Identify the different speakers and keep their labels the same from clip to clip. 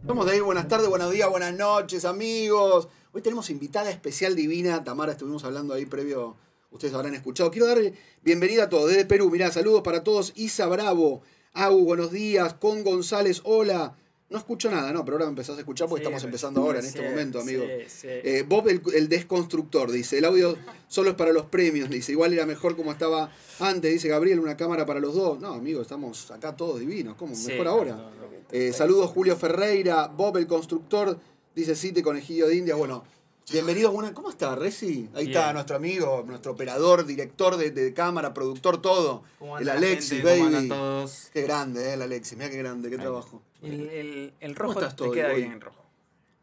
Speaker 1: Estamos ahí, buenas tardes, buenos días, buenas noches, amigos. Hoy tenemos invitada especial divina, Tamara, estuvimos hablando ahí previo, ustedes habrán escuchado. Quiero dar bienvenida a todos, desde Perú, mirá, saludos para todos. Isa Bravo, Agu, buenos días, Con González, hola. No escucho nada, no, pero ahora me empezás a escuchar porque
Speaker 2: Sí,
Speaker 1: estamos empezando ahora, en este
Speaker 2: sí,
Speaker 1: momento, amigo.
Speaker 2: sí, sí.
Speaker 1: Eh, Bob el, el desconstructor, dice, el audio solo es para los premios, dice, igual era mejor como estaba antes, dice Gabriel, una cámara para los dos. No, amigo, estamos acá todos divinos, ¿cómo?
Speaker 2: Sí,
Speaker 1: Mejor
Speaker 2: no,
Speaker 1: ahora.
Speaker 2: no, no.
Speaker 1: Eh, saludos Julio Ferreira, Bob el constructor, dice Cite Conejillo de India. Bueno, bienvenidos. Buena, ¿Cómo está, Resi? Ahí está
Speaker 2: Bien.
Speaker 1: nuestro amigo, nuestro operador, director de, de cámara, productor, todo.
Speaker 3: ¿Cómo
Speaker 1: El
Speaker 3: anda la
Speaker 1: Alexi,
Speaker 3: gente? ¿Cómo
Speaker 1: baby.
Speaker 3: andan todos?
Speaker 1: Qué grande, eh, el Alexi. Mira qué grande, qué trabajo.
Speaker 2: El, el- el
Speaker 1: ¿Cómo
Speaker 2: rojo
Speaker 1: estás
Speaker 2: te
Speaker 1: todo
Speaker 2: queda
Speaker 1: hoy?
Speaker 2: bien, el rojo.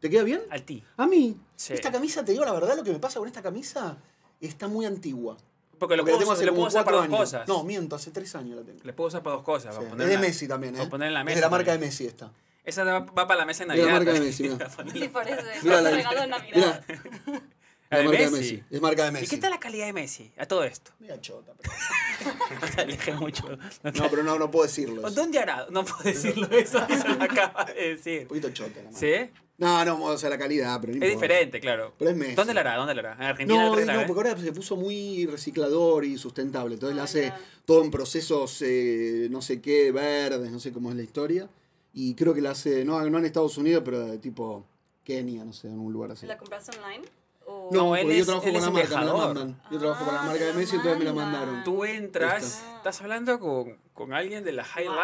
Speaker 1: ¿Te queda bien?
Speaker 2: Al ti.
Speaker 1: A mí.
Speaker 2: Sí.
Speaker 1: Esta camisa, te digo la verdad, lo que me pasa con esta camisa está muy antigua.
Speaker 2: Porque lo
Speaker 1: Porque la
Speaker 2: puedo,
Speaker 1: tengo hace
Speaker 2: lo
Speaker 1: como
Speaker 2: puedo usar para
Speaker 1: cuatro
Speaker 2: dos
Speaker 1: años.
Speaker 2: cosas.
Speaker 1: No, miento, hace tres años la tengo.
Speaker 2: Le puedo usar para dos cosas.
Speaker 1: Sí,
Speaker 2: para
Speaker 1: Es
Speaker 2: poner
Speaker 1: de
Speaker 2: en la-
Speaker 1: Messi también,
Speaker 2: para
Speaker 1: ¿eh?
Speaker 2: poner en la
Speaker 1: es
Speaker 2: mesa.
Speaker 1: de la marca de
Speaker 2: también.
Speaker 1: Messi esta.
Speaker 2: Esa va, va para la mesa de
Speaker 1: Es de
Speaker 2: Navidad.
Speaker 1: la marca de
Speaker 2: también.
Speaker 1: Messi, mirá.
Speaker 3: Sí, por eso es
Speaker 1: Mirá
Speaker 3: un
Speaker 1: la-
Speaker 3: regalo de Navidad.
Speaker 1: Mirá,
Speaker 2: La
Speaker 1: la
Speaker 2: de
Speaker 1: marca de
Speaker 2: Messi.
Speaker 1: Messi. Es marca de Messi.
Speaker 2: ¿Y qué tal la calidad de Messi? A todo esto.
Speaker 1: Media chota, pero-
Speaker 2: No te alejes mucho. No te-
Speaker 1: No, pero no, no puedo decirlo. eso.
Speaker 2: ¿Dónde hará? No puedo decirlo eso. Eso lo acaba de decir.
Speaker 1: Un poquito chota la mano.
Speaker 2: ¿Sí? Es
Speaker 1: No, no, o sea, la calidad, pero no importa.
Speaker 2: diferente, claro.
Speaker 1: Pero es Messi.
Speaker 2: ¿Dónde la hará? ¿Dónde la hará? En Argentina
Speaker 1: No,
Speaker 2: creo que la
Speaker 1: no,
Speaker 2: hará,
Speaker 1: porque ahora se puso muy reciclador y sustentable. Entonces le
Speaker 3: Ah,
Speaker 1: hace
Speaker 3: ya.
Speaker 1: todo en procesos, eh, no sé qué, verdes, no sé cómo es la historia. Y creo que la hace, no, no en Estados Unidos, pero de tipo Kenia, no sé, en un lugar así.
Speaker 3: ¿La compras online? O...
Speaker 1: No,
Speaker 2: No, él
Speaker 1: porque yo
Speaker 2: es-
Speaker 1: trabajo
Speaker 2: él
Speaker 1: con
Speaker 2: es
Speaker 1: la marca, me la
Speaker 2: embajador.
Speaker 1: mandan. Yo trabajo con la
Speaker 3: Ah,
Speaker 1: marca
Speaker 3: te
Speaker 1: de
Speaker 3: la
Speaker 1: Messi, entonces me la
Speaker 3: mandan.
Speaker 1: mandaron.
Speaker 2: Tú entras,
Speaker 3: Esta.
Speaker 2: estás hablando con, con alguien de la High
Speaker 3: Wow.
Speaker 2: Life.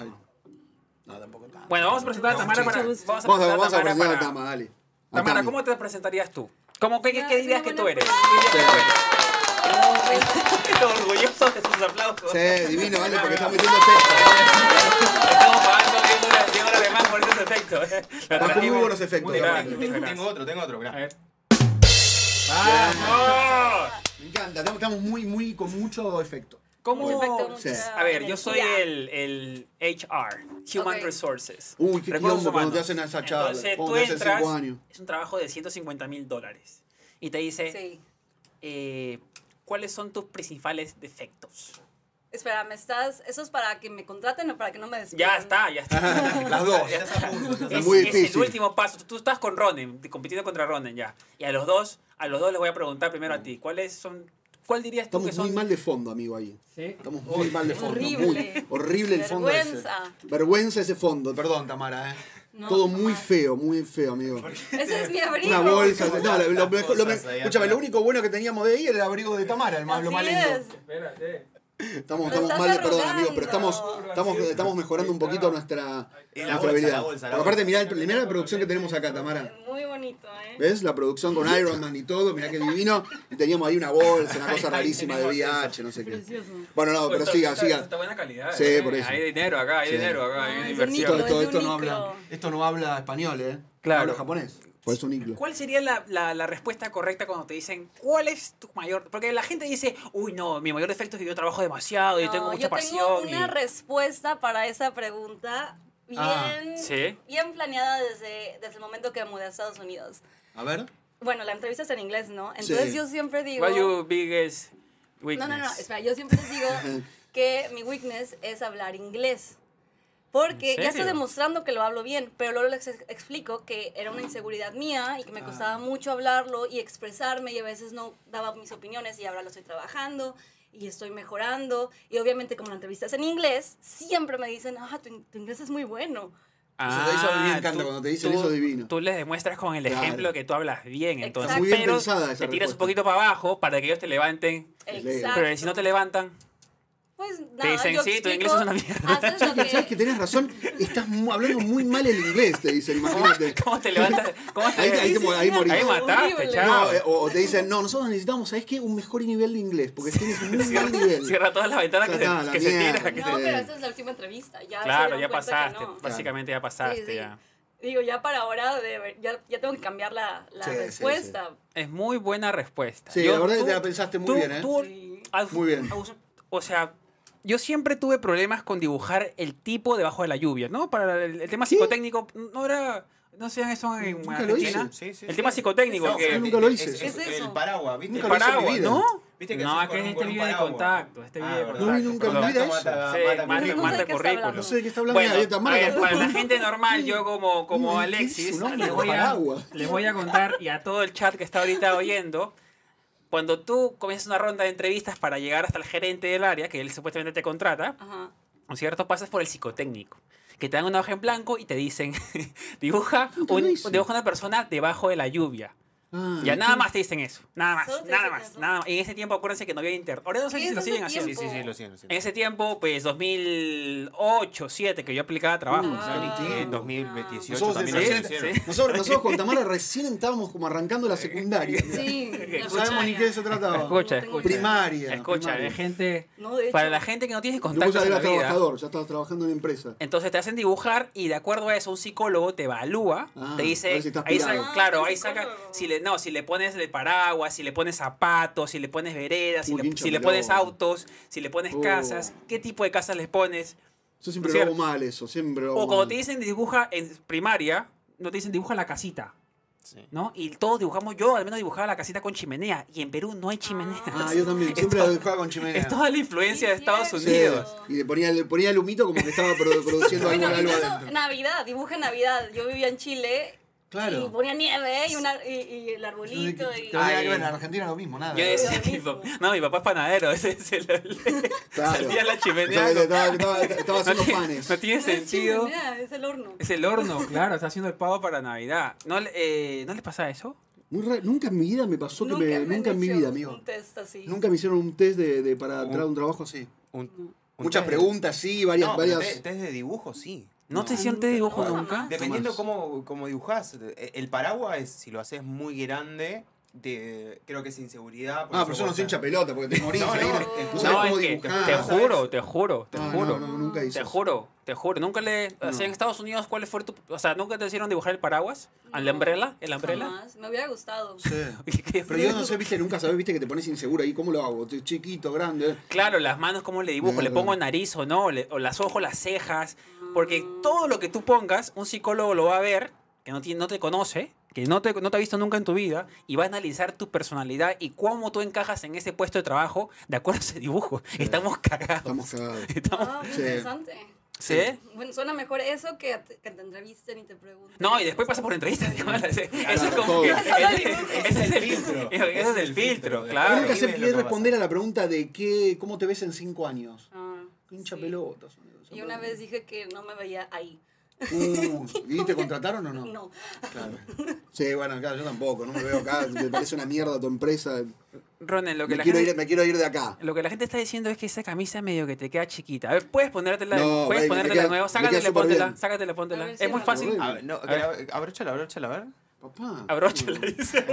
Speaker 1: Ay, No, tampoco tanto.
Speaker 2: Bueno, vamos a presentar a
Speaker 1: No,
Speaker 2: Tamara
Speaker 1: mucho
Speaker 2: para.
Speaker 1: gusto.
Speaker 2: Vamos
Speaker 1: Vamos
Speaker 2: a
Speaker 1: a, vamos a
Speaker 2: presentar a
Speaker 1: presentar a
Speaker 2: Tamara
Speaker 1: Tama,
Speaker 2: para.
Speaker 1: dale. A
Speaker 2: Tamara,
Speaker 1: Tami.
Speaker 2: ¿cómo te presentarías tú? ¿Cómo, qué, qué,
Speaker 3: Ah,
Speaker 2: qué dirías
Speaker 3: una
Speaker 2: que
Speaker 3: buena
Speaker 2: tú eres?
Speaker 1: Sí.
Speaker 2: Estoy orgulloso de sus aplausos.
Speaker 1: Sí, divino, vale, porque está metiendo efectos.
Speaker 2: Estamos pagando bien dura- bien dura alemán por esos efectos. eh. Lo
Speaker 1: Bajo muy
Speaker 2: trajimos.
Speaker 1: buenos efectos.
Speaker 2: Muy
Speaker 1: Tamara.
Speaker 2: grande.
Speaker 1: Me
Speaker 2: Muchas
Speaker 4: Tengo
Speaker 2: gracias.
Speaker 4: otro, tengo otro,
Speaker 2: A
Speaker 4: mirá.
Speaker 2: ver.
Speaker 1: Ah,
Speaker 3: ¡Oh!
Speaker 1: encanta, estamos- estamos muy, muy, con mucho efecto.
Speaker 2: ¿Cómo?
Speaker 1: Sí.
Speaker 2: A ver, yo soy el, el HR, Human
Speaker 3: Ok.
Speaker 2: Resources.
Speaker 1: Uy, qué
Speaker 2: Recursos
Speaker 1: quilombo cuando te
Speaker 2: humanos.
Speaker 1: hacen esa charla.
Speaker 2: Entonces
Speaker 1: Cuando
Speaker 2: tú
Speaker 1: te hacen
Speaker 2: entras,
Speaker 1: cinco años.
Speaker 2: es un trabajo de 150 mil dólares. Y te dice,
Speaker 3: Sí.
Speaker 2: eh, ¿cuáles son tus principales defectos?
Speaker 3: Espera, ¿me estás...? ¿Eso es para que me contraten o para que no me despidan?
Speaker 2: Ya está, ya está.
Speaker 1: Las dos.
Speaker 4: Estás a punto, estás a
Speaker 1: Es
Speaker 2: es,
Speaker 1: muy
Speaker 2: es
Speaker 1: difícil.
Speaker 2: el último paso. Tú estás con Ronen, compitiendo contra Ronen ya. Y a los dos, a los dos les voy a preguntar primero a ti, ¿cuáles son, cuál dirías tú que
Speaker 1: Estamos
Speaker 2: son?
Speaker 1: Mm. muy mal de fondo, amigo, ahí.
Speaker 2: ¿Sí?
Speaker 1: Estamos muy mal de fondo.
Speaker 3: Horrible.
Speaker 1: muy- horrible el fondo
Speaker 3: Vergüenza.
Speaker 1: ese. Vergüenza ese fondo. Perdón, Tamara, ¿eh?
Speaker 3: No,
Speaker 1: Todo muy
Speaker 3: jamás.
Speaker 1: feo, muy feo, amigo.
Speaker 3: Ese es mi abrigo.
Speaker 1: Una bolsa.
Speaker 4: Como
Speaker 1: No, lo, lo
Speaker 4: tantas
Speaker 1: mejor- lo me-
Speaker 4: cosas ahí
Speaker 1: escúchame,
Speaker 4: atrás.
Speaker 1: lo único bueno que teníamos de ahí era el abrigo de Tamara, el más, lo más
Speaker 3: Así
Speaker 1: lindo.
Speaker 3: es.
Speaker 1: Estamos,
Speaker 3: Lo
Speaker 1: estamos
Speaker 3: estás
Speaker 1: mal de perdón,
Speaker 3: arrugando.
Speaker 1: amigo, pero estamos, estamos, estamos mejorando un poquito nuestra,
Speaker 4: Y la
Speaker 1: nuestra
Speaker 4: bolsa,
Speaker 1: habilidad.
Speaker 4: la bolsa, la
Speaker 1: Porque aparte,
Speaker 4: bolsa.
Speaker 1: mirá, el- mirá la producción que tenemos acá, Tamara.
Speaker 3: Muy bonito, ¿eh?
Speaker 1: ¿Ves? La producción con Iron Man y todo, mirá que divino. Y teníamos ahí una bolsa, una cosa
Speaker 4: Ahí
Speaker 1: rarísima de
Speaker 4: tenemos
Speaker 1: VIH, no sé qué. Bueno, no, pero
Speaker 2: Está-
Speaker 1: siga,
Speaker 2: está-
Speaker 1: siga.
Speaker 2: Está buena calidad.
Speaker 1: Sí,
Speaker 2: eh.
Speaker 1: por eso.
Speaker 2: Hay dinero acá, hay
Speaker 1: Sí.
Speaker 2: dinero acá,
Speaker 3: Ah, es un
Speaker 2: hay
Speaker 3: micro.
Speaker 2: diversión.
Speaker 1: Esto, esto,
Speaker 3: es
Speaker 1: esto
Speaker 3: un
Speaker 1: no
Speaker 3: iclo.
Speaker 1: habla, esto no habla español, ¿eh?
Speaker 2: Claro.
Speaker 1: No habla japonés. Por eso Pues un iclo.
Speaker 2: ¿Cuál sería la, la- la respuesta correcta cuando te dicen cuál es tu mayor? Porque la gente dice, uy, no, mi mayor defecto es que yo trabajo demasiado y
Speaker 3: No,
Speaker 2: tengo mucha
Speaker 3: yo
Speaker 2: pasión.
Speaker 3: tengo una
Speaker 2: y-
Speaker 3: respuesta para esa pregunta bien,
Speaker 1: Ah,
Speaker 2: ¿sí?
Speaker 3: bien planeada desde, desde el momento que me mudé a Estados Unidos.
Speaker 1: A ver.
Speaker 3: Bueno, la entrevista es en inglés, ¿no? Entonces
Speaker 1: Sí.
Speaker 3: yo siempre digo...
Speaker 2: What your biggest
Speaker 3: No,
Speaker 2: weakness?
Speaker 3: no, no, espera, yo siempre les digo que mi weakness es hablar inglés. Porque
Speaker 2: ¿En
Speaker 3: ya estoy
Speaker 2: serio?
Speaker 3: demostrando que lo hablo bien, pero luego les ex- explico que era una inseguridad mía y que me costaba mucho hablarlo y expresarme y a veces no daba mis opiniones y ahora lo estoy trabajando y estoy mejorando. Y obviamente como la entrevista es en inglés, siempre me dicen, ah, tu, in- tu inglés es muy bueno.
Speaker 1: Eso- eso me encanta cuando te dicen, eso es divino.
Speaker 2: Ah, Tú les demuestras con el
Speaker 1: Claro.
Speaker 2: ejemplo que tú hablas bien,
Speaker 3: Exacto.
Speaker 2: entonces.
Speaker 3: Muy
Speaker 1: bien
Speaker 2: pero
Speaker 1: pensada esa
Speaker 2: te tiras
Speaker 1: respuesta.
Speaker 2: un poquito para abajo para que ellos te levanten.
Speaker 1: Exacto.
Speaker 2: Pero si no te levantan,
Speaker 3: Pues nada,
Speaker 2: dicen,
Speaker 3: yo
Speaker 2: "Sí, tu inglés
Speaker 3: explico,
Speaker 2: es una mierda".
Speaker 3: haces lo
Speaker 1: Sabes que
Speaker 3: que-
Speaker 1: tenés razón, estás mu- hablando muy mal el inglés, te dicen, imagínate.
Speaker 2: ¿cómo te levantas? ¿Cómo te
Speaker 1: Ahí- ahí te-
Speaker 2: levantas?
Speaker 1: ahí morís.
Speaker 2: Ahí mataste,
Speaker 3: Horrible.
Speaker 2: chao.
Speaker 1: No, eh, o, o te dicen, no, nosotros necesitamos, ¿sabes qué? Un mejor nivel de inglés, porque tienes un muy mal nivel.
Speaker 2: Cierra todas las ventanas que,
Speaker 1: Ya está,
Speaker 2: se,
Speaker 1: la
Speaker 2: que se
Speaker 1: mierda.
Speaker 2: tira. que se-
Speaker 3: No, pero esa es la última entrevista. Ya se
Speaker 2: Claro,
Speaker 3: dieron
Speaker 2: ya
Speaker 3: Ah, cuenta que
Speaker 2: pasaste.
Speaker 3: no.
Speaker 2: Básicamente ya pasaste.
Speaker 3: Sí, sí.
Speaker 2: ya.
Speaker 3: Digo, ya para ahora, de- ya, ya tengo que cambiar la, la
Speaker 1: Sí, sí,
Speaker 3: respuesta.
Speaker 2: Es muy buena respuesta.
Speaker 1: Sí, la verdad que te la pensaste muy
Speaker 2: tú-
Speaker 1: bien, ¿eh?
Speaker 2: tú-
Speaker 3: Sí.
Speaker 2: aus-
Speaker 1: Muy bien.
Speaker 2: aus- o sea, yo siempre tuve problemas con dibujar el tipo debajo de la lluvia, ¿no? Para el, el tema psicotécnico, no era... No sean eso en
Speaker 1: Nunca lo
Speaker 2: Argentina.
Speaker 1: hice.
Speaker 4: Sí, sí,
Speaker 2: El
Speaker 4: sí.
Speaker 2: tema psicotécnico,
Speaker 4: No,
Speaker 2: que-
Speaker 4: es-
Speaker 1: Nunca lo hice.
Speaker 4: es- es
Speaker 3: ¿Qué es eso?
Speaker 4: El paraguas, ¿viste?
Speaker 1: Nunca
Speaker 4: El
Speaker 1: lo hice en mi
Speaker 4: paraguas.
Speaker 1: vida.
Speaker 2: ¿No?
Speaker 4: ¿Viste que
Speaker 2: no,
Speaker 4: haces
Speaker 2: es que
Speaker 4: con
Speaker 2: es
Speaker 4: un-
Speaker 2: este
Speaker 4: con un
Speaker 2: video de
Speaker 4: paraguas?
Speaker 2: contacto. Este
Speaker 4: Ah,
Speaker 2: video de
Speaker 4: verdad.
Speaker 2: contacto.
Speaker 1: No vi nunca en mi
Speaker 2: perdón.
Speaker 1: vida eso.
Speaker 2: Sí,
Speaker 4: Mata- mata-
Speaker 2: mata-
Speaker 3: No sé
Speaker 2: mata
Speaker 3: de qué está
Speaker 2: currículum.
Speaker 3: hablando.
Speaker 1: No sé de qué está hablando
Speaker 2: Bueno,
Speaker 1: nadie, está
Speaker 2: a
Speaker 1: mal.
Speaker 2: ver, para la gente normal, yo como, como
Speaker 1: Uy, ¿qué es
Speaker 2: Alexis,
Speaker 1: su nombre?
Speaker 2: les voy, a,
Speaker 1: Paraguas.
Speaker 2: les voy a contar y a todo el chat que está ahorita oyendo, cuando tú comienzas una ronda de entrevistas para llegar hasta el gerente del área, que él supuestamente te contrata,
Speaker 3: Ajá.
Speaker 2: ¿no es cierto? Pasas por el psicotécnico, que te dan una hoja en blanco y te dicen, dibuja,
Speaker 1: Nunca lo
Speaker 2: un,
Speaker 1: hice.
Speaker 2: dibuja una persona debajo de la lluvia.
Speaker 1: Ah,
Speaker 2: Ya nada más te dicen eso, nada más,
Speaker 3: Solo te
Speaker 2: nada
Speaker 3: dicen
Speaker 2: más,
Speaker 3: eso.
Speaker 2: nada más. En ese tiempo acuérdense que no había internet. Ahora no sé
Speaker 3: ¿Qué
Speaker 2: si
Speaker 3: es
Speaker 2: lo
Speaker 3: ese
Speaker 2: siguen haciendo.
Speaker 4: Sí, sí, sí, lo siento, lo siento.
Speaker 2: En ese tiempo, pues 2008, 2007, que yo aplicaba trabajo.
Speaker 1: Uh,
Speaker 2: o sea,
Speaker 3: ah.
Speaker 2: ni-
Speaker 4: En
Speaker 2: ni-
Speaker 4: 2018
Speaker 1: Nosotros
Speaker 4: también
Speaker 1: en
Speaker 4: lo
Speaker 1: el
Speaker 2: sí,
Speaker 4: hicieron.
Speaker 2: sí. Eh,
Speaker 1: Nosotros, nosotros con Tamara recién estábamos como arrancando la secundaria.
Speaker 3: Sí.
Speaker 1: No sabemos ni qué se trataba.
Speaker 2: Escucha,
Speaker 3: No tengo
Speaker 2: escucha.
Speaker 1: Primaria.
Speaker 2: Escucha,
Speaker 1: primaria.
Speaker 2: eh, gente.
Speaker 3: No, de hecho.
Speaker 2: Para la gente que no tiene
Speaker 1: Y Vos
Speaker 2: contacto
Speaker 1: ya
Speaker 2: en la
Speaker 1: eras
Speaker 2: vida.
Speaker 1: trabajador, ya estabas trabajando en una empresa.
Speaker 2: Entonces te hacen dibujar y de acuerdo a eso un psicólogo te evalúa,
Speaker 1: Ah,
Speaker 2: te
Speaker 1: a
Speaker 2: dice,
Speaker 1: ver si estás
Speaker 2: ahí
Speaker 1: pirado.
Speaker 2: saca- claro,
Speaker 3: Ah,
Speaker 2: ahí
Speaker 3: un
Speaker 2: saca,
Speaker 3: psicólogo.
Speaker 2: si le, no, si le pones el paraguas, si le pones zapatos, si le pones veredas, si,
Speaker 1: Uy,
Speaker 2: le,
Speaker 1: hincha
Speaker 2: si le
Speaker 1: mi
Speaker 2: pones
Speaker 1: lobo.
Speaker 2: autos, si le pones
Speaker 1: Oh.
Speaker 2: casas, qué tipo de casas les pones.
Speaker 1: Yo siempre lo
Speaker 2: Cierto.
Speaker 1: hago mal eso, siempre lo hago
Speaker 2: O cuando
Speaker 1: mal.
Speaker 2: te dicen dibuja en primaria, no te dicen dibuja la casita. ¿No? Y todos dibujamos, yo al menos dibujaba la casita con chimenea. Y en Perú no hay chimenea.
Speaker 1: Ah, yo también,
Speaker 2: Es
Speaker 1: siempre
Speaker 2: to-
Speaker 1: lo dejaba con chimenea.
Speaker 2: Es toda la influencia de
Speaker 3: Sí,
Speaker 2: Estados
Speaker 3: cierto.
Speaker 2: Unidos.
Speaker 1: Sí, Y le ponía, le ponía el humito como que estaba produ- produciendo algo,
Speaker 3: Bueno,
Speaker 1: algo
Speaker 3: incluso
Speaker 1: adentro.
Speaker 3: Navidad, dibuje Navidad. Yo vivía en Chile y
Speaker 1: Claro.
Speaker 3: ponía nieve y, una, y, y el arbolito. Y...
Speaker 2: Ay.
Speaker 1: Nada que ver, en Argentina lo mismo, nada.
Speaker 2: Yo decía,
Speaker 3: Ay,
Speaker 2: tipo, no, mi papá es panadero, ese es el- el-
Speaker 1: Claro.
Speaker 2: salía la chimenea.
Speaker 1: Estaba, estaba- estaba- estaba
Speaker 2: No
Speaker 1: haciendo
Speaker 2: tiene,
Speaker 1: panes.
Speaker 2: no tiene
Speaker 3: No es
Speaker 2: sentido.
Speaker 3: chimenea, es el horno.
Speaker 2: Es el horno, claro, está haciendo el pavo para Navidad. ¿No, le- eh, ¿no les pasa eso?
Speaker 1: Muy raro, Nunca en mi vida me pasó que me- nunca,
Speaker 3: me han
Speaker 1: en mi
Speaker 3: hecho
Speaker 1: vida, amigo.
Speaker 3: Un test así.
Speaker 1: Nunca me hicieron un test de, de- para entrar a un trabajo así.
Speaker 4: Un- un
Speaker 1: Muchas
Speaker 4: test.
Speaker 1: preguntas, sí, varias,
Speaker 4: No, pero
Speaker 1: varias.
Speaker 4: test- test de dibujo, sí.
Speaker 2: ¿No,
Speaker 1: No.
Speaker 2: te hicieron test de dibujo
Speaker 3: No,
Speaker 2: nunca?
Speaker 3: jamás.
Speaker 4: Dependiendo
Speaker 1: Tomás.
Speaker 4: cómo, cómo dibujás. E- El paraguas es, si lo haces muy grande, de, creo que es inseguridad. por
Speaker 1: Ah,
Speaker 4: eso
Speaker 1: pero yo no
Speaker 4: vos-
Speaker 1: soy hincha pelota porque te morís.
Speaker 4: No,
Speaker 1: ahí,
Speaker 4: no,
Speaker 1: no,
Speaker 4: te
Speaker 1: no
Speaker 4: juro.
Speaker 1: sabés
Speaker 2: No, es
Speaker 1: cómo
Speaker 2: que
Speaker 1: dibujar.
Speaker 2: te
Speaker 4: No sabes.
Speaker 2: juro, te juro, te
Speaker 1: No,
Speaker 2: juro.
Speaker 1: No, no, nunca hice.
Speaker 2: Te
Speaker 1: eso.
Speaker 2: juro, te juro. Nunca le. o sea, en Estados Unidos, ¿cuál fue tu. O sea, ¿nunca te hicieron dibujar el paraguas? ¿Al
Speaker 3: No,
Speaker 2: umbrella? ¿El umbrella?
Speaker 3: jamás. Me hubiera gustado.
Speaker 1: Sí.
Speaker 2: ¿Qué
Speaker 1: Pero yo no sé, viste, nunca sabés, viste, que te pones inseguro ahí. ¿Cómo lo hago? Estoy chiquito, grande.
Speaker 2: Claro, las manos, ¿cómo le dibujo? ¿Le
Speaker 1: Claro.
Speaker 2: pongo nariz o no? Le- ¿O las ojos, las cejas? Porque
Speaker 3: Ah,
Speaker 2: todo lo que tú pongas, un psicólogo lo va a ver, que no, tiene, no te conoce, que no te, no te ha visto nunca en tu vida, y va a analizar tu personalidad y cómo tú encajas en ese puesto de trabajo de acuerdo a ese dibujo. Estamos cagados.
Speaker 1: Estamos cagados.
Speaker 2: Estamos-
Speaker 3: Ah, muy
Speaker 1: Sí.
Speaker 3: interesante.
Speaker 2: ¿Sí?
Speaker 3: Bueno, suena mejor eso que, a- que te entrevisten y te pregunten.
Speaker 2: No, y después pues, pasa por entrevistas. digamos, ese- Eso es
Speaker 1: Claro,
Speaker 2: como
Speaker 1: todo.
Speaker 2: que-
Speaker 1: Eso
Speaker 3: es
Speaker 2: ese-
Speaker 3: el
Speaker 2: ese es el filtro. Ese es el filtro,
Speaker 1: Yo
Speaker 2: claro.
Speaker 1: nunca
Speaker 4: Dime
Speaker 1: sé
Speaker 4: lo
Speaker 1: qué
Speaker 4: que pasa.
Speaker 1: responder a la pregunta de qué, cómo te ves en cinco años.
Speaker 3: Ah,
Speaker 1: Hincha
Speaker 3: sí.
Speaker 1: pelotas. amigo.
Speaker 3: Y una vez dije que no me veía ahí.
Speaker 1: Uh, ¿Y te contrataron o no?
Speaker 3: No.
Speaker 1: Claro. Sí, bueno, acá yo tampoco, no me veo acá, me parece una mierda tu empresa.
Speaker 2: Ronen, lo que
Speaker 1: Me
Speaker 2: la
Speaker 1: quiero,
Speaker 2: gente-
Speaker 1: ir, me quiero ir de acá.
Speaker 2: Lo que la gente está diciendo es que esa camisa medio que te queda chiquita. A ver, puedes ponértela, de-
Speaker 1: No, baby,
Speaker 2: puedes
Speaker 1: me
Speaker 2: ponértela de
Speaker 1: queda-
Speaker 2: nuevo.
Speaker 1: me
Speaker 2: Sácatela,
Speaker 1: queda súper
Speaker 2: póntela,
Speaker 1: bien.
Speaker 2: sácatela, póntela.
Speaker 3: A ver,
Speaker 2: es muy
Speaker 3: ciérrala.
Speaker 2: fácil.
Speaker 1: Horrible.
Speaker 4: A ver, no,
Speaker 2: A ver.
Speaker 4: abróchala, abróchala, a ver.
Speaker 1: Papá.
Speaker 2: Abróchala, dice.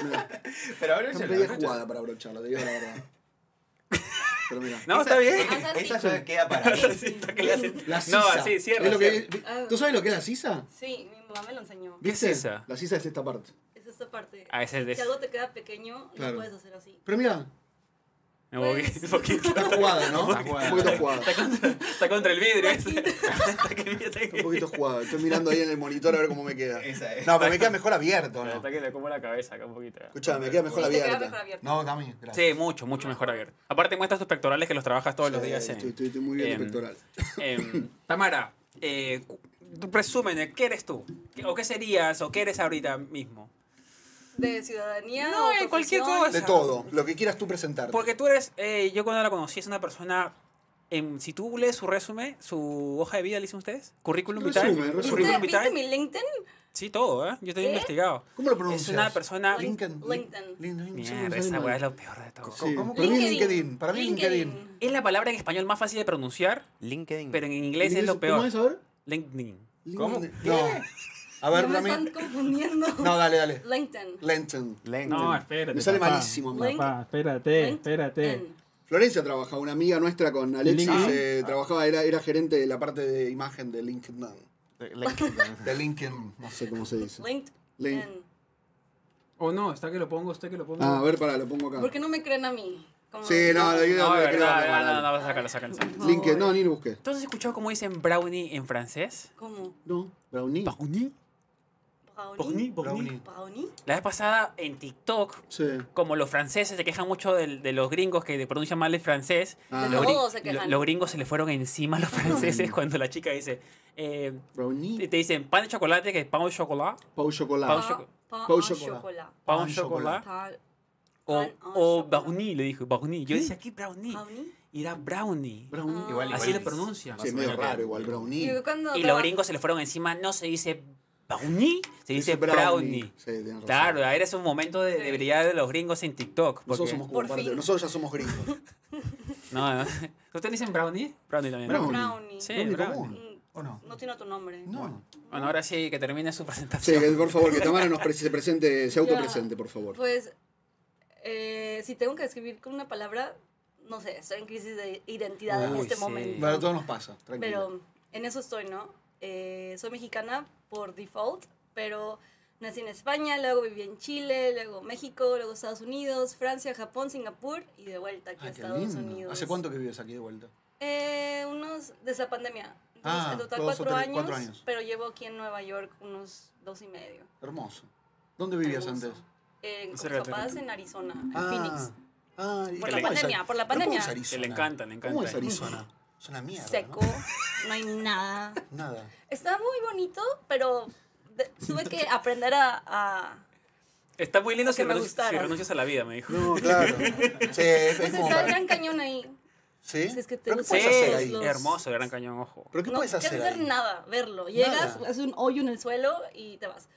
Speaker 4: Pero
Speaker 1: Está
Speaker 4: abróchala.
Speaker 1: media
Speaker 4: abróchala.
Speaker 1: jugada para abrocharla, te digo la verdad. Pero mira.
Speaker 2: No, está
Speaker 4: Esa-
Speaker 2: bien.
Speaker 3: Ah, Haz así.
Speaker 4: Esa ya queda para.
Speaker 2: Así está que le hacen-
Speaker 1: La sisa.
Speaker 2: No, así, cierra.
Speaker 1: Es lo que-
Speaker 2: cierra.
Speaker 3: cierra.
Speaker 1: ¿Tú sabes lo que es la sisa?
Speaker 3: Sí, mi mamá me lo enseñó.
Speaker 2: ¿Qué es
Speaker 1: ¿Viste?
Speaker 2: sisa?
Speaker 1: La sisa es esta parte.
Speaker 3: Es esta parte.
Speaker 2: Ah, ese es de-
Speaker 3: Si algo te queda pequeño,
Speaker 1: Claro.
Speaker 3: lo puedes hacer así.
Speaker 1: Pero mira,
Speaker 2: Me moví un
Speaker 3: Pues-
Speaker 2: poquito.
Speaker 1: está jugada, ¿no?
Speaker 4: Está jugada.
Speaker 1: Un poquito jugada.
Speaker 2: Está contra el vidrio. ese. Está que- está que-
Speaker 1: Un poquito jugada. Estoy mirando ahí en el monitor a ver cómo me queda.
Speaker 4: Esa es.
Speaker 1: No, pero me queda mejor abierto, ¿no?
Speaker 2: Está que le como la cabeza acá un poquito. ya.
Speaker 1: Escuchame, me queda mejor
Speaker 3: Sí, te queda
Speaker 1: abierta.
Speaker 3: mejor abierta.
Speaker 1: No, también, gracias.
Speaker 2: Sí, mucho, mucho mejor abierto. Aparte muestras tus pectorales que los trabajas todos los
Speaker 1: Sí,
Speaker 2: días. en-
Speaker 1: Estoy, estoy- estoy muy bien de
Speaker 2: en-
Speaker 1: pectoral.
Speaker 2: em, Tamara, eh, cu- tu resumen, eh, ¿qué eres tú? ¿Qué- ¿O qué serías? ¿O qué eres ahorita mismo?
Speaker 3: De ciudadanía.
Speaker 2: No,
Speaker 3: o
Speaker 2: en cualquier
Speaker 3: profesión.
Speaker 2: cosa.
Speaker 1: De todo, lo que quieras tú presentarte.
Speaker 2: Porque tú eres, eh, yo cuando la conocí es una persona, em, si tú lees su resumen, su hoja de vida, ¿le hicieron ustedes? ¿Currículum vitae?
Speaker 1: Resumen, resumen.
Speaker 2: ¿Currículum
Speaker 3: ¿Viste,
Speaker 2: vitae?
Speaker 3: ¿Viste mi LinkedIn?
Speaker 2: Sí, todo, ¿eh? Yo estoy
Speaker 3: ¿Qué?
Speaker 2: investigado.
Speaker 1: ¿Cómo lo
Speaker 2: Es
Speaker 1: pronuncias?
Speaker 2: una persona...
Speaker 3: Link-
Speaker 1: Lincoln.
Speaker 3: LinkedIn.
Speaker 1: Lincoln.
Speaker 2: Mierda, esa weá es lo peor de todo.
Speaker 1: Sí,
Speaker 4: ¿Cómo?
Speaker 1: Para mí es LinkedIn. Para mí es LinkedIn.
Speaker 2: Es la palabra en español más fácil de pronunciar,
Speaker 4: LinkedIn.
Speaker 2: pero Mm. en inglés es lo
Speaker 1: ¿Cómo
Speaker 2: peor.
Speaker 1: es ahora?
Speaker 2: LinkedIn.
Speaker 4: ¿Cómo?
Speaker 1: No. A
Speaker 3: A
Speaker 1: ver,
Speaker 3: ver, me están
Speaker 1: dame.
Speaker 3: confundiendo.
Speaker 1: No, dale, dale.
Speaker 3: LinkedIn.
Speaker 1: Lenton.
Speaker 4: LinkedIn.
Speaker 2: No, espérate.
Speaker 1: Me sale
Speaker 2: papá.
Speaker 1: malísimo, amigo.
Speaker 3: Link-
Speaker 2: Papá, espérate,
Speaker 3: Link-
Speaker 2: espérate.
Speaker 3: N.
Speaker 1: Florencia trabajaba, una amiga nuestra con Alexis,
Speaker 2: LinkedIn.
Speaker 1: eh, trabajaba, era, era gerente de la parte de imagen de LinkedIn.
Speaker 4: LinkedIn.
Speaker 1: De LinkedIn, no sé cómo se dice. Link.
Speaker 3: LinkedIn.
Speaker 2: O Oh, no, está que lo pongo, está que lo pongo.
Speaker 1: Ah, a ver, pará, lo pongo acá.
Speaker 3: ¿Por qué no me creen a mí? Como-
Speaker 1: Sí, no, la idea
Speaker 2: No,
Speaker 1: no,
Speaker 2: de
Speaker 1: la creo,
Speaker 2: Ah, verdad,
Speaker 1: no,
Speaker 2: no, no,
Speaker 1: dale.
Speaker 2: no, sácalo, sácalo, sácalo.
Speaker 3: no.
Speaker 1: LinkedIn, no, ni lo busqué.
Speaker 2: ¿Tú has escuchado cómo dicen brownie en francés?
Speaker 3: ¿Cómo?
Speaker 1: No, brownie.
Speaker 2: ¿Brownie?
Speaker 3: Brownie.
Speaker 2: Brownie.
Speaker 3: Brownie.
Speaker 2: La vez pasada en TikTok,
Speaker 1: Sí.
Speaker 2: como los franceses se quejan mucho del- de, los gringos que pronuncian mal el francés,
Speaker 1: Ah.
Speaker 2: los,
Speaker 3: Todos se
Speaker 2: lo-
Speaker 3: quejan.
Speaker 2: los gringos se le fueron encima a los franceses cuando la chica dice, eh,
Speaker 1: Brownie.
Speaker 2: te dicen pan de chocolate, que es pan de chocolate,
Speaker 1: Pau
Speaker 2: Ah. Pau
Speaker 1: chocolate.
Speaker 2: chocolate.
Speaker 3: Pan- pan
Speaker 1: Pau
Speaker 3: au
Speaker 1: chocolat.
Speaker 3: chocolat.
Speaker 2: pan,
Speaker 1: Pan
Speaker 2: de
Speaker 1: chocolate.
Speaker 2: chocolate,
Speaker 3: Pan-
Speaker 2: o,
Speaker 3: pan au
Speaker 2: o
Speaker 3: chocolat.
Speaker 2: brownie, le dijo, brownie. Yo decía, ¿qué brownie?
Speaker 3: Brownie.
Speaker 2: Y era brownie.
Speaker 1: Brownie.
Speaker 4: Igual,
Speaker 2: Así
Speaker 4: igual
Speaker 2: lo
Speaker 4: es
Speaker 2: pronuncian.
Speaker 4: más
Speaker 1: Sí,
Speaker 4: o
Speaker 1: medio
Speaker 4: menos que-
Speaker 1: raro igual, brownie.
Speaker 3: Yo cuando
Speaker 2: Y los
Speaker 3: traba-
Speaker 2: gringos se le fueron encima, no se dice brownie, se dice
Speaker 1: Es
Speaker 2: brownie.
Speaker 1: Sí, tenés razón.
Speaker 2: Claro, ahora es un momento de, de
Speaker 3: Sí.
Speaker 2: brillar de los gringos en TikTok.
Speaker 1: Nosotros
Speaker 2: porque-
Speaker 1: somos como
Speaker 3: Por
Speaker 1: parte,
Speaker 3: fin.
Speaker 1: nosotros ya somos gringos.
Speaker 2: No, no. ¿Ustedes dicen brownie? Brownie también. ¿no?
Speaker 1: Brownie.
Speaker 3: Brownie.
Speaker 2: Sí,
Speaker 1: Brownie
Speaker 2: brownie.
Speaker 1: común.
Speaker 3: Mm,
Speaker 4: ¿O no?
Speaker 3: No tiene otro nombre.
Speaker 1: No.
Speaker 2: Bueno, ahora sí que termine su
Speaker 1: Sí,
Speaker 2: presentación.
Speaker 1: que, por favor, que Tamara nos pre- se presente, se
Speaker 3: Ya.
Speaker 1: autopresente, por favor.
Speaker 3: Pues, eh, si tengo que describir con una palabra, no sé, estoy en crisis de identidad en
Speaker 2: Uy,
Speaker 3: este
Speaker 2: sí.
Speaker 3: momento.
Speaker 1: Bueno, a todos nos pasa, tranquilo.
Speaker 3: Pero en eso estoy, ¿no? Eh, soy mexicana por default, pero nací en España, luego viví en Chile, luego México, luego Estados Unidos, Francia, Japón, Singapur y de vuelta aquí a Estados Unidos.
Speaker 1: Ah, ¿Hace cuánto que vives aquí de vuelta?
Speaker 3: Eh, unos desde la pandemia. Entonces,
Speaker 1: Ah,
Speaker 3: en total
Speaker 1: dos o
Speaker 3: cuatro,
Speaker 1: tres-
Speaker 3: años,
Speaker 1: cuatro años.
Speaker 3: pero llevo aquí en Nueva York unos dos y medio.
Speaker 1: Hermoso. ¿Dónde vivías
Speaker 3: Hermoso.
Speaker 1: antes?
Speaker 3: Eh, con
Speaker 2: Ese
Speaker 3: mis
Speaker 2: era
Speaker 3: papás
Speaker 2: terrible.
Speaker 3: en Arizona, en Phoenix.
Speaker 1: Ah, ¿y cómo
Speaker 3: Por
Speaker 2: la
Speaker 1: es
Speaker 3: pandemia,
Speaker 1: Ari-
Speaker 3: por la
Speaker 1: ¿Pero cómo
Speaker 3: pandemia.
Speaker 1: es
Speaker 2: Que
Speaker 1: Arizona?
Speaker 2: le encanta, le encanta.
Speaker 1: ¿Cómo es Arizona? Es una mierda. ¿no?
Speaker 3: Seco, no hay nada.
Speaker 1: Nada.
Speaker 3: Está muy bonito, pero de- tuve que aprender a, a-
Speaker 2: Está muy lindo
Speaker 3: Que
Speaker 2: si,
Speaker 3: me
Speaker 2: renunci-
Speaker 3: gustara.
Speaker 2: si renuncias a la vida, me dijo.
Speaker 1: No, claro. Sí, es
Speaker 3: Pues
Speaker 1: como-
Speaker 3: está el Gran Cañón ahí.
Speaker 1: ¿Sí?
Speaker 3: si es que te
Speaker 1: ¿Pero qué
Speaker 3: gustan
Speaker 1: puedes
Speaker 2: Sí,
Speaker 1: hacer
Speaker 3: los-
Speaker 1: ahí?
Speaker 3: los-
Speaker 2: hermoso, gran cañón, ojo.
Speaker 1: ¿Pero qué
Speaker 3: no
Speaker 1: puedes
Speaker 3: quieres
Speaker 1: hacer
Speaker 3: hacer
Speaker 1: ahí?
Speaker 3: nada, verlo. Llegas,
Speaker 1: Nada.
Speaker 3: haces un hoyo en el suelo y te vas.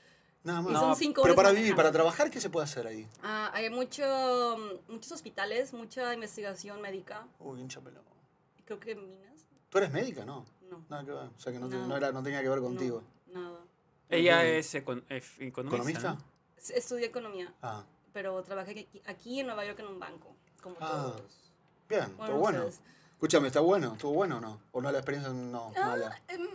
Speaker 1: Nada más.
Speaker 3: Y son cinco
Speaker 1: Pero
Speaker 3: horas
Speaker 1: para
Speaker 3: manejando.
Speaker 1: vivir, para trabajar, ¿qué se puede hacer ahí?
Speaker 3: Ah, hay mucho, mm, muchos hospitales, mucha investigación médica.
Speaker 1: Uy, hincha pelota.
Speaker 3: Creo que minas.
Speaker 1: ¿Tú eres médica, no?
Speaker 3: No.
Speaker 1: Nada que ver. O sea, que no, te-
Speaker 3: No.
Speaker 1: no era, no tenía que ver contigo.
Speaker 3: No, nada.
Speaker 2: Ella
Speaker 1: Entiendo.
Speaker 2: es econ- ef- economista.
Speaker 1: ¿Economista?
Speaker 2: ¿no?
Speaker 3: S- Estudié economía,
Speaker 1: Ah,
Speaker 3: pero trabajé aquí, aquí en Nueva York en un banco, como
Speaker 1: Ah,
Speaker 3: todos.
Speaker 1: bien, estuvo bueno.
Speaker 3: ustedes.
Speaker 1: Escúchame, ¿está bueno? ¿Estuvo bueno o no? ¿O no la experiencia no, mala?
Speaker 3: Em,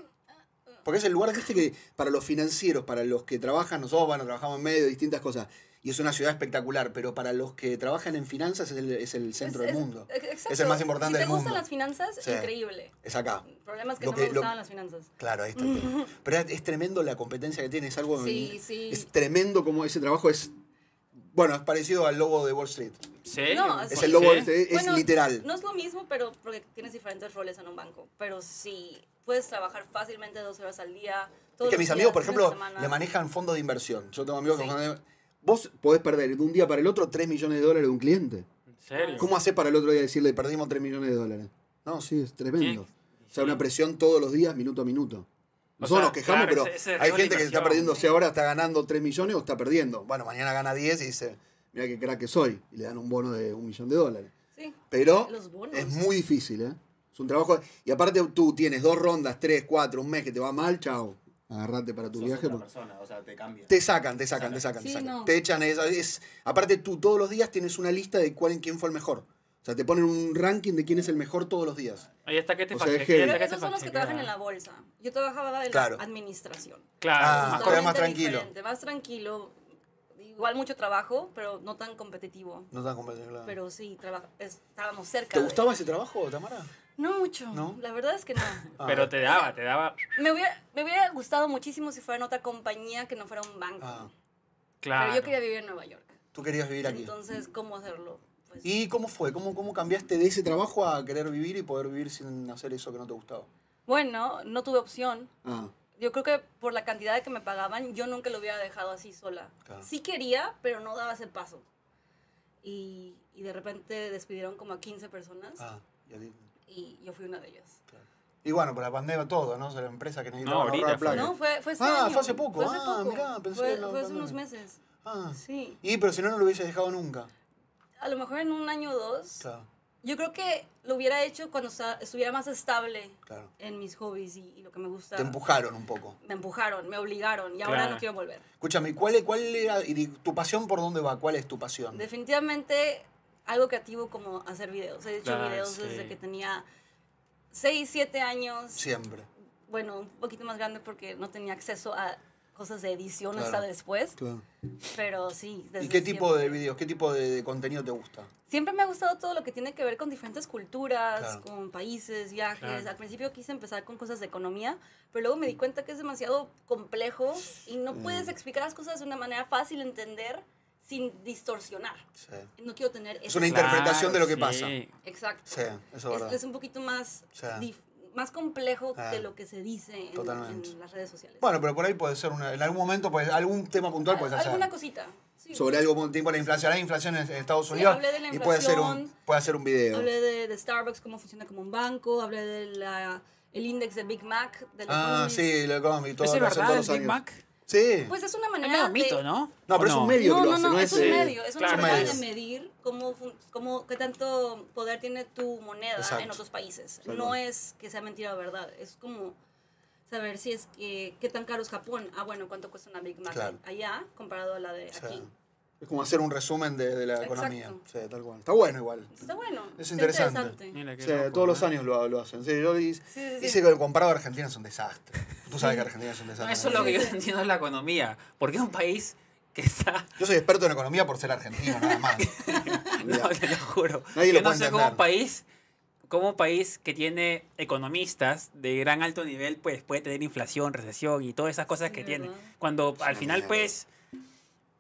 Speaker 1: Porque es el lugar, viste, que para los financieros, para los que trabajan, nosotros, bueno, trabajamos en medio de distintas cosas. Y es una ciudad espectacular, pero para los que trabajan en finanzas es el, es el centro
Speaker 3: es-
Speaker 1: del
Speaker 3: es-
Speaker 1: mundo.
Speaker 3: e- exacto.
Speaker 1: Es el más importante
Speaker 3: si
Speaker 1: del
Speaker 3: te gustan
Speaker 1: mundo.
Speaker 3: las finanzas,
Speaker 1: Sí.
Speaker 3: increíble.
Speaker 1: Es acá.
Speaker 3: El problema es que
Speaker 1: Lo
Speaker 3: no
Speaker 1: que-
Speaker 3: me
Speaker 1: lo-
Speaker 3: gustaban las finanzas.
Speaker 1: Claro, ahí está el tema. Pero es, es tremendo la competencia que tiene, es algo.
Speaker 3: Sí, sí.
Speaker 1: Es tremendo como ese trabajo es. Bueno, es parecido al logo de Wall Street.
Speaker 2: Sí.
Speaker 3: No,
Speaker 1: Es el
Speaker 3: Sí.
Speaker 1: este. logo,
Speaker 2: Sí.
Speaker 1: es, es
Speaker 3: Bueno,
Speaker 1: literal.
Speaker 3: No es lo mismo, pero porque tienes diferentes roles en un banco. Pero sí, puedes trabajar fácilmente dos horas al día.
Speaker 1: Es
Speaker 3: todos
Speaker 1: que
Speaker 3: los
Speaker 1: mis
Speaker 3: días,
Speaker 1: amigos, por
Speaker 3: fines de
Speaker 1: ejemplo,
Speaker 3: semana.
Speaker 1: le manejan fondos de inversión. Yo tengo amigos que
Speaker 3: Sí.
Speaker 1: manejan- Vos podés perder de un día para el otro 3 millones de dólares de un cliente.
Speaker 2: ¿En serio?
Speaker 1: ¿Cómo haces para el otro día decirle perdimos 3 millones de dólares? No, sí, es tremendo.
Speaker 2: Sí.
Speaker 1: O sea, una presión todos los días, minuto a minuto. Nosotros
Speaker 2: sea,
Speaker 1: nos quejamos,
Speaker 2: claro,
Speaker 1: pero
Speaker 2: ese- ese riesgo
Speaker 1: hay
Speaker 2: de
Speaker 1: gente que se está
Speaker 2: inversión.
Speaker 1: perdiendo, o sea, ahora está ganando 3 millones o está perdiendo. Bueno, mañana gana 10 y dice, mira qué crack que soy. Y le dan un bono de un millón de dólares.
Speaker 3: Sí.
Speaker 1: Pero
Speaker 3: Los bonos.
Speaker 1: es muy difícil, ¿eh? Es un trabajo. Y aparte tú tienes dos rondas, tres, cuatro, un mes que te va mal, chao. Agarrate para tu
Speaker 4: Sos
Speaker 1: viaje.
Speaker 4: otra
Speaker 1: porque-
Speaker 4: persona, o sea, te cambia.
Speaker 1: Te sacan, te sacan, te sacan, te
Speaker 3: Sí,
Speaker 1: sacan.
Speaker 3: no.
Speaker 1: Te echan. Es, es- aparte tú todos los días tienes una lista de cuál, quién fue el mejor. O sea, te ponen un ranking de quién es el mejor todos los días.
Speaker 2: Ahí está que te
Speaker 1: O sea, es
Speaker 2: fachequea,
Speaker 1: heavy.
Speaker 2: está
Speaker 3: Pero
Speaker 2: que te
Speaker 3: esos son los que
Speaker 2: fachequea.
Speaker 3: trabajan en la bolsa. Yo trabajaba en
Speaker 1: Claro.
Speaker 3: la administración.
Speaker 2: Claro.
Speaker 1: Ah,
Speaker 2: más
Speaker 1: más
Speaker 2: cosas.
Speaker 1: todavía más tranquilo.
Speaker 3: diferente, Más tranquilo. Igual mucho trabajo, pero no tan competitivo.
Speaker 1: No tan completo, claro.
Speaker 3: Pero sí, traba- estábamos cerca.
Speaker 1: Ah. ¿Te
Speaker 3: de-
Speaker 1: gustaba ese trabajo, Tamara?
Speaker 3: No mucho.
Speaker 1: ¿No?
Speaker 3: La verdad es que no.
Speaker 1: Ah.
Speaker 2: Pero te daba, te daba.
Speaker 3: me, hubiera, me hubiera gustado muchísimo si fuera en otra compañía que no fuera un banco.
Speaker 1: Ah,
Speaker 2: Claro.
Speaker 3: Pero yo quería vivir en Nueva York.
Speaker 1: tú querías vivir aquí.
Speaker 3: Entonces, ¿cómo hacerlo? Pues,
Speaker 1: ¿Y cómo fue? ¿Cómo, ¿Cómo cambiaste de ese trabajo a querer vivir y poder vivir sin hacer eso que no te gustaba?
Speaker 3: bueno, no tuve opción.
Speaker 1: Ah,
Speaker 3: Yo creo que por la cantidad de que me pagaban, yo nunca lo hubiera dejado así sola.
Speaker 1: Claro.
Speaker 3: Sí quería, pero no daba ese paso. Y, y de repente despidieron como a 15 personas
Speaker 1: ah. Y, ahí-
Speaker 3: y yo fui una de ellas.
Speaker 1: y bueno, por la pandemia todo, ¿no? O sea, la empresa que necesitaba
Speaker 2: No, ahorita
Speaker 1: ahorrar
Speaker 2: fue.
Speaker 1: plata.
Speaker 3: No, fue, fue este
Speaker 1: Ah,
Speaker 3: año.
Speaker 1: fue hace poco.
Speaker 3: Fue hace
Speaker 1: Ah,
Speaker 3: poco.
Speaker 1: mirá, pensé
Speaker 3: fue,
Speaker 1: que lo-
Speaker 3: fue hace unos
Speaker 1: pandemia.
Speaker 3: meses.
Speaker 1: Ah.
Speaker 3: Sí.
Speaker 1: Y pero si no, no lo hubiese dejado nunca.
Speaker 3: A lo mejor en un año o dos.
Speaker 1: Claro,
Speaker 3: Yo creo que lo hubiera hecho cuando esta- estuviera más estable
Speaker 1: claro.
Speaker 3: en mis hobbies y, y lo que me gusta.
Speaker 1: Te empujaron un poco.
Speaker 3: me empujaron, me obligaron y ahora
Speaker 2: Claro.
Speaker 3: no quiero volver.
Speaker 1: Escúchame, ¿cuál, es- ¿cuál era y di- tu pasión por dónde va? ¿Cuál es tu pasión?
Speaker 3: Definitivamente algo creativo como hacer videos. He hecho
Speaker 2: Claro,
Speaker 3: videos
Speaker 2: sí.
Speaker 3: desde que tenía 6, 7 años.
Speaker 1: Siempre.
Speaker 3: Bueno, un poquito más grande porque no tenía acceso a cosas de edición
Speaker 1: Claro.
Speaker 3: hasta después.
Speaker 1: Claro.
Speaker 3: Pero sí.
Speaker 1: ¿Y
Speaker 3: desde
Speaker 1: qué tipo
Speaker 3: siempre.
Speaker 1: de videos, qué tipo de, de contenido te gusta?
Speaker 3: Siempre me ha gustado todo lo que tiene que ver con diferentes culturas,
Speaker 1: Claro.
Speaker 3: con países, viajes.
Speaker 2: Claro.
Speaker 3: Al principio quise empezar con cosas de economía, pero luego me di cuenta que es demasiado complejo y no
Speaker 1: Mm.
Speaker 3: puedes explicar las cosas de una manera fácil de entender sin distorsionar. No quiero tener
Speaker 1: Es
Speaker 3: ese-
Speaker 1: una interpretación de lo que pasa.
Speaker 3: Exacto.
Speaker 1: Sí, eso es
Speaker 3: es,
Speaker 1: verdad.
Speaker 3: es un poquito más,
Speaker 1: Sí.
Speaker 3: dif- más complejo
Speaker 1: Ah.
Speaker 3: de lo que se dice en- en,
Speaker 1: Totalmente.
Speaker 3: las redes sociales.
Speaker 1: Bueno, pues, pero por ahí puede ser una, en algún momento, puede- algún tema puntual puedes hacer.
Speaker 3: Ah, Alguna cosita. sí.
Speaker 1: Sobre algo con tipo la inflación, hay inflación en en Estados
Speaker 3: Sí,
Speaker 1: Unidos
Speaker 3: hablé de la
Speaker 1: y puede hacer un
Speaker 3: inflación.
Speaker 1: puede hacer un video.
Speaker 3: Hablé de, de Starbucks, cómo funciona como un banco, hablé del el índice de Big Mac. De los
Speaker 1: Ah,
Speaker 3: zombies.
Speaker 1: sí, lo economy y todo
Speaker 2: ¿Es
Speaker 1: lo hacen todos
Speaker 2: verdad el
Speaker 1: los
Speaker 2: Big
Speaker 1: años.
Speaker 2: Mac?
Speaker 1: Sí.
Speaker 3: Pues es una
Speaker 2: Es
Speaker 3: manera
Speaker 2: medio
Speaker 3: de...
Speaker 2: mito, ¿no?
Speaker 1: No, pero
Speaker 2: ¿O
Speaker 1: es un medio
Speaker 3: No,
Speaker 1: que lo
Speaker 3: no,
Speaker 1: hace,
Speaker 3: no,
Speaker 1: no
Speaker 3: es
Speaker 1: es,
Speaker 3: un
Speaker 1: eh,
Speaker 3: medio, es una
Speaker 2: claro.
Speaker 3: manera
Speaker 1: Es-
Speaker 3: de medir cómo, fun- cómo, qué tanto poder tiene tu moneda
Speaker 1: Exacto.
Speaker 3: en otros países.
Speaker 1: Tal
Speaker 3: No
Speaker 1: cual.
Speaker 3: es que sea mentira o verdad, es como saber si es que, qué tan caro es Japón. Ah, bueno, cuánto cuesta una Big Mac
Speaker 1: Claro.
Speaker 3: allá comparado a la de
Speaker 1: Sí.
Speaker 3: aquí.
Speaker 1: Es como hacer un resumen de, de la
Speaker 3: Exacto.
Speaker 1: economía. Sí, tal cual. Está bueno igual.
Speaker 3: Está bueno.
Speaker 1: Es
Speaker 3: está
Speaker 1: interesante.
Speaker 2: Mira qué
Speaker 1: Sí,
Speaker 2: loco,
Speaker 1: todos los
Speaker 2: ¿no?
Speaker 1: años lo, lo hacen. Sí, yo hice,
Speaker 3: Sí, sí, sí.
Speaker 1: hice que el comparado a Argentina es un desastre. Tú sabes que Argentina es un
Speaker 2: No,
Speaker 1: desastre.
Speaker 2: eso es lo que yo no entiendo de la economía. Porque es un país que está.
Speaker 1: Yo soy experto en economía por ser argentino, nada más. Mirá.
Speaker 2: No, te lo juro.
Speaker 1: Nadie
Speaker 2: yo
Speaker 1: lo
Speaker 2: no
Speaker 1: puede
Speaker 2: sé
Speaker 1: entender.
Speaker 2: cómo un país. Como un país que tiene economistas de gran alto nivel, pues puede tener inflación, recesión y todas esas cosas
Speaker 3: Sí,
Speaker 2: que tiene.
Speaker 3: ¿verdad?
Speaker 2: Cuando al
Speaker 1: una
Speaker 2: final,
Speaker 1: mierda.
Speaker 2: pues,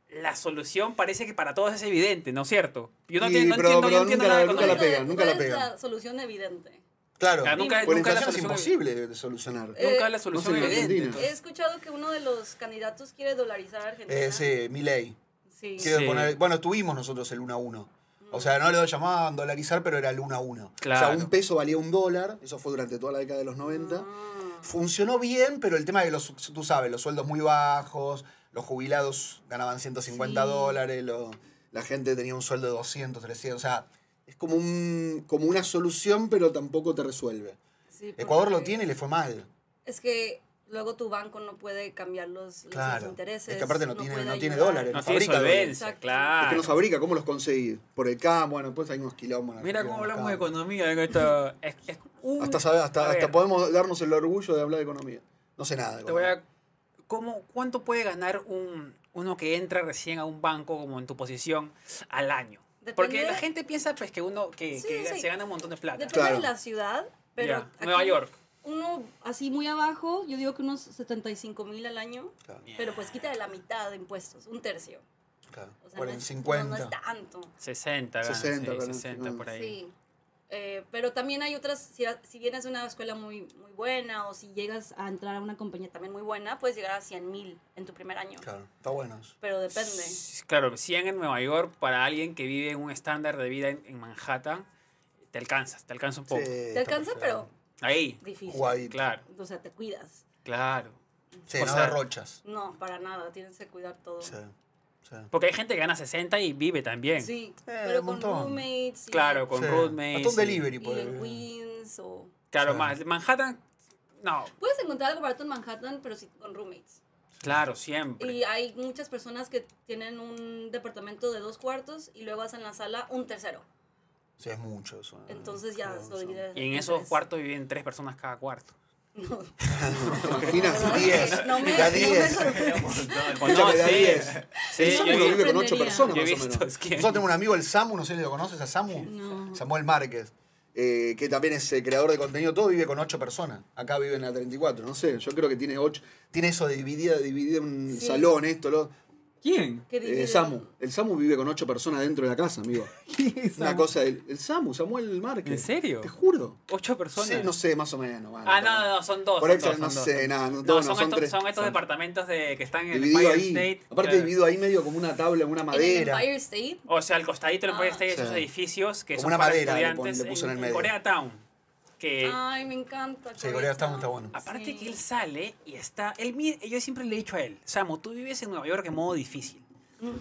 Speaker 2: la solución parece que para todos es evidente, ¿no es cierto? Yo no,
Speaker 1: Sí,
Speaker 2: entiendo, no
Speaker 1: pero-
Speaker 2: entiendo, yo
Speaker 1: pero
Speaker 2: entiendo
Speaker 1: nunca
Speaker 2: nada de
Speaker 1: la- nunca
Speaker 2: economía.
Speaker 1: la pegan, nunca la
Speaker 3: ¿Cuál es
Speaker 1: pegan.
Speaker 3: la solución evidente?
Speaker 1: Claro.
Speaker 2: Ah, nunca-
Speaker 1: Porque
Speaker 2: nunca
Speaker 1: la
Speaker 2: la
Speaker 1: inflación es
Speaker 2: solución-
Speaker 1: imposible de solucionar.
Speaker 3: Eh,
Speaker 2: Nunca la solución
Speaker 1: no sé,
Speaker 2: evidente.
Speaker 1: Argentina.
Speaker 3: He
Speaker 2: entonces.
Speaker 3: escuchado que uno de los candidatos quiere dolarizar a Argentina.
Speaker 1: Eh, sí, mi ley.
Speaker 3: Sí.
Speaker 2: Sí.
Speaker 1: Poner, bueno, tuvimos nosotros el 1 a 1. O sea, no lo llamaban dolarizar, pero era el 1 a 1. O
Speaker 2: Claro.
Speaker 1: sea, un peso valía un dólar. Eso fue durante toda la década de los 90.
Speaker 3: Ah.
Speaker 1: Funcionó bien, pero el tema de los, tú sabes, los sueldos muy bajos, los jubilados ganaban 150
Speaker 3: Sí.
Speaker 1: dólares, lo- la gente tenía un sueldo de 200, 300, o sea, es como, un, como una solución, pero tampoco te resuelve.
Speaker 3: Sí, porque-
Speaker 1: Ecuador lo tiene y le fue mal.
Speaker 3: Es que luego tu banco no puede cambiar los, los
Speaker 1: Claro.
Speaker 3: intereses.
Speaker 1: Es que aparte no tiene-
Speaker 3: puede
Speaker 1: no tiene
Speaker 3: ayudar.
Speaker 1: dólares.
Speaker 2: No
Speaker 1: no
Speaker 2: tiene
Speaker 1: fabrica dólares.
Speaker 2: solvencia,
Speaker 3: Exacto.
Speaker 1: Es que
Speaker 2: claro.
Speaker 1: no fabrica, ¿cómo los conseguís? Por el CAM, bueno, después hay unos quilombos. en
Speaker 2: Mira
Speaker 1: Argentina,
Speaker 2: cómo
Speaker 1: en el
Speaker 2: hablamos de
Speaker 1: CAM.
Speaker 2: economía. en esto- es- es un-
Speaker 1: Hasta, sabe- hasta,
Speaker 2: A ver,
Speaker 1: hasta podemos darnos el orgullo de hablar de economía. No sé nada. de
Speaker 2: te voy
Speaker 1: economía.
Speaker 2: a- ¿cómo- ¿Cuánto puede ganar un, uno que entra recién a un banco como en tu posición al año? Porque
Speaker 3: Depende-
Speaker 2: la gente piensa pues que uno que,
Speaker 3: Sí,
Speaker 2: que
Speaker 3: sí.
Speaker 2: se gana un montón de plata.
Speaker 3: Depende
Speaker 1: Claro.
Speaker 3: de la ciudad, pero.
Speaker 2: Ya,
Speaker 3: aquí
Speaker 2: Nueva York.
Speaker 3: Uno así muy abajo, yo digo que unos 75 mil al año,
Speaker 1: Claro,
Speaker 3: pero pues quita de la mitad de impuestos, un tercio.
Speaker 1: claro.
Speaker 3: O sea,
Speaker 1: Bueno,
Speaker 3: no
Speaker 1: en
Speaker 3: es-
Speaker 1: 50.
Speaker 3: No, no es tanto.
Speaker 2: 60, gana,
Speaker 1: 60,
Speaker 2: sí,
Speaker 1: gana,
Speaker 2: 60
Speaker 1: no.
Speaker 2: por ahí.
Speaker 3: Sí. Eh, pero también hay otras, si, si vienes a una escuela muy, muy buena o si llegas a entrar a una compañía también muy buena, puedes llegar a 100 mil en tu primer año.
Speaker 1: Claro, está bueno. eso.
Speaker 3: Pero depende.
Speaker 2: S- Claro, 100 en Nueva York para alguien que vive en un estándar de vida en, en Manhattan, te alcanzas, te alcanza un poco.
Speaker 1: Sí,
Speaker 3: Te
Speaker 1: está
Speaker 3: alcanza,
Speaker 1: perfecto.
Speaker 3: pero
Speaker 2: Ahí,
Speaker 3: difícil.
Speaker 1: Jugadito.
Speaker 2: claro,
Speaker 3: O sea, te cuidas.
Speaker 2: claro.
Speaker 1: Sí,
Speaker 2: O
Speaker 1: no
Speaker 2: sea,
Speaker 1: derrochas.
Speaker 3: No, para nada, tienes que cuidar todo.
Speaker 1: Sí,
Speaker 3: Sí,
Speaker 1: sí.
Speaker 2: Porque hay gente que gana 60 y vive también.
Speaker 3: pero
Speaker 1: Eh, un
Speaker 3: con
Speaker 1: montón.
Speaker 3: roommates. y-
Speaker 2: Claro, con
Speaker 1: Sí.
Speaker 2: roommates.
Speaker 1: Hasta un
Speaker 2: y-
Speaker 1: delivery, pues.
Speaker 3: Y
Speaker 1: por
Speaker 3: en Queens o...
Speaker 2: Claro,
Speaker 1: Sí.
Speaker 2: más. Manhattan, no.
Speaker 3: Puedes encontrar algo barato en Manhattan, pero sí con roommates.
Speaker 2: Claro, siempre.
Speaker 3: Y hay muchas personas que tienen un departamento de dos cuartos y luego hacen la sala un tercero.
Speaker 1: Sí, es mucho eso. eh. ¿no?
Speaker 3: Entonces ya
Speaker 1: Ah, Son-
Speaker 3: lo divides.
Speaker 2: Y en esos cuartos viven tres personas cada cuarto.
Speaker 1: ¿Te imaginas?
Speaker 3: No,
Speaker 1: 10.
Speaker 3: no me-
Speaker 1: Da
Speaker 3: no me
Speaker 1: 10. Escúchame, da
Speaker 2: sí.
Speaker 1: 10.
Speaker 2: Sí,
Speaker 1: El
Speaker 3: yo
Speaker 1: Samu
Speaker 3: vi-
Speaker 1: lo vive con 8
Speaker 3: sorprendería.
Speaker 1: personas
Speaker 2: Yo he
Speaker 1: más o
Speaker 2: visto,
Speaker 1: menos.
Speaker 2: es que-
Speaker 1: Nosotros tenemos un amigo, el Samu, no sé si lo conoces, a Samu.
Speaker 3: No.
Speaker 1: Samuel Márquez. eh, que también es eh, creador de contenido, todo vive con 8 personas. Acá vive en la 34, no sé, yo creo que tiene 8. Tiene eso de dividir, dividir un
Speaker 3: Sí.
Speaker 1: salón, esto, lo.
Speaker 2: ¿Quién?
Speaker 3: que
Speaker 1: Eh,
Speaker 3: dividen.
Speaker 1: Samu. El Samu vive con 8 personas dentro de la casa, amigo. Una cosa, el, el Samu, Samuel Márquez.
Speaker 2: ¿En serio?
Speaker 1: Te juro.
Speaker 2: ¿Ocho personas?
Speaker 1: Sí, no sé, más o menos. bueno,
Speaker 2: Ah,
Speaker 1: está
Speaker 2: no,
Speaker 1: bien.
Speaker 2: no, son dos.
Speaker 1: Por
Speaker 2: son
Speaker 1: eso
Speaker 2: dos,
Speaker 1: no
Speaker 2: son dos.
Speaker 1: sé, nada, no,
Speaker 2: No,
Speaker 1: no,
Speaker 2: son,
Speaker 1: son
Speaker 2: estos,
Speaker 1: tres.
Speaker 2: son estos
Speaker 1: Son-
Speaker 2: departamentos de, que están en el
Speaker 1: Dividido
Speaker 2: Empire
Speaker 1: ahí.
Speaker 2: State.
Speaker 1: Aparte,
Speaker 2: claro.
Speaker 1: dividido ahí medio como una tabla, una
Speaker 3: En el
Speaker 1: madera.
Speaker 3: Empire State.
Speaker 2: O sea, al costadito del Empire
Speaker 3: Ah.
Speaker 2: State, esos
Speaker 1: Sí.
Speaker 2: edificios que
Speaker 1: Como
Speaker 2: son
Speaker 1: una
Speaker 2: para
Speaker 1: madera le pon-
Speaker 2: estudiantes
Speaker 1: le puso en el medio.
Speaker 2: Koreatown. Que
Speaker 3: Ay, me encanta.
Speaker 1: Sí, Koreatown está bueno.
Speaker 2: Aparte
Speaker 3: Sí.
Speaker 2: que él sale y está... Él, mi- yo siempre le he dicho a él, Samu, tú vives en Nueva York en modo difícil.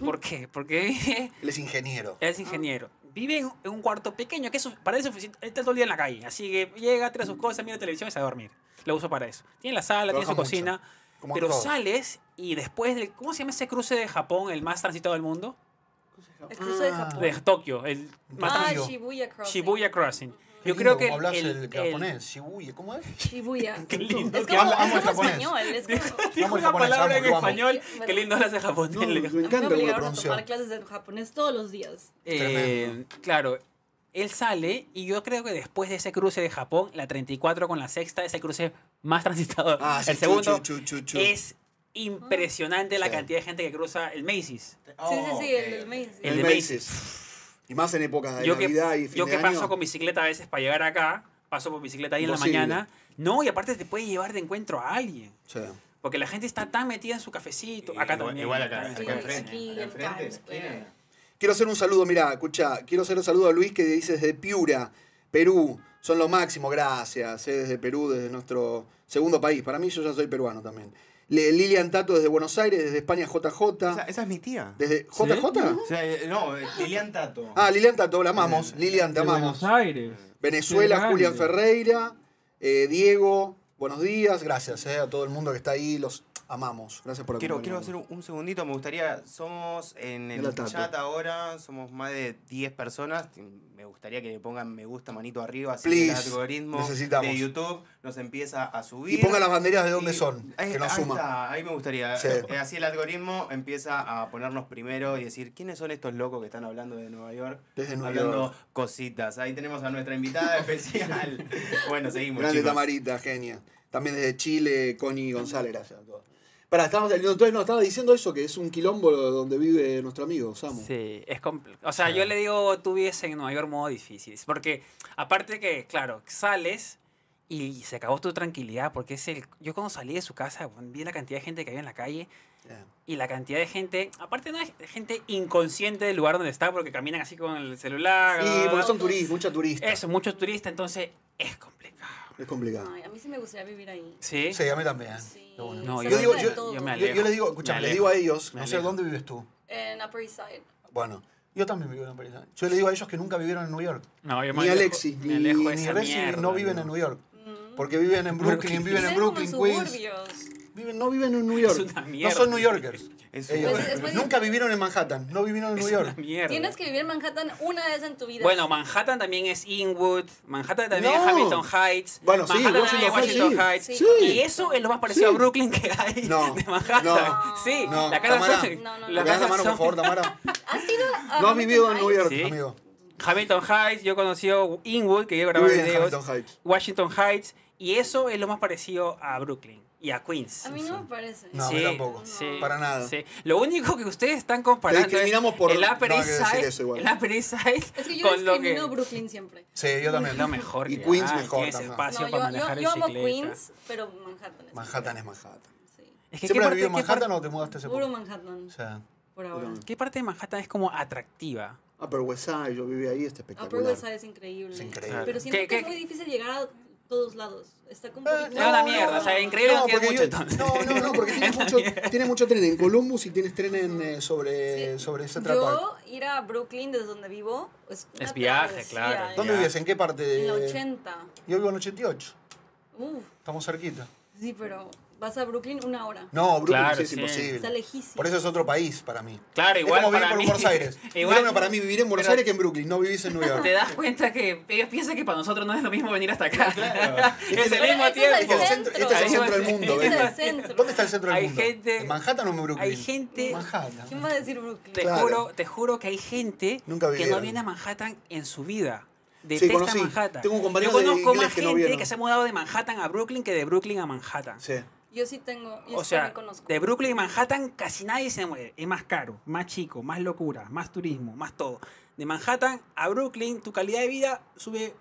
Speaker 2: ¿Por qué? Porque
Speaker 1: Él es ingeniero.
Speaker 2: él es ingeniero. Vive en en un cuarto pequeño, que es su- para él es suficiente. Él está todo el día en la calle. Así que llega, tira sus cosas, mira televisión y se va a dormir. Lo uso para eso. Tiene la sala, tiene
Speaker 1: Trabaja
Speaker 2: su
Speaker 1: mucho,
Speaker 2: cocina.
Speaker 1: como
Speaker 2: pero
Speaker 1: todo.
Speaker 2: sales y después del... ¿Cómo se llama ese cruce de Japón, el más transitado del mundo?
Speaker 3: El cruce de Japón.
Speaker 2: De Tokio, el más
Speaker 3: Ah,
Speaker 2: transitado.
Speaker 3: Shibuya Crossing.
Speaker 2: Shibuya Crossing. Yo creo que
Speaker 5: Como hablas
Speaker 2: el-
Speaker 5: el,
Speaker 2: el-
Speaker 5: japonés. Shibuya, ¿cómo es?
Speaker 3: Shibuya.
Speaker 2: Qué lindo.
Speaker 3: Es
Speaker 2: que
Speaker 3: como,
Speaker 5: amo- amo
Speaker 3: es
Speaker 5: el
Speaker 3: como
Speaker 5: japonés.
Speaker 3: español. Es como...
Speaker 2: Dijo
Speaker 5: Amo el
Speaker 2: una
Speaker 5: japonés,
Speaker 2: palabra
Speaker 5: amo,
Speaker 2: en
Speaker 5: lo amo.
Speaker 2: español.
Speaker 3: Sí,
Speaker 2: Qué lindo hablas en japonés.
Speaker 1: No,
Speaker 2: le
Speaker 1: me
Speaker 2: digo.
Speaker 3: A mí
Speaker 1: encanta
Speaker 3: me
Speaker 1: cómo lo
Speaker 3: obligaron a
Speaker 1: pronuncia.
Speaker 3: tomar clases de japonés todos los días.
Speaker 2: Eh, claro, él sale y yo creo que después de ese cruce de Japón, la 34 con la sexta, ese cruce más transitado,
Speaker 1: Ah, sí,
Speaker 2: el
Speaker 1: chu,
Speaker 2: segundo,
Speaker 1: chu, chu, chu, chu.
Speaker 2: es impresionante la
Speaker 1: Sí.
Speaker 2: cantidad de gente que cruza el Macy's.
Speaker 3: sí, sí,
Speaker 4: Oh,
Speaker 3: sí, el
Speaker 4: ok,
Speaker 3: del
Speaker 4: ok.
Speaker 3: Macy's.
Speaker 2: el
Speaker 1: El,
Speaker 2: de
Speaker 1: Macy's. Y más en épocas de
Speaker 2: yo que,
Speaker 1: Navidad y fin
Speaker 2: yo
Speaker 1: de
Speaker 2: que
Speaker 1: año.
Speaker 2: paso con bicicleta a veces para llegar acá, paso por bicicleta ahí
Speaker 1: Imposible.
Speaker 2: en la mañana. No, y aparte te puede llevar de encuentro a alguien.
Speaker 1: Sí.
Speaker 2: Porque la gente está tan metida en su cafecito.
Speaker 4: Y-
Speaker 2: Acá
Speaker 4: igual-
Speaker 2: también.
Speaker 4: Igual acá,
Speaker 2: también.
Speaker 4: acá
Speaker 3: Sí,
Speaker 4: enfrente.
Speaker 3: aquí
Speaker 4: acá
Speaker 3: en
Speaker 4: enfrente,
Speaker 3: Times
Speaker 4: en la
Speaker 3: Square.
Speaker 4: esquina.
Speaker 1: Quiero hacer un saludo, mira, escucha, quiero hacer un saludo a Luis que dice desde Piura, Perú, son lo máximo, gracias, eh, desde Perú, desde nuestro segundo país. Para mí yo ya soy peruano también. Le- Lilian Tato desde Buenos Aires, desde España
Speaker 4: Esa,
Speaker 1: JJ,
Speaker 4: esa es mi tía.
Speaker 1: desde JJ.
Speaker 4: O sea, eh, no, eh, Lilian Tato.
Speaker 1: Ah, Lilian Tato, la amamos, Lilian te
Speaker 6: De
Speaker 1: amamos.
Speaker 6: Buenos Aires. Qué
Speaker 1: Venezuela,
Speaker 6: grande.
Speaker 1: Julián Ferreira, eh, Diego, buenos días, gracias eh, a todo el mundo que está ahí, los amamos. Gracias por
Speaker 4: Quiero, quiero
Speaker 1: acompañarnos.
Speaker 4: hacer un, un segundito, me gustaría, somos en
Speaker 1: Era
Speaker 4: el
Speaker 1: Tato.
Speaker 4: chat ahora, somos más de 10 personas, me gustaría que le pongan me gusta, manito arriba, así que el
Speaker 1: Please,
Speaker 4: algoritmo
Speaker 1: necesitamos.
Speaker 4: de YouTube nos empieza a subir.
Speaker 1: Y ponga las banderas de dónde
Speaker 4: Y-
Speaker 1: son,
Speaker 4: ahí-
Speaker 1: que nos
Speaker 4: ahí
Speaker 1: suman.
Speaker 4: está, ahí me gustaría,
Speaker 1: Sí.
Speaker 4: Eh, así el algoritmo empieza a ponernos primero y decir, ¿quiénes son estos locos que están hablando de Nueva York?
Speaker 1: Desde Nueva
Speaker 4: hablando
Speaker 1: York.
Speaker 4: cositas, ahí tenemos a nuestra invitada especial. bueno, seguimos.
Speaker 1: Grande
Speaker 4: chicos.
Speaker 1: Tamarita, genia. También desde Chile, Connie González, gracias a todos. Pará, estábamos, entonces nos estaba diciendo eso, que es un quilombo donde vive nuestro amigo, Samu.
Speaker 2: Sí, es compl- O sea, yo le digo, tú vives en Nueva York modo difícil. Porque, aparte que, claro, sales y se acabó tu tranquilidad. Porque es el. Yo cuando salí de su casa, vi la cantidad de gente que había en la calle.
Speaker 1: Yeah.
Speaker 2: Y la cantidad de gente. Aparte, no es gente inconsciente del lugar donde está. Porque caminan así con el celular.
Speaker 1: Y porque son
Speaker 3: Autos.
Speaker 1: turistas, mucha turista.
Speaker 2: Eso, muchos turistas. Entonces, es complicado.
Speaker 1: Es complicado.
Speaker 3: Ay, a mí sí me gustaría vivir ahí.
Speaker 2: Sí.
Speaker 5: Sí, a mí también.
Speaker 3: Sí.
Speaker 5: Lo bueno.
Speaker 2: No,
Speaker 3: Se
Speaker 2: yo
Speaker 1: digo-
Speaker 3: acerca de
Speaker 1: yo-
Speaker 3: todo.
Speaker 2: yo me
Speaker 1: Yo,
Speaker 2: alejo.
Speaker 1: yo les digo, escuchame,
Speaker 2: Me
Speaker 1: les
Speaker 2: alejo.
Speaker 1: digo a ellos,
Speaker 2: Me
Speaker 1: no sé
Speaker 2: alejo.
Speaker 1: dónde vives tú.
Speaker 3: En Upper East Side.
Speaker 1: Bueno,
Speaker 5: Yo también vivo en París. Yo le digo a ellos que nunca vivieron en Nueva York.
Speaker 2: No, yo
Speaker 1: Ni
Speaker 2: alejo-
Speaker 1: Alexis,
Speaker 2: me
Speaker 1: ni-
Speaker 2: alejo de
Speaker 1: ni
Speaker 2: esa
Speaker 5: Resi
Speaker 2: mierda,
Speaker 5: no viven
Speaker 2: ¿no? Mm.
Speaker 5: en Nueva York. Porque viven en Brooklyn, viven
Speaker 3: Ustedes
Speaker 5: en
Speaker 3: como
Speaker 5: Brooklyn, Queens.
Speaker 3: suburbios.
Speaker 1: viven, no viven en New York.
Speaker 2: Es una
Speaker 5: No
Speaker 2: mierda.
Speaker 5: son newyorkers.
Speaker 4: Es
Speaker 5: Ellos
Speaker 3: Pues es muy
Speaker 5: nunca vivieron en Manhattan, no vivieron en Nueva York.
Speaker 2: Una mierda.
Speaker 3: Tienes que vivir en Manhattan una vez en tu vida.
Speaker 2: Bueno, Manhattan también es Inwood, Manhattan también
Speaker 1: No.
Speaker 2: es Hamilton Heights,
Speaker 1: Bueno, sí,
Speaker 2: Manhattan también es
Speaker 1: Washington
Speaker 2: Washington
Speaker 3: Heights,
Speaker 2: Heights.
Speaker 3: sí. Sí.
Speaker 2: Y eso es lo más parecido
Speaker 1: Sí.
Speaker 2: a Brooklyn que hay
Speaker 1: No,
Speaker 2: de Manhattan.
Speaker 1: no,
Speaker 2: sí,
Speaker 1: no,
Speaker 2: la casa
Speaker 1: Tamara,
Speaker 2: son,
Speaker 3: no, no,
Speaker 1: ¿Me
Speaker 2: la
Speaker 3: no.
Speaker 1: das
Speaker 2: casa
Speaker 1: la mano, por
Speaker 2: son-
Speaker 1: favor, Tamara?
Speaker 3: ¿Has ido a
Speaker 1: No has
Speaker 3: Hamilton
Speaker 1: vivido en
Speaker 3: Heights?
Speaker 1: Nueva York,
Speaker 2: Sí.
Speaker 1: amigo.
Speaker 2: Hamilton Heights, yo he conocido Inwood, que yo grababa
Speaker 1: Vive en
Speaker 2: videos,
Speaker 1: Hamilton Heights.
Speaker 2: Washington Heights, y eso es lo más parecido a Brooklyn y a Queens.
Speaker 3: A mí no me parece.
Speaker 5: No, a mí tampoco.
Speaker 2: sí,
Speaker 5: Para nada.
Speaker 2: sí. Lo único que ustedes están comparando
Speaker 1: discriminamos
Speaker 2: es
Speaker 1: por-
Speaker 2: el Upper
Speaker 1: no hay
Speaker 2: East
Speaker 1: que decir
Speaker 2: Side,
Speaker 1: eso igual.
Speaker 2: el Upper East Side
Speaker 3: Es que yo
Speaker 2: con lo
Speaker 3: discrimino
Speaker 2: que...
Speaker 3: Brooklyn siempre.
Speaker 5: Sí, yo también.
Speaker 2: Lo mejor
Speaker 1: Y
Speaker 2: que
Speaker 1: Queens
Speaker 2: hay,
Speaker 1: mejor
Speaker 2: tienes
Speaker 1: también.
Speaker 2: espacio
Speaker 3: No, yo,
Speaker 2: para
Speaker 3: yo,
Speaker 2: manejar en
Speaker 3: yo amo
Speaker 2: bicicleta.
Speaker 3: Queens, pero Manhattan es.
Speaker 1: Manhattan es Manhattan.
Speaker 3: Sí.
Speaker 2: Es que, ¿qué
Speaker 5: ¿Siempre has
Speaker 2: parte,
Speaker 5: vivido en
Speaker 2: qué par-
Speaker 5: Manhattan o te mudaste hace
Speaker 3: Puro
Speaker 5: poco?
Speaker 3: Manhattan,
Speaker 5: O sea,
Speaker 3: por ahora.
Speaker 2: qué parte de Manhattan es como atractiva?
Speaker 1: Upper Ah, West Side, yo viví ahí, está
Speaker 3: Upper
Speaker 1: espectacular.
Speaker 3: West Side es increíble.
Speaker 5: Es increíble.
Speaker 3: Pero siento
Speaker 2: ¿Qué-
Speaker 3: que
Speaker 2: qué-
Speaker 3: es muy difícil llegar a todos lados. Está como.
Speaker 5: Eh,
Speaker 3: poquito-
Speaker 2: Es una mierda, o sea, increíble no, tiene
Speaker 1: porque
Speaker 2: mucho
Speaker 1: yo-
Speaker 2: entonces.
Speaker 1: No, no, no, porque tiene mucho, tiene mucho tren en Columbus y tienes tren en, eh, sobre,
Speaker 3: Sí.
Speaker 1: sobre Central Park.
Speaker 3: Yo ir a Brooklyn desde donde vivo es, una
Speaker 2: Es viaje,
Speaker 3: travesía,
Speaker 2: claro,
Speaker 3: ¿eh?
Speaker 5: ¿Dónde
Speaker 2: Ya.
Speaker 5: vivías? ¿En qué parte?
Speaker 3: En la
Speaker 5: de-
Speaker 3: 80.
Speaker 5: Yo vivo en 88.
Speaker 3: Uf,
Speaker 5: Estamos cerquita.
Speaker 3: sí, pero vas a Brooklyn una hora.
Speaker 5: No, Brooklyn
Speaker 2: Claro,
Speaker 5: sí es
Speaker 2: sí.
Speaker 3: Está
Speaker 5: imposible.
Speaker 3: lejísimo.
Speaker 5: Por eso es otro país para mí.
Speaker 2: Claro, igual
Speaker 5: es como
Speaker 2: para
Speaker 5: vivir
Speaker 2: mí-
Speaker 5: por Buenos Aires.
Speaker 2: igual-
Speaker 5: Mírame, para mí vivir en Buenos
Speaker 2: pero-
Speaker 5: Aires que en Brooklyn. No vivís en Nueva York.
Speaker 2: Te das cuenta que ellos piensan que para nosotros no es lo mismo venir hasta acá.
Speaker 4: Claro.
Speaker 2: es el
Speaker 3: Pero
Speaker 2: mismo
Speaker 3: ese es el
Speaker 2: tiempo.
Speaker 5: Este es el centro, este es el
Speaker 2: Ahí
Speaker 5: centro
Speaker 2: va-
Speaker 5: del mundo.
Speaker 3: Ese es
Speaker 5: baby.
Speaker 3: el centro.
Speaker 5: ¿Dónde está el centro del
Speaker 2: Hay
Speaker 5: mundo?
Speaker 2: gente-
Speaker 5: ¿En Manhattan o en Brooklyn?
Speaker 2: Hay gente,
Speaker 5: Manhattan.
Speaker 3: ¿Quién va a decir Brooklyn?
Speaker 2: te
Speaker 1: Claro.
Speaker 2: juro, te juro que hay gente
Speaker 1: Nunca
Speaker 2: que no
Speaker 1: vivieron.
Speaker 2: viene a Manhattan en su vida. Detesta
Speaker 1: conocí.
Speaker 2: Manhattan.
Speaker 1: Tengo un
Speaker 2: Yo
Speaker 1: compañero de
Speaker 2: conozco
Speaker 1: inglés
Speaker 2: más
Speaker 1: que no
Speaker 2: gente
Speaker 1: vieron.
Speaker 2: que se ha mudado de Manhattan a Brooklyn que de Brooklyn a Manhattan.
Speaker 1: Sí.
Speaker 3: Yo sí tengo, yo
Speaker 2: O
Speaker 3: sí
Speaker 2: sea,
Speaker 3: me conozco.
Speaker 2: de Brooklyn y Manhattan casi nadie se mueve. Es más caro, más chico, más locura, más turismo, más todo. De Manhattan a Brooklyn, tu calidad de vida sube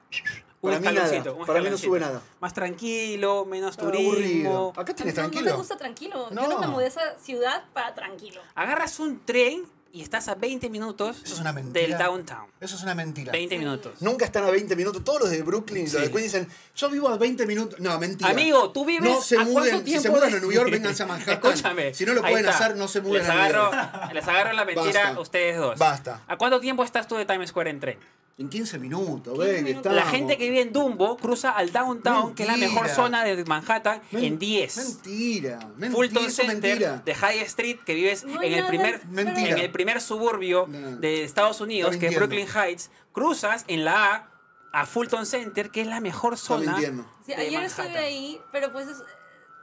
Speaker 2: un
Speaker 1: Para mí nada,
Speaker 2: escaloncito. un
Speaker 1: para mí no
Speaker 2: escaloncito.
Speaker 1: sube nada.
Speaker 2: Más tranquilo, menos
Speaker 1: Aburrido.
Speaker 2: turismo.
Speaker 1: Acá
Speaker 3: A mí
Speaker 1: tenés
Speaker 3: no- No me
Speaker 1: tranquilo.
Speaker 3: gusta tranquilo.
Speaker 5: No.
Speaker 3: Yo no me mudé a esa ciudad para tranquilo.
Speaker 2: Agarras un tren y estás a 20 minutos
Speaker 5: Eso es una mentira.
Speaker 2: del downtown.
Speaker 5: Eso es una mentira.
Speaker 2: 20 minutos.
Speaker 1: Nunca están a 20 minutos. Todos los de Brooklyn, los de
Speaker 2: Sí.
Speaker 1: Queens dicen, yo vivo a 20 minutos. No, mentira.
Speaker 2: Amigo, tú vives
Speaker 1: No se
Speaker 2: a
Speaker 1: muden.
Speaker 2: cuánto
Speaker 1: Si
Speaker 2: tiempo
Speaker 1: se mudan
Speaker 2: de-
Speaker 1: a New York, vénganse a Manhattan.
Speaker 2: Escúchame.
Speaker 1: Si no lo
Speaker 2: Ahí
Speaker 1: pueden
Speaker 2: está.
Speaker 1: hacer, no se mudan
Speaker 2: les
Speaker 1: a New
Speaker 2: agarro,
Speaker 1: York.
Speaker 2: Les agarro la mentira
Speaker 1: Basta.
Speaker 2: a ustedes dos.
Speaker 1: Basta.
Speaker 2: ¿A cuánto tiempo estás tú de Times Square en tren?
Speaker 1: En 15 minutos,
Speaker 3: 15
Speaker 1: ven,
Speaker 3: minutos.
Speaker 1: estamos.
Speaker 2: La gente que vive en Dumbo cruza al downtown, que es la mejor
Speaker 1: Mentira.
Speaker 2: zona de Manhattan, en 10.
Speaker 1: Mentira. Mentira.
Speaker 2: Fulton
Speaker 1: eso es
Speaker 2: Center
Speaker 1: mentira.
Speaker 2: de High Street, que vives
Speaker 3: No hay
Speaker 2: en, el
Speaker 3: nada.
Speaker 2: primer,
Speaker 5: Mentira.
Speaker 2: en el primer suburbio
Speaker 1: No.
Speaker 2: de Estados Unidos,
Speaker 1: Está
Speaker 2: que es
Speaker 1: mintiendo.
Speaker 2: Brooklyn Heights, cruzas en la A a Fulton Center, que es la mejor
Speaker 1: Está
Speaker 2: zona.
Speaker 1: mintiendo.
Speaker 2: de
Speaker 3: Sí, ayer
Speaker 2: Manhattan.
Speaker 3: estuve ahí, pero pues, es-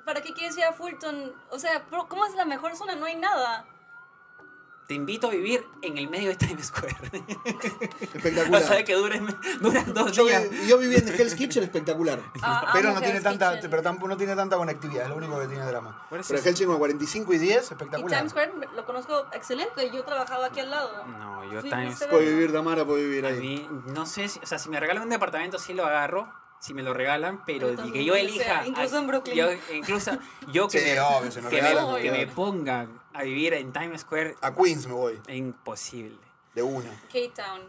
Speaker 3: ¿para qué quieres ir a Fulton? O sea, pero ¿cómo es la mejor zona? No hay nada.
Speaker 2: Te invito a vivir en el medio de Times Square.
Speaker 1: Espectacular.
Speaker 2: Vas a ver que duren, duran dos
Speaker 1: yo,
Speaker 2: días.
Speaker 1: vi- yo viví en Hell's Kitchen, espectacular.
Speaker 3: Ah,
Speaker 5: Pero
Speaker 3: amo
Speaker 5: no tiene
Speaker 3: Hell's
Speaker 5: tanta,
Speaker 3: Kitchen.
Speaker 5: pero tampoco no tiene tanta conectividad, es lo único que tiene drama.
Speaker 2: ¿Cuál es
Speaker 1: Pero
Speaker 2: ese?
Speaker 1: Hell's Kitchen con 45 y 10,
Speaker 3: Y
Speaker 1: espectacular.
Speaker 3: Times Square lo conozco excelente, yo trabajaba aquí al lado.
Speaker 2: No, yo
Speaker 3: Fui
Speaker 2: Times
Speaker 3: Square.
Speaker 1: Puede vivir, Tamara, puede vivir
Speaker 2: A
Speaker 1: ahí.
Speaker 2: mí, no sé, si, o sea, si me regalan un departamento, sí lo agarro, si me lo regalan, pero
Speaker 3: Pero
Speaker 2: el que yo
Speaker 3: también, o sea,
Speaker 2: elija.
Speaker 3: incluso en Brooklyn.
Speaker 2: yo- incluso yo que,
Speaker 5: Sí,
Speaker 2: me,
Speaker 5: obvio, si nos
Speaker 2: que, me-
Speaker 5: regalan,
Speaker 2: que me
Speaker 3: obvio.
Speaker 2: ponga a vivir en Times Square,
Speaker 5: A Queens me voy,
Speaker 2: imposible.
Speaker 5: de una.
Speaker 3: K-Town,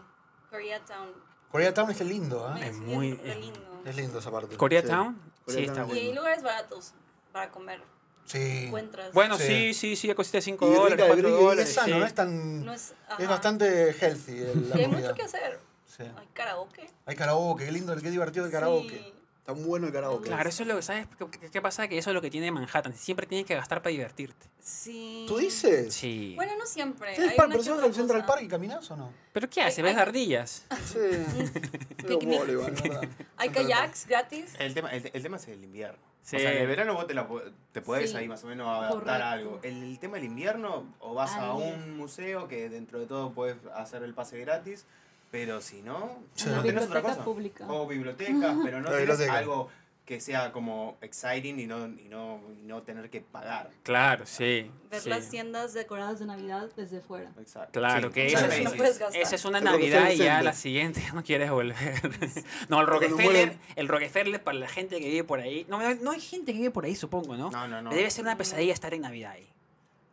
Speaker 3: Koreatown.
Speaker 5: Koreatown es que es lindo, ¿eh?
Speaker 2: Ah, Es muy-
Speaker 3: re lindo.
Speaker 5: Es lindo esa parte.
Speaker 2: Koreatown, sí,
Speaker 1: Sí. Koreatown
Speaker 2: está
Speaker 1: es
Speaker 3: Y hay
Speaker 2: bueno.
Speaker 3: lugares baratos para comer,
Speaker 5: Sí.
Speaker 3: encuentras.
Speaker 2: Bueno, sí,
Speaker 5: Sí.
Speaker 2: sí, sí, ya cosita de 5
Speaker 1: Y rica,
Speaker 2: dólares,
Speaker 1: y
Speaker 2: 4
Speaker 1: rica, y
Speaker 2: dólares.
Speaker 5: es sano,
Speaker 2: sí.
Speaker 5: este no es tan...
Speaker 3: No es-
Speaker 5: Es
Speaker 3: ajá.
Speaker 5: bastante healthy el- la
Speaker 3: Y hay
Speaker 5: comida.
Speaker 3: mucho que hacer.
Speaker 5: Sí.
Speaker 3: Hay karaoke.
Speaker 5: Hay karaoke, qué lindo, qué divertido el karaoke.
Speaker 3: Sí.
Speaker 1: Está muy bueno el karaoke.
Speaker 2: Claro, eso es lo que sabes. ¿Qué, qué pasa? Que eso es lo que tiene Manhattan. Siempre tienes que gastar para divertirte.
Speaker 3: Sí.
Speaker 1: ¿Tú dices?
Speaker 2: Sí.
Speaker 3: Bueno, no siempre.
Speaker 5: ¿Ustedes
Speaker 3: hay
Speaker 5: par
Speaker 3: una que
Speaker 5: personas
Speaker 3: otra
Speaker 5: al Central
Speaker 3: cosa.
Speaker 5: Park y caminás o no?
Speaker 2: ¿Pero qué hace? ¿Ves
Speaker 3: Ay, ay.
Speaker 2: ardillas?
Speaker 1: Sí. Los
Speaker 3: Picnic.
Speaker 1: Bollywood, ¿verdad?
Speaker 3: Hay kayaks gratis.
Speaker 4: El tema, el, el tema es el invierno.
Speaker 2: Sí.
Speaker 4: O sea, en el verano vos te, la po- te podés
Speaker 3: Sí.
Speaker 4: ahí más o menos adaptar a algo.
Speaker 3: Correcto.
Speaker 4: El, el tema del invierno, o vas a
Speaker 3: Ay.
Speaker 4: un museo que dentro de todo podés hacer el pase gratis, pero si no,
Speaker 5: Sí.
Speaker 4: no
Speaker 5: Una
Speaker 4: tenés otra
Speaker 6: biblioteca
Speaker 4: cosa.
Speaker 6: pública.
Speaker 4: O bibliotecas, pero no
Speaker 5: La
Speaker 4: tenés
Speaker 5: biblioteca.
Speaker 4: algo que sea como exciting y no, y no, y no tener que pagar.
Speaker 2: Claro, sí.
Speaker 3: Ver
Speaker 2: sí.
Speaker 3: las tiendas decoradas.
Speaker 6: de Navidad desde fuera.
Speaker 4: Exacto.
Speaker 2: Claro, que
Speaker 4: muchas
Speaker 2: esa
Speaker 3: es-
Speaker 4: veces.
Speaker 3: no puedes gastar.
Speaker 2: Esa es una
Speaker 1: El
Speaker 2: Navidad y
Speaker 1: Rockefeller
Speaker 2: ya
Speaker 1: Center.
Speaker 2: la siguiente no quieres volver. No,
Speaker 1: Porque
Speaker 2: el
Speaker 1: nos
Speaker 2: Rockefeller,
Speaker 1: mueren.
Speaker 2: el Rockefeller para la gente que vive por ahí. No, no hay gente que vive por ahí, supongo, ¿no?
Speaker 4: No, no, no.
Speaker 2: Debe ser una pesadilla estar en Navidad ahí.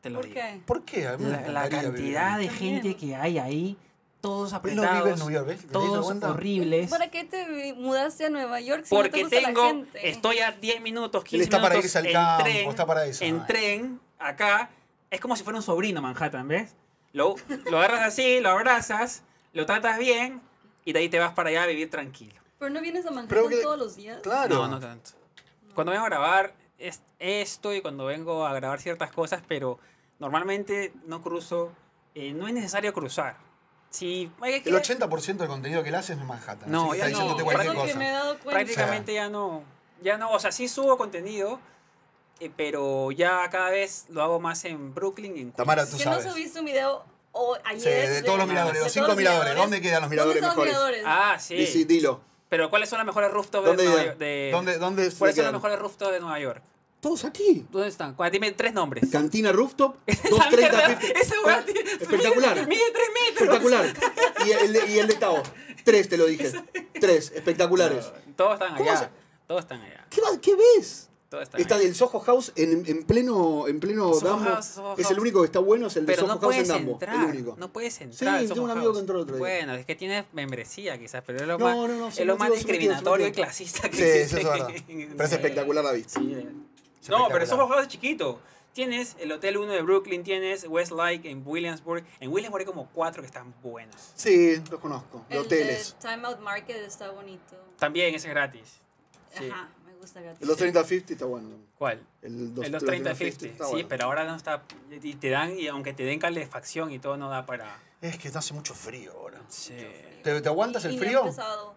Speaker 2: Te lo
Speaker 3: ¿Por
Speaker 2: digo.
Speaker 3: qué?
Speaker 5: ¿Por qué? A mí me
Speaker 2: La, la
Speaker 5: encantaría vivir
Speaker 2: cantidad
Speaker 5: ahí.
Speaker 2: de
Speaker 3: También.
Speaker 2: gente que hay ahí, todos
Speaker 5: Él no vive en
Speaker 2: apretados,
Speaker 5: Nueva York, ¿ves? ¿Te das
Speaker 2: todos
Speaker 5: cuenta?
Speaker 2: horribles.
Speaker 3: ¿Para qué te mudaste a Nueva York si
Speaker 2: Porque
Speaker 3: no te gusta la
Speaker 2: tengo,
Speaker 3: gente?
Speaker 2: estoy a 10 minutos, 15
Speaker 5: Él está para
Speaker 2: minutos
Speaker 5: irse al
Speaker 2: en
Speaker 5: campo,
Speaker 2: tren,
Speaker 5: está para eso. Ah.
Speaker 2: en
Speaker 5: Ay.
Speaker 2: tren, acá, es como si fuera un sobrino Manhattan, ¿ves? Lo, lo agarras así, lo abrazas, lo tratas bien y de ahí te vas para allá a vivir tranquilo.
Speaker 3: Pero no vienes a Manhattan
Speaker 5: Pero que-
Speaker 3: todos los días.
Speaker 5: Claro.
Speaker 2: No, no tanto. Cuando vengo a grabar es esto y cuando vengo a grabar ciertas cosas, pero normalmente no cruzo, eh, no es necesario cruzar. Si, hay que-
Speaker 5: El 80% del contenido que él hace es en Manhattan.
Speaker 2: No,
Speaker 5: así que
Speaker 2: ya
Speaker 5: está
Speaker 2: no,
Speaker 5: diciéndote
Speaker 3: Eso
Speaker 5: cualquier
Speaker 3: es lo que me he
Speaker 5: cosa.
Speaker 3: dado cuenta.
Speaker 2: prácticamente ya no, ya no, o sea, sí subo contenido, eh, pero ya cada vez lo hago más en Brooklyn. y En Queens.
Speaker 5: Tamara, tú
Speaker 3: que
Speaker 5: sabes.
Speaker 3: no subiste un video o ayer.
Speaker 5: Sí, de todos los miradores,
Speaker 3: de
Speaker 5: los
Speaker 3: todos
Speaker 5: cinco miradores. ¿Dónde quedan los miradores
Speaker 3: ¿Dónde están
Speaker 5: mejores?
Speaker 3: los miradores?
Speaker 2: Ah, sí.
Speaker 1: Dici, dilo.
Speaker 2: Pero ¿cuáles son las mejores rooftops de
Speaker 1: ¿Dónde
Speaker 2: Nueva
Speaker 1: ya?
Speaker 2: York? De...
Speaker 5: ¿Dónde, dónde se
Speaker 2: ¿Cuáles son las
Speaker 5: quedan?
Speaker 2: mejores rooftops de Nueva York?
Speaker 1: Todos aquí.
Speaker 2: ¿Dónde están? Cu- Dime tres nombres.
Speaker 1: Cantina Rooftop,
Speaker 2: Esa
Speaker 1: 230
Speaker 2: mierda,
Speaker 1: fifty.
Speaker 2: esa weá tiene-
Speaker 1: Espectacular.
Speaker 2: Mide tres metros.
Speaker 1: Espectacular. Y el, de- y el de Tao. Tres, te lo dije. Tres, espectaculares.
Speaker 2: Todos están
Speaker 1: ¿Cómo
Speaker 2: allá.
Speaker 1: se-
Speaker 2: Todos están allá.
Speaker 1: ¿Qué, va- qué ves?
Speaker 2: Todos están
Speaker 1: Está
Speaker 2: allá.
Speaker 1: del Soho House en, en pleno, en pleno
Speaker 2: Soho
Speaker 1: Dambo.
Speaker 2: House, Soho
Speaker 1: es
Speaker 2: House.
Speaker 1: el único que está bueno, es el de
Speaker 2: Pero
Speaker 1: Soho
Speaker 2: no
Speaker 1: House en
Speaker 2: puedes
Speaker 1: Dambo.
Speaker 2: entrar.
Speaker 1: El único.
Speaker 2: No puedes
Speaker 1: Sí,
Speaker 2: entrar. al
Speaker 1: tengo
Speaker 2: Soho
Speaker 1: un amigo
Speaker 2: House.
Speaker 1: que entró el otro día.
Speaker 2: Bueno, es que tienes membresía quizás, pero es lo
Speaker 1: No,
Speaker 2: más,
Speaker 1: no, no, sí,
Speaker 2: es lo
Speaker 1: no
Speaker 2: más
Speaker 1: digo, sí, no digo, sí, no
Speaker 2: discriminatorio y
Speaker 1: digo.
Speaker 2: clasista que
Speaker 5: Sí, eso
Speaker 2: existe.
Speaker 5: es verdad. Pero es
Speaker 2: Sí.
Speaker 1: espectacular la vista.
Speaker 2: Sí.
Speaker 5: Es
Speaker 2: No, pero
Speaker 5: espectacular.
Speaker 2: somos juegos chiquitos. Tienes el Hotel 1 de Brooklyn, tienes Westlake en Williamsburg. En Williamsburg hay como cuatro que están buenos.
Speaker 1: Sí, los conozco.
Speaker 3: El
Speaker 1: Los hoteles.
Speaker 3: de Time Out Market está bonito.
Speaker 2: También ese es gratis. Sí.
Speaker 3: Ajá, me gusta gratis.
Speaker 1: El 230-50 está bueno.
Speaker 2: ¿Cuál?
Speaker 1: El,
Speaker 2: el
Speaker 1: 230
Speaker 2: 230-50. Sí,
Speaker 1: está bueno.
Speaker 2: pero ahora no está. Y te dan, y aunque te den calefacción y todo, no da para.
Speaker 5: Es que hace mucho frío ahora.
Speaker 2: Sí.
Speaker 5: ¿Te, te aguantas
Speaker 3: Y
Speaker 5: el
Speaker 3: no ha
Speaker 5: frío?
Speaker 3: empezado.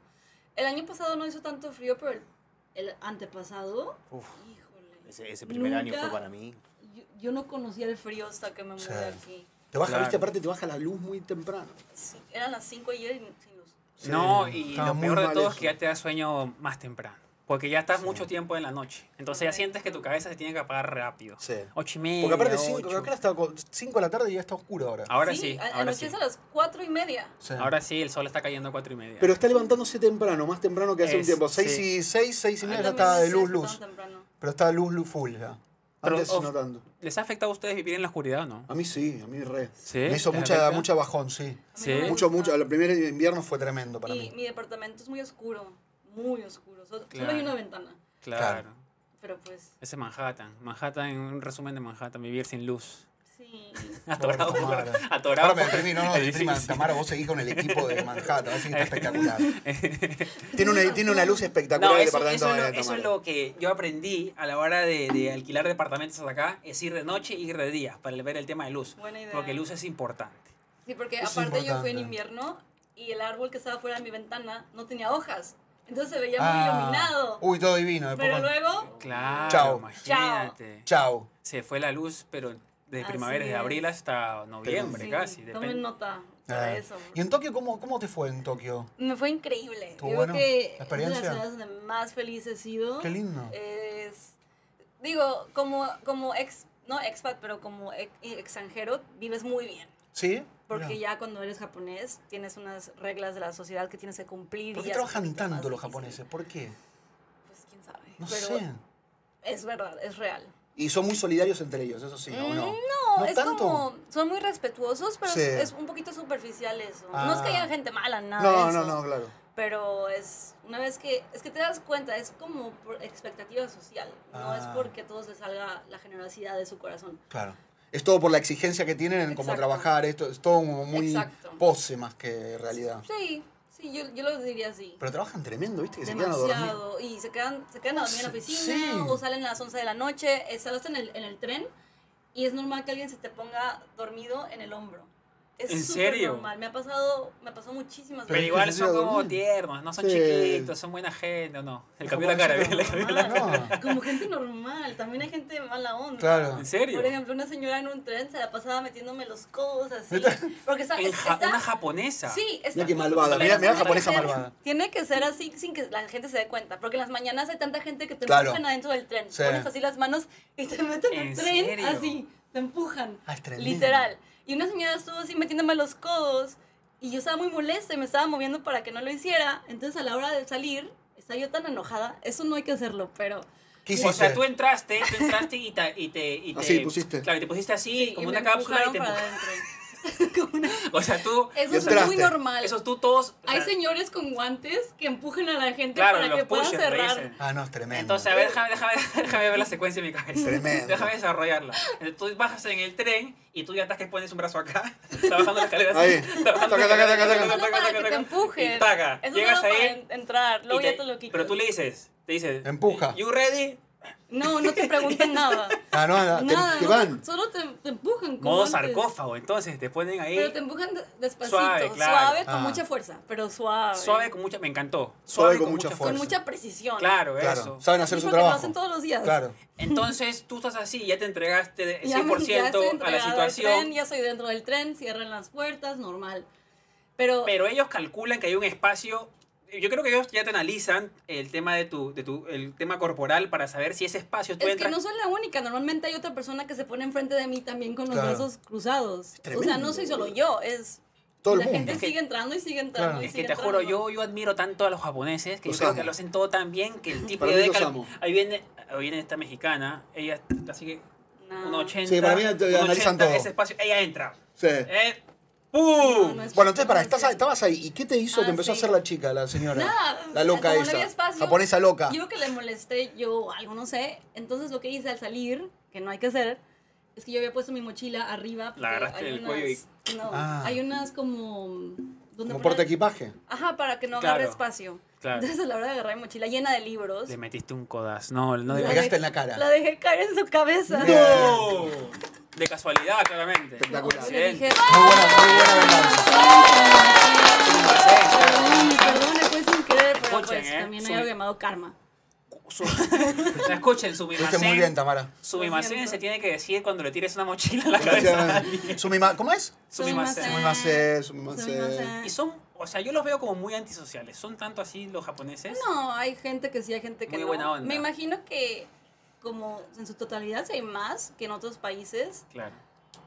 Speaker 3: El año pasado no hizo tanto frío, pero el, el antepasado,
Speaker 4: Uf.
Speaker 3: híjole.
Speaker 4: Ese, ese primer año
Speaker 3: Nunca-
Speaker 4: fue para mí.
Speaker 3: Yo, yo no conocía el frío hasta que me mudé
Speaker 5: Sí.
Speaker 3: aquí.
Speaker 5: Te baja,
Speaker 2: Claro.
Speaker 5: Ah, viste, aparte te baja la luz muy temprano.
Speaker 3: Sí, eran las 5 ayer y sin luz.
Speaker 5: Sí,
Speaker 2: no, y
Speaker 5: estaba
Speaker 2: lo
Speaker 5: muy
Speaker 2: peor de
Speaker 5: mal
Speaker 2: todo es
Speaker 5: eso.
Speaker 2: que ya te da sueño más temprano. Porque ya estás mucho tiempo en la noche. Entonces ya sientes que tu cabeza se tiene que apagar rápido.
Speaker 5: Sí.
Speaker 2: Ocho y media.
Speaker 5: Porque aparte
Speaker 2: ocho.
Speaker 5: 5, acá está 5 de la tarde y ya está oscuro ahora.
Speaker 2: Ahora sí.
Speaker 3: a-
Speaker 2: ahora sí.
Speaker 3: anochece a las 4 y media.
Speaker 5: Sí.
Speaker 2: Ahora sí, el sol está cayendo a cuatro y media.
Speaker 1: Pero está levantándose temprano, más temprano que hace
Speaker 2: Es-
Speaker 1: un tiempo.
Speaker 2: sí.
Speaker 1: Seis
Speaker 5: 6 y 6, 6 y media
Speaker 3: Yo
Speaker 5: ya
Speaker 3: también
Speaker 5: está de
Speaker 3: no
Speaker 5: luz,
Speaker 3: sé
Speaker 5: luz.
Speaker 3: tan temprano.
Speaker 5: Pero está de luz, luz full ya.
Speaker 2: Pero,
Speaker 5: Antes
Speaker 2: of-
Speaker 5: no tanto.
Speaker 2: ¿Les ha afectado a ustedes vivir en la oscuridad o no?
Speaker 1: A mí sí, a mí re.
Speaker 2: Sí.
Speaker 3: ¿Eh?
Speaker 5: Me hizo
Speaker 2: ¿Les
Speaker 5: mucha,
Speaker 2: afecta?
Speaker 5: mucha bajón, sí.
Speaker 3: A mí
Speaker 2: Sí.
Speaker 3: me
Speaker 5: Mucho,
Speaker 3: gusta.
Speaker 5: mucho. El primer invierno fue tremendo para
Speaker 3: y
Speaker 5: mí.
Speaker 3: mi departamento es muy oscuro, muy oscuro. So-
Speaker 2: Claro.
Speaker 3: Solo hay una ventana,
Speaker 2: Claro.
Speaker 5: Claro.
Speaker 3: pero pues
Speaker 2: Ese es Manhattan. Manhattan, un resumen de Manhattan, vivir sin luz.
Speaker 3: sí.
Speaker 2: Atorado. por-
Speaker 5: Tamara.
Speaker 2: atorado.
Speaker 5: Ahora me
Speaker 2: por-
Speaker 5: deprimí, no, no,
Speaker 2: edificios.
Speaker 5: deprima, Tamara, vos seguís con el equipo de Manhattan, así que está espectacular. tiene, una, tiene una luz espectacular
Speaker 2: No,
Speaker 5: el
Speaker 2: eso,
Speaker 5: departamento
Speaker 2: eso es lo,
Speaker 5: de
Speaker 2: eso es
Speaker 5: Tamara.
Speaker 2: lo que yo aprendí a la hora de, de alquilar departamentos acá, es ir de noche y ir de día, para ver el tema de luz.
Speaker 3: Buena idea.
Speaker 2: Porque luz es importante.
Speaker 3: Sí, porque
Speaker 5: Es
Speaker 3: aparte yo fui en
Speaker 5: importante.
Speaker 3: invierno y y el árbol que estaba fuera de mi ventana no tenía hojas. Entonces se veía
Speaker 5: Ah.
Speaker 3: muy iluminado.
Speaker 5: Uy, todo divino. de
Speaker 3: pero
Speaker 5: poco-
Speaker 3: luego,
Speaker 2: Claro,
Speaker 5: Chao.
Speaker 2: imagínate.
Speaker 5: Chau.
Speaker 2: Se fue la luz, pero de
Speaker 3: Así
Speaker 2: primavera, de
Speaker 3: es.
Speaker 2: abril hasta noviembre
Speaker 3: sí,
Speaker 2: casi.
Speaker 3: tomen
Speaker 2: Depende.
Speaker 3: nota para
Speaker 5: Ah.
Speaker 3: eso.
Speaker 5: ¿Y en Tokio cómo, cómo te fue en Tokio?
Speaker 3: Me fue increíble.
Speaker 5: ¿Estuvo
Speaker 3: Yo
Speaker 5: bueno?
Speaker 3: creo que
Speaker 5: ¿La
Speaker 3: es de las
Speaker 5: experiencia?
Speaker 3: ciudades donde más feliz he sido.
Speaker 5: Qué lindo.
Speaker 3: Eh, Es, digo, como, como ex, no expat, pero como ex- extranjero, vives muy bien.
Speaker 5: ¿Sí?
Speaker 3: Porque
Speaker 5: Mirá.
Speaker 3: ya cuando eres japonés tienes unas reglas de la sociedad que tienes que cumplir.
Speaker 5: ¿Por
Speaker 3: y
Speaker 5: qué
Speaker 3: ya es un
Speaker 5: trabajan
Speaker 3: poquito
Speaker 5: tanto
Speaker 3: más
Speaker 5: los
Speaker 3: difícil.
Speaker 5: japoneses? ¿Por qué?
Speaker 3: Pues quién sabe.
Speaker 5: No
Speaker 3: pero
Speaker 5: sé.
Speaker 3: Es verdad, es real.
Speaker 5: Y son muy solidarios entre ellos, eso sí, ¿o
Speaker 3: Mm,
Speaker 5: no?
Speaker 3: No, es como. Son muy respetuosos, pero
Speaker 5: Sí.
Speaker 3: es, es un poquito superficial eso. No es que
Speaker 5: Ah.
Speaker 3: haya gente mala, nada. de
Speaker 5: No,
Speaker 3: eso.
Speaker 5: no, no, claro.
Speaker 3: Pero es una vez que. Es que te das cuenta, es como por expectativa social. No es
Speaker 5: Ah.
Speaker 3: porque a todos les salga la generosidad de su corazón.
Speaker 5: Claro. Es todo por la exigencia que tienen en cómo
Speaker 3: Exacto.
Speaker 5: trabajar, esto es todo como muy
Speaker 3: Exacto.
Speaker 5: pose más que realidad.
Speaker 3: Sí, sí, yo, yo lo diría así.
Speaker 5: Pero trabajan tremendo, ¿viste? Que se quedan a dormir.
Speaker 3: demasiado y se quedan se quedan a dormir en la
Speaker 5: Sí,
Speaker 3: oficina
Speaker 5: sí.
Speaker 3: o salen a las 11 de la noche eh, estás en el, en el tren y es normal que alguien se te ponga dormido en el hombro es
Speaker 2: ¿En
Speaker 3: súper
Speaker 2: serio?
Speaker 3: normal me ha pasado me pasó muchísimas
Speaker 2: Pero
Speaker 5: Pero es
Speaker 3: veces
Speaker 2: igual
Speaker 5: que se llega
Speaker 2: son
Speaker 5: a
Speaker 2: como
Speaker 5: dormir.
Speaker 2: tiernos, no son
Speaker 5: Sí.
Speaker 2: chiquitos, son buena gente, ¿o no? El cambió la cara,
Speaker 5: Japoneses
Speaker 2: le cambió la cara.
Speaker 5: No,
Speaker 3: como gente normal también hay gente mala onda
Speaker 5: claro.
Speaker 2: ¿En serio?
Speaker 3: por ejemplo una señora en un tren se la pasaba metiéndome los codos así porque está,
Speaker 2: En
Speaker 3: es-
Speaker 2: ja-
Speaker 3: está-
Speaker 2: una japonesa.
Speaker 3: Sí, es
Speaker 5: Mira qué malvada, mira- mira japonesa
Speaker 3: tiene que
Speaker 5: malvada.
Speaker 3: ser- Tiene que ser así sin que la gente se dé cuenta, porque en las mañanas hay tanta gente que te
Speaker 5: Claro.
Speaker 3: empujan adentro del tren.
Speaker 5: Sí.
Speaker 3: Pones así las manos y te meten
Speaker 2: ¿En
Speaker 3: el tren
Speaker 2: serio?
Speaker 3: así, te empujan.
Speaker 5: Ah, es tremendo.
Speaker 3: literal. Y una señora estuvo así metiéndome los codos y yo estaba muy molesta y me estaba moviendo para que no lo hiciera. Entonces a la hora de salir, estaba yo tan enojada, eso no hay que hacerlo, pero
Speaker 5: ¿Qué
Speaker 2: O sea,
Speaker 5: hiciste? Ah,
Speaker 2: tú entraste, tú entraste y ta- y te... Y te
Speaker 1: Así, pusiste.
Speaker 2: Claro, y te pusiste así,
Speaker 3: y
Speaker 2: como
Speaker 3: me
Speaker 2: una cápsula y
Speaker 3: empujaron
Speaker 2: te
Speaker 3: para
Speaker 2: empujaron.
Speaker 3: adentro. Como una-
Speaker 2: O sea, tú...
Speaker 3: Eso es
Speaker 5: Entraste.
Speaker 3: muy normal.
Speaker 2: Esos tú todos... o
Speaker 3: Hay
Speaker 2: sea,
Speaker 3: señores con guantes que empujan a la gente
Speaker 2: Claro,
Speaker 3: para
Speaker 2: los
Speaker 3: que puedan
Speaker 2: pushes, le
Speaker 3: cerrar.
Speaker 2: dicen.
Speaker 5: Ah, no, es tremendo.
Speaker 2: Entonces, a ver, déjame, déjame- déjame ver la secuencia en mi cabeza.
Speaker 5: Tremendo.
Speaker 2: Déjame desarrollarla. Entonces, tú bajas en el tren y tú ya estás que pones un brazo acá, está bajando la escalera.
Speaker 1: Ahí.
Speaker 2: así, está bajando
Speaker 1: Taca, taca, taca, taca.
Speaker 3: Pero no para que te
Speaker 2: Y
Speaker 3: empujen.
Speaker 2: taca.
Speaker 3: Eso
Speaker 2: Llegas
Speaker 3: solo para
Speaker 2: ahí.
Speaker 3: en- entrar, luego
Speaker 2: y
Speaker 3: ya te lo quitas.
Speaker 2: Pero tú le dices, te dices.
Speaker 5: Empuja.
Speaker 2: ¿You ready?
Speaker 3: No, no te preguntan nada.
Speaker 5: Ah, no, no, te-
Speaker 3: nada,
Speaker 1: te
Speaker 3: no,
Speaker 1: van.
Speaker 3: Solo te, te empujan. como
Speaker 2: Modo
Speaker 3: antes.
Speaker 2: sarcófago. Entonces, te ponen ahí.
Speaker 3: Pero te empujan de- despacito,
Speaker 2: Suave,
Speaker 3: suave,
Speaker 2: claro.
Speaker 3: con
Speaker 5: Ah.
Speaker 3: mucha fuerza, pero suave.
Speaker 2: Suave con mucha. Me encantó.
Speaker 5: Suave con mucha
Speaker 3: con
Speaker 5: fuerza.
Speaker 3: mucha precisión.
Speaker 2: Claro,
Speaker 5: claro,
Speaker 2: eso.
Speaker 5: saben hacer
Speaker 3: Mismo
Speaker 5: su
Speaker 3: que lo
Speaker 5: trabajo.
Speaker 3: hacen todos los días.
Speaker 5: Claro.
Speaker 2: Entonces, tú estás así, ya te entregaste de-
Speaker 3: Ya me-
Speaker 2: 100%
Speaker 3: ya estoy
Speaker 2: a
Speaker 3: entregada
Speaker 2: la
Speaker 3: al
Speaker 2: situación.
Speaker 3: tren, ya estoy dentro del tren, cierran las puertas, normal. Pero,
Speaker 2: Pero ellos calculan que hay un espacio. Yo creo que ellos ya te analizan el tema de tu, de tu el tema corporal para saber si ese espacio tú
Speaker 3: Es que
Speaker 2: entras.
Speaker 3: no soy la única, normalmente hay otra persona que se pone enfrente de mí también con los
Speaker 5: Claro.
Speaker 3: brazos cruzados. O sea,
Speaker 5: tremendo.
Speaker 3: no soy solo yo, es...
Speaker 5: Todo el
Speaker 3: la
Speaker 5: mundo.
Speaker 3: gente
Speaker 2: Es que-
Speaker 3: sigue entrando y sigue entrando
Speaker 5: Claro.
Speaker 3: y
Speaker 2: Es que
Speaker 3: sigue
Speaker 2: te juro,
Speaker 3: entrando.
Speaker 2: yo, yo admiro tanto a los japoneses que
Speaker 1: Los
Speaker 2: yo creo
Speaker 1: amo.
Speaker 2: que lo hacen todo tan bien que el tipo
Speaker 1: Para mí
Speaker 2: de
Speaker 1: los
Speaker 2: cal-
Speaker 1: amo.
Speaker 2: ahí viene ahí viene esta mexicana, ella casi que
Speaker 3: No.
Speaker 2: un 80.
Speaker 1: Sí, para mí te
Speaker 2: un
Speaker 1: analizan
Speaker 2: 80,
Speaker 1: todo.
Speaker 2: Ese espacio, ella entra.
Speaker 1: Sí.
Speaker 2: Eh,
Speaker 3: No,
Speaker 2: ¡Pum!
Speaker 3: no es
Speaker 5: Uh, Bueno, entonces, para,
Speaker 3: posible.
Speaker 5: estás, estabas ahí. ¿Y qué te hizo?
Speaker 3: Ah,
Speaker 5: te empezó a
Speaker 3: sí.
Speaker 5: hacer la chica, la señora.
Speaker 3: Nada,
Speaker 5: la loca
Speaker 3: como no
Speaker 5: esa.
Speaker 3: había espacio,
Speaker 5: japonesa loca.
Speaker 3: Yo creo que le molesté yo o algo, no sé. Entonces lo que hice al salir, que no hay que hacer, es que yo había puesto mi mochila arriba. porque
Speaker 2: agarraste
Speaker 3: hay
Speaker 2: del
Speaker 3: unas-
Speaker 2: cuello
Speaker 3: No,
Speaker 5: Ah.
Speaker 3: hay unas como... donde
Speaker 5: Como
Speaker 3: ponen-
Speaker 5: porta equipaje.
Speaker 3: Ajá, para que no
Speaker 2: Claro.
Speaker 3: agarre espacio.
Speaker 2: Claro.
Speaker 3: Entonces a la hora de agarrar mi mochila llena de libros...
Speaker 2: Le metiste un codazo. No, no
Speaker 5: Le
Speaker 2: de
Speaker 3: La
Speaker 5: pegaste
Speaker 3: de-
Speaker 5: en la cara.
Speaker 3: La dejé caer en su cabeza.
Speaker 2: ¡No! De casualidad, claramente.
Speaker 3: No,
Speaker 1: Espectacular.
Speaker 3: yo le dije,
Speaker 5: Muy buena, muy buena venganza.
Speaker 3: Perdón, perdone, fue sin querer, pero
Speaker 2: Escuchen,
Speaker 3: pues
Speaker 2: ¿eh?
Speaker 3: también
Speaker 2: Soy-
Speaker 3: hay algo llamado karma.
Speaker 2: Su- Escuchen, su
Speaker 5: Lo hiciste muy bien, Tamara.
Speaker 2: Sumimasen
Speaker 3: Lo
Speaker 2: se
Speaker 3: siento.
Speaker 2: tiene que decir cuando le tires una mochila a la cabeza.
Speaker 1: Gracias.
Speaker 5: Sumima- ¿Cómo es?
Speaker 2: Sumimasen.
Speaker 5: Sumimase,
Speaker 3: Soy
Speaker 5: sumimase.
Speaker 3: más, eh,
Speaker 2: Y son, o sea, yo los veo como muy antisociales. ¿Son tanto así los japoneses?
Speaker 3: No, hay gente que sí, hay gente que
Speaker 2: Muy
Speaker 3: no.
Speaker 2: buena onda.
Speaker 3: Me imagino que como en su totalidad sí hay más que en otros países,
Speaker 2: Claro.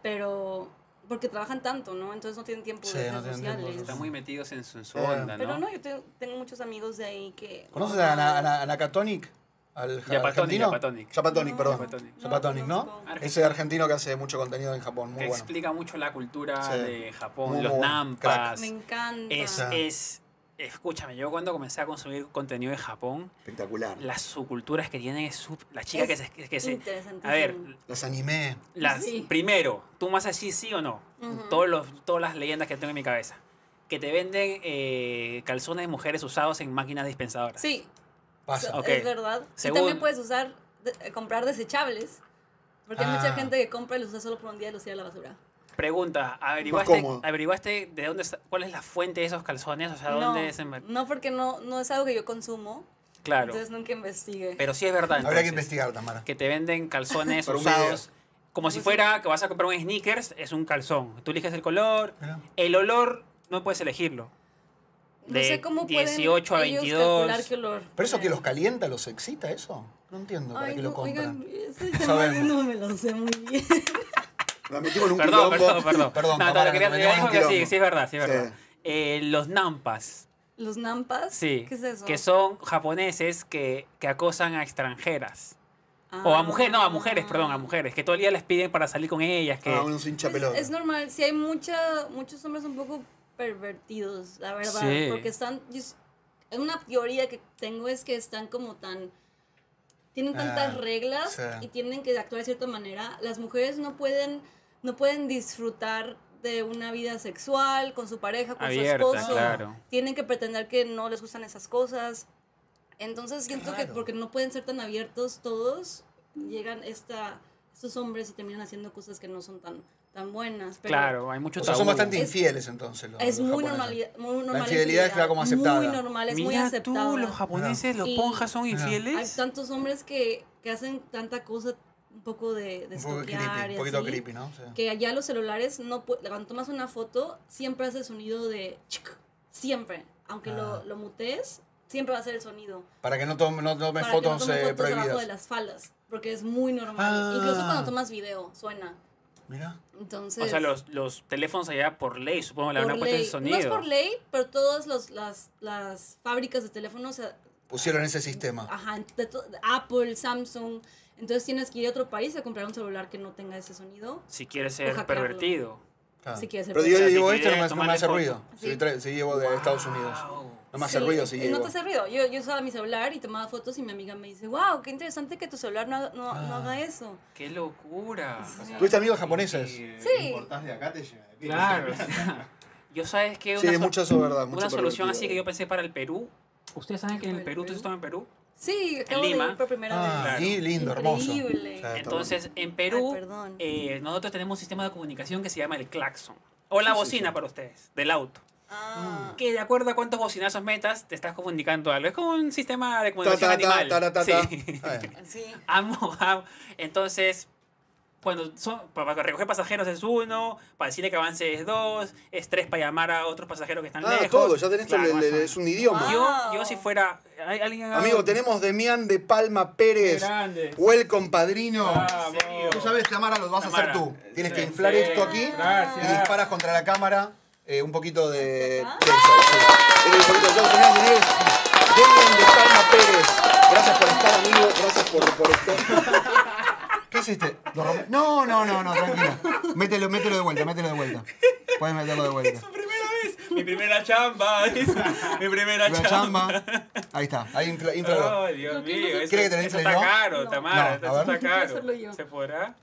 Speaker 3: pero porque trabajan tanto, ¿no? Entonces no tienen tiempo
Speaker 5: Sí,
Speaker 3: de
Speaker 5: no
Speaker 3: redes
Speaker 5: tienen tiempo de
Speaker 3: sociales.
Speaker 5: redes
Speaker 2: Están muy metidos en su, en su
Speaker 5: Eh,
Speaker 2: onda,
Speaker 3: Pero
Speaker 2: ¿no?
Speaker 3: no, yo te- tengo muchos amigos de ahí que...
Speaker 5: ¿Conoces a Ana- Ana- Anacatonic? Al ja-
Speaker 2: Yapatonic,
Speaker 5: argentino?
Speaker 2: Yapatonic.
Speaker 5: Yapatonic,
Speaker 3: No,
Speaker 5: perdón.
Speaker 2: Yapatonic.
Speaker 5: Yapatonic,
Speaker 3: No,
Speaker 5: ¿no?
Speaker 2: conozco.
Speaker 5: Ese argentino que hace mucho contenido en Japón,
Speaker 2: que
Speaker 5: muy bueno.
Speaker 2: explica mucho la cultura
Speaker 5: Sí.
Speaker 2: de Japón,
Speaker 5: Muy
Speaker 2: los
Speaker 5: bueno,
Speaker 2: nampas.
Speaker 3: Me encanta.
Speaker 2: Es,
Speaker 5: Ah.
Speaker 2: es, escúchame, yo cuando comencé a consumir contenido de Japón,
Speaker 1: Espectacular.
Speaker 2: las subculturas que tienen es... sup- Las chicas
Speaker 3: Es
Speaker 2: que se... Que se
Speaker 3: interesantísimo.
Speaker 2: a ver,
Speaker 5: Las animé.
Speaker 2: Las,
Speaker 3: Sí.
Speaker 2: Primero, tú más así sí o no.
Speaker 3: Ujú.
Speaker 2: Todos los, todas las leyendas que tengo en mi cabeza. Que te venden eh, calzones de mujeres usados en máquinas dispensadoras.
Speaker 3: Sí,
Speaker 5: Pasa.
Speaker 3: So-
Speaker 2: Ok.
Speaker 3: Es verdad.
Speaker 2: Según-
Speaker 3: Y también puedes usar, de- eh, comprar desechables. Porque hay
Speaker 5: Ah.
Speaker 3: mucha gente que compra y los usa solo por un día y los tira a la basura.
Speaker 2: Pregunta, ¿averiguaste,
Speaker 1: cómodo.
Speaker 2: averiguaste de dónde está- cuál es la fuente de esos calzones? O sea,
Speaker 3: No,
Speaker 2: ¿dónde es el mercado?
Speaker 3: no, porque no, no es algo que yo consumo.
Speaker 2: Claro.
Speaker 3: Entonces nunca investigué.
Speaker 2: pero sí es verdad.
Speaker 5: Habría
Speaker 2: entonces,
Speaker 5: que investigar, Tamara.
Speaker 2: Que te venden calzones
Speaker 1: Para un
Speaker 2: usados. Como si fuera que vas a comprar un sneakers, es un calzón. Tú eliges el color,
Speaker 5: Mira.
Speaker 2: el olor, no puedes elegirlo.
Speaker 3: no
Speaker 2: de
Speaker 3: sé cómo
Speaker 2: 18 a
Speaker 3: pueden ellos
Speaker 2: 22.
Speaker 3: calcular qué olor.
Speaker 5: ¿Pero eso que los calienta, los excita, eso? No entiendo para
Speaker 3: Ay,
Speaker 5: qué
Speaker 3: no,
Speaker 5: lo compran.
Speaker 3: oigan, ese tema
Speaker 5: Sabemos.
Speaker 3: no me lo sé muy bien.
Speaker 1: La metimos en un quilombo.
Speaker 2: Perdón, perdón, perdón.
Speaker 5: Perdón,
Speaker 2: no, no,
Speaker 5: Tamara,
Speaker 2: lo quería-
Speaker 5: nos
Speaker 2: ya
Speaker 5: metimos
Speaker 2: dijo
Speaker 5: en
Speaker 2: que sí,
Speaker 5: quilombo.
Speaker 2: sí es verdad, sí es
Speaker 1: Sí.
Speaker 2: verdad. Eh, los nampas,
Speaker 3: ¿Los nampas?
Speaker 2: sí.
Speaker 3: ¿Qué es eso?
Speaker 2: Que son japoneses que, que acosan a extranjeras. O
Speaker 3: Ah.
Speaker 2: a mujeres, no, a mujeres, perdón, a mujeres. Que todo el día les piden para salir con ellas. Que,
Speaker 1: Ah, unos hincha
Speaker 3: Pues,
Speaker 1: pelota.
Speaker 3: es normal, si hay mucha, muchos hombres un poco pervertidos, la verdad.
Speaker 2: Sí.
Speaker 3: Porque están. yo s- Una teoría que tengo es que están como tan. Tienen tantas
Speaker 5: Ah,
Speaker 3: reglas
Speaker 5: sí.
Speaker 3: y tienen que actuar de cierta manera. Las mujeres no pueden, no pueden disfrutar de una vida sexual con su pareja, con
Speaker 2: Abierta,
Speaker 3: su esposo.
Speaker 2: claro.
Speaker 3: Tienen que pretender que no les gustan esas cosas. Entonces siento que
Speaker 5: raro.
Speaker 3: porque no pueden ser tan abiertos todos, llegan esta, estos hombres y terminan haciendo cosas que no son tan, tan buenas. Pero
Speaker 2: claro, hay mucho
Speaker 5: O sea, son
Speaker 2: tabú.
Speaker 5: bastante
Speaker 3: Es-
Speaker 5: infieles entonces. Los,
Speaker 3: Es
Speaker 5: los
Speaker 3: muy,
Speaker 5: japoneses.
Speaker 3: normalidad, muy normal.
Speaker 5: infidelidad es ya como aceptada.
Speaker 3: Muy normal, es muy
Speaker 2: Mira
Speaker 3: aceptada.
Speaker 2: tú, los japoneses, los
Speaker 3: Y-
Speaker 2: ponjas son
Speaker 5: Ah.
Speaker 3: Hay
Speaker 2: infieles.
Speaker 3: tantos hombres que, que hacen tanta cosa un poco de, de
Speaker 5: Un poco
Speaker 3: stalkear
Speaker 5: creepy,
Speaker 3: y
Speaker 5: un poquito
Speaker 3: así,
Speaker 5: creepy, ¿no? Sí.
Speaker 3: Que allá los celulares, no pu- cuando tomas una foto, siempre hace el sonido de... chic, Siempre. Aunque
Speaker 5: Ah.
Speaker 3: lo, lo mutees, siempre va a ser el sonido.
Speaker 5: Para que no tome, no tome
Speaker 3: para que no
Speaker 5: fotos,
Speaker 3: tomes
Speaker 5: eh,
Speaker 3: fotos debajo de
Speaker 5: prohibidas.
Speaker 3: las faldas, porque es muy normal.
Speaker 5: Ah.
Speaker 3: Incluso cuando tomas video, suena.
Speaker 5: Mira.
Speaker 3: Entonces...
Speaker 2: O sea, los, los teléfonos allá por ley, supongo, le
Speaker 3: por
Speaker 2: habrán puesto
Speaker 3: ley-
Speaker 2: el sonido.
Speaker 3: No es por ley, pero todas los- las, las fábricas de teléfonos, eh,
Speaker 5: Pusieron ese sistema.
Speaker 3: ajá, de to- Apple, Samsung, entonces tienes que ir a otro país a comprar un celular que no tenga ese sonido.
Speaker 2: Si quieres
Speaker 3: O
Speaker 2: ser
Speaker 3: hackearlo.
Speaker 2: pervertido.
Speaker 5: Claro.
Speaker 3: Si quieres ser
Speaker 5: Pero yo
Speaker 2: si
Speaker 5: llevo
Speaker 2: querés
Speaker 5: este, no me, no me
Speaker 2: tomarle
Speaker 5: hace
Speaker 2: foto.
Speaker 5: ruido.
Speaker 3: Sí.
Speaker 5: Si, tra- si llevo de Estados Unidos.
Speaker 2: Wow.
Speaker 5: No me hace
Speaker 3: Sí,
Speaker 1: eh,
Speaker 5: ruido si
Speaker 3: No
Speaker 5: llevo.
Speaker 3: te hace ruido. Yo, yo usaba mi celular y tomaba fotos y mi amiga me dice, wow, qué interesante que tu celular no, haga- no, no
Speaker 5: Ah.
Speaker 3: haga eso.
Speaker 2: ¡Qué locura!
Speaker 1: Pues,
Speaker 5: ¿Tuviste amigos japoneses?
Speaker 6: Si eh,
Speaker 3: Sí.
Speaker 6: importás de acá, te llevas de aquí.
Speaker 2: Claro. o sea, yo sabes que
Speaker 1: Sí,
Speaker 2: una,
Speaker 1: hay
Speaker 2: so-
Speaker 1: mucho eso, ¿verdad?
Speaker 2: una solución así que yo pensé para el Perú. Ustedes saben que en el
Speaker 3: ¿Para el
Speaker 2: Perú, tú
Speaker 3: Perú?
Speaker 2: estás en Perú.
Speaker 1: Ah,
Speaker 3: Sí, acabo de
Speaker 2: Lima.
Speaker 3: ir por primera
Speaker 5: Ah,
Speaker 3: vez.
Speaker 2: Claro.
Speaker 5: y lindo, hermoso.
Speaker 3: Increíble.
Speaker 5: Claro, está
Speaker 2: Entonces, en Perú,
Speaker 3: Ay, perdón.
Speaker 2: eh, nosotros tenemos un sistema de comunicación que se llama el claxon. O la bocina para ustedes, del auto.
Speaker 3: Ah.
Speaker 2: Que de acuerdo a cuántos bocinazos metas, te estás comunicando algo. Es como Pues un sistema de comunicación
Speaker 1: ta, ta,
Speaker 2: animal.
Speaker 1: ta, ta, ta.
Speaker 2: Sí.
Speaker 5: bueno. Está bien.
Speaker 3: Sí.
Speaker 2: Amo, amo. Entonces, cuando son, para recoger pasajeros es uno, para decirle que avance es dos, es tres para llamar a otros pasajeros que están
Speaker 1: Ah,
Speaker 2: lejos.
Speaker 1: todo, ya tenés
Speaker 2: Claro,
Speaker 1: todo, el-
Speaker 2: más o
Speaker 1: el-
Speaker 2: menos.
Speaker 1: es un idioma.
Speaker 3: Wow.
Speaker 2: Yo, yo si fuera... ¿hay alguien haga-
Speaker 1: Amigo, tenemos Demian de Palma Pérez.
Speaker 2: Grande.
Speaker 1: Welcome, padrino.
Speaker 2: Vamos.
Speaker 5: Tú sabes, Tamara, lo vas
Speaker 2: Tamara.
Speaker 5: a hacer tú. Tienes que
Speaker 2: Sí.
Speaker 5: inflar
Speaker 2: Sí.
Speaker 5: esto aquí
Speaker 2: Gracias.
Speaker 1: Ah.
Speaker 5: y disparas contra la cámara eh, un poquito de...
Speaker 3: Ah.
Speaker 5: Sí, sí, sí.
Speaker 1: En el Polito Show, señoras y señores, Demian de Palma Pérez. Gracias por estar, amigo. Gracias por, por estar.
Speaker 5: ¿Qué hiciste? ¿Lo romp- No, no, no, no, tranquilo. Mételo, mételo de vuelta, mételo de vuelta. Puedes meterlo de vuelta.
Speaker 2: Primera vez, mi primera chamba. dice. mi primera
Speaker 5: La
Speaker 2: chamba.
Speaker 5: chamba. Ahí está, ahí infla, inflalo.
Speaker 2: Ay, Dios
Speaker 3: ¿Por qué
Speaker 2: mío,
Speaker 3: no se-
Speaker 2: eso,
Speaker 5: ¿Quiere que te la
Speaker 2: eso está
Speaker 5: infle yo?
Speaker 2: caro,
Speaker 3: No.
Speaker 2: Tamara,
Speaker 5: No, a
Speaker 2: eso
Speaker 5: ver.
Speaker 2: está
Speaker 3: Quiero
Speaker 2: caro.
Speaker 3: hacerlo yo.
Speaker 2: ¿Se podrá?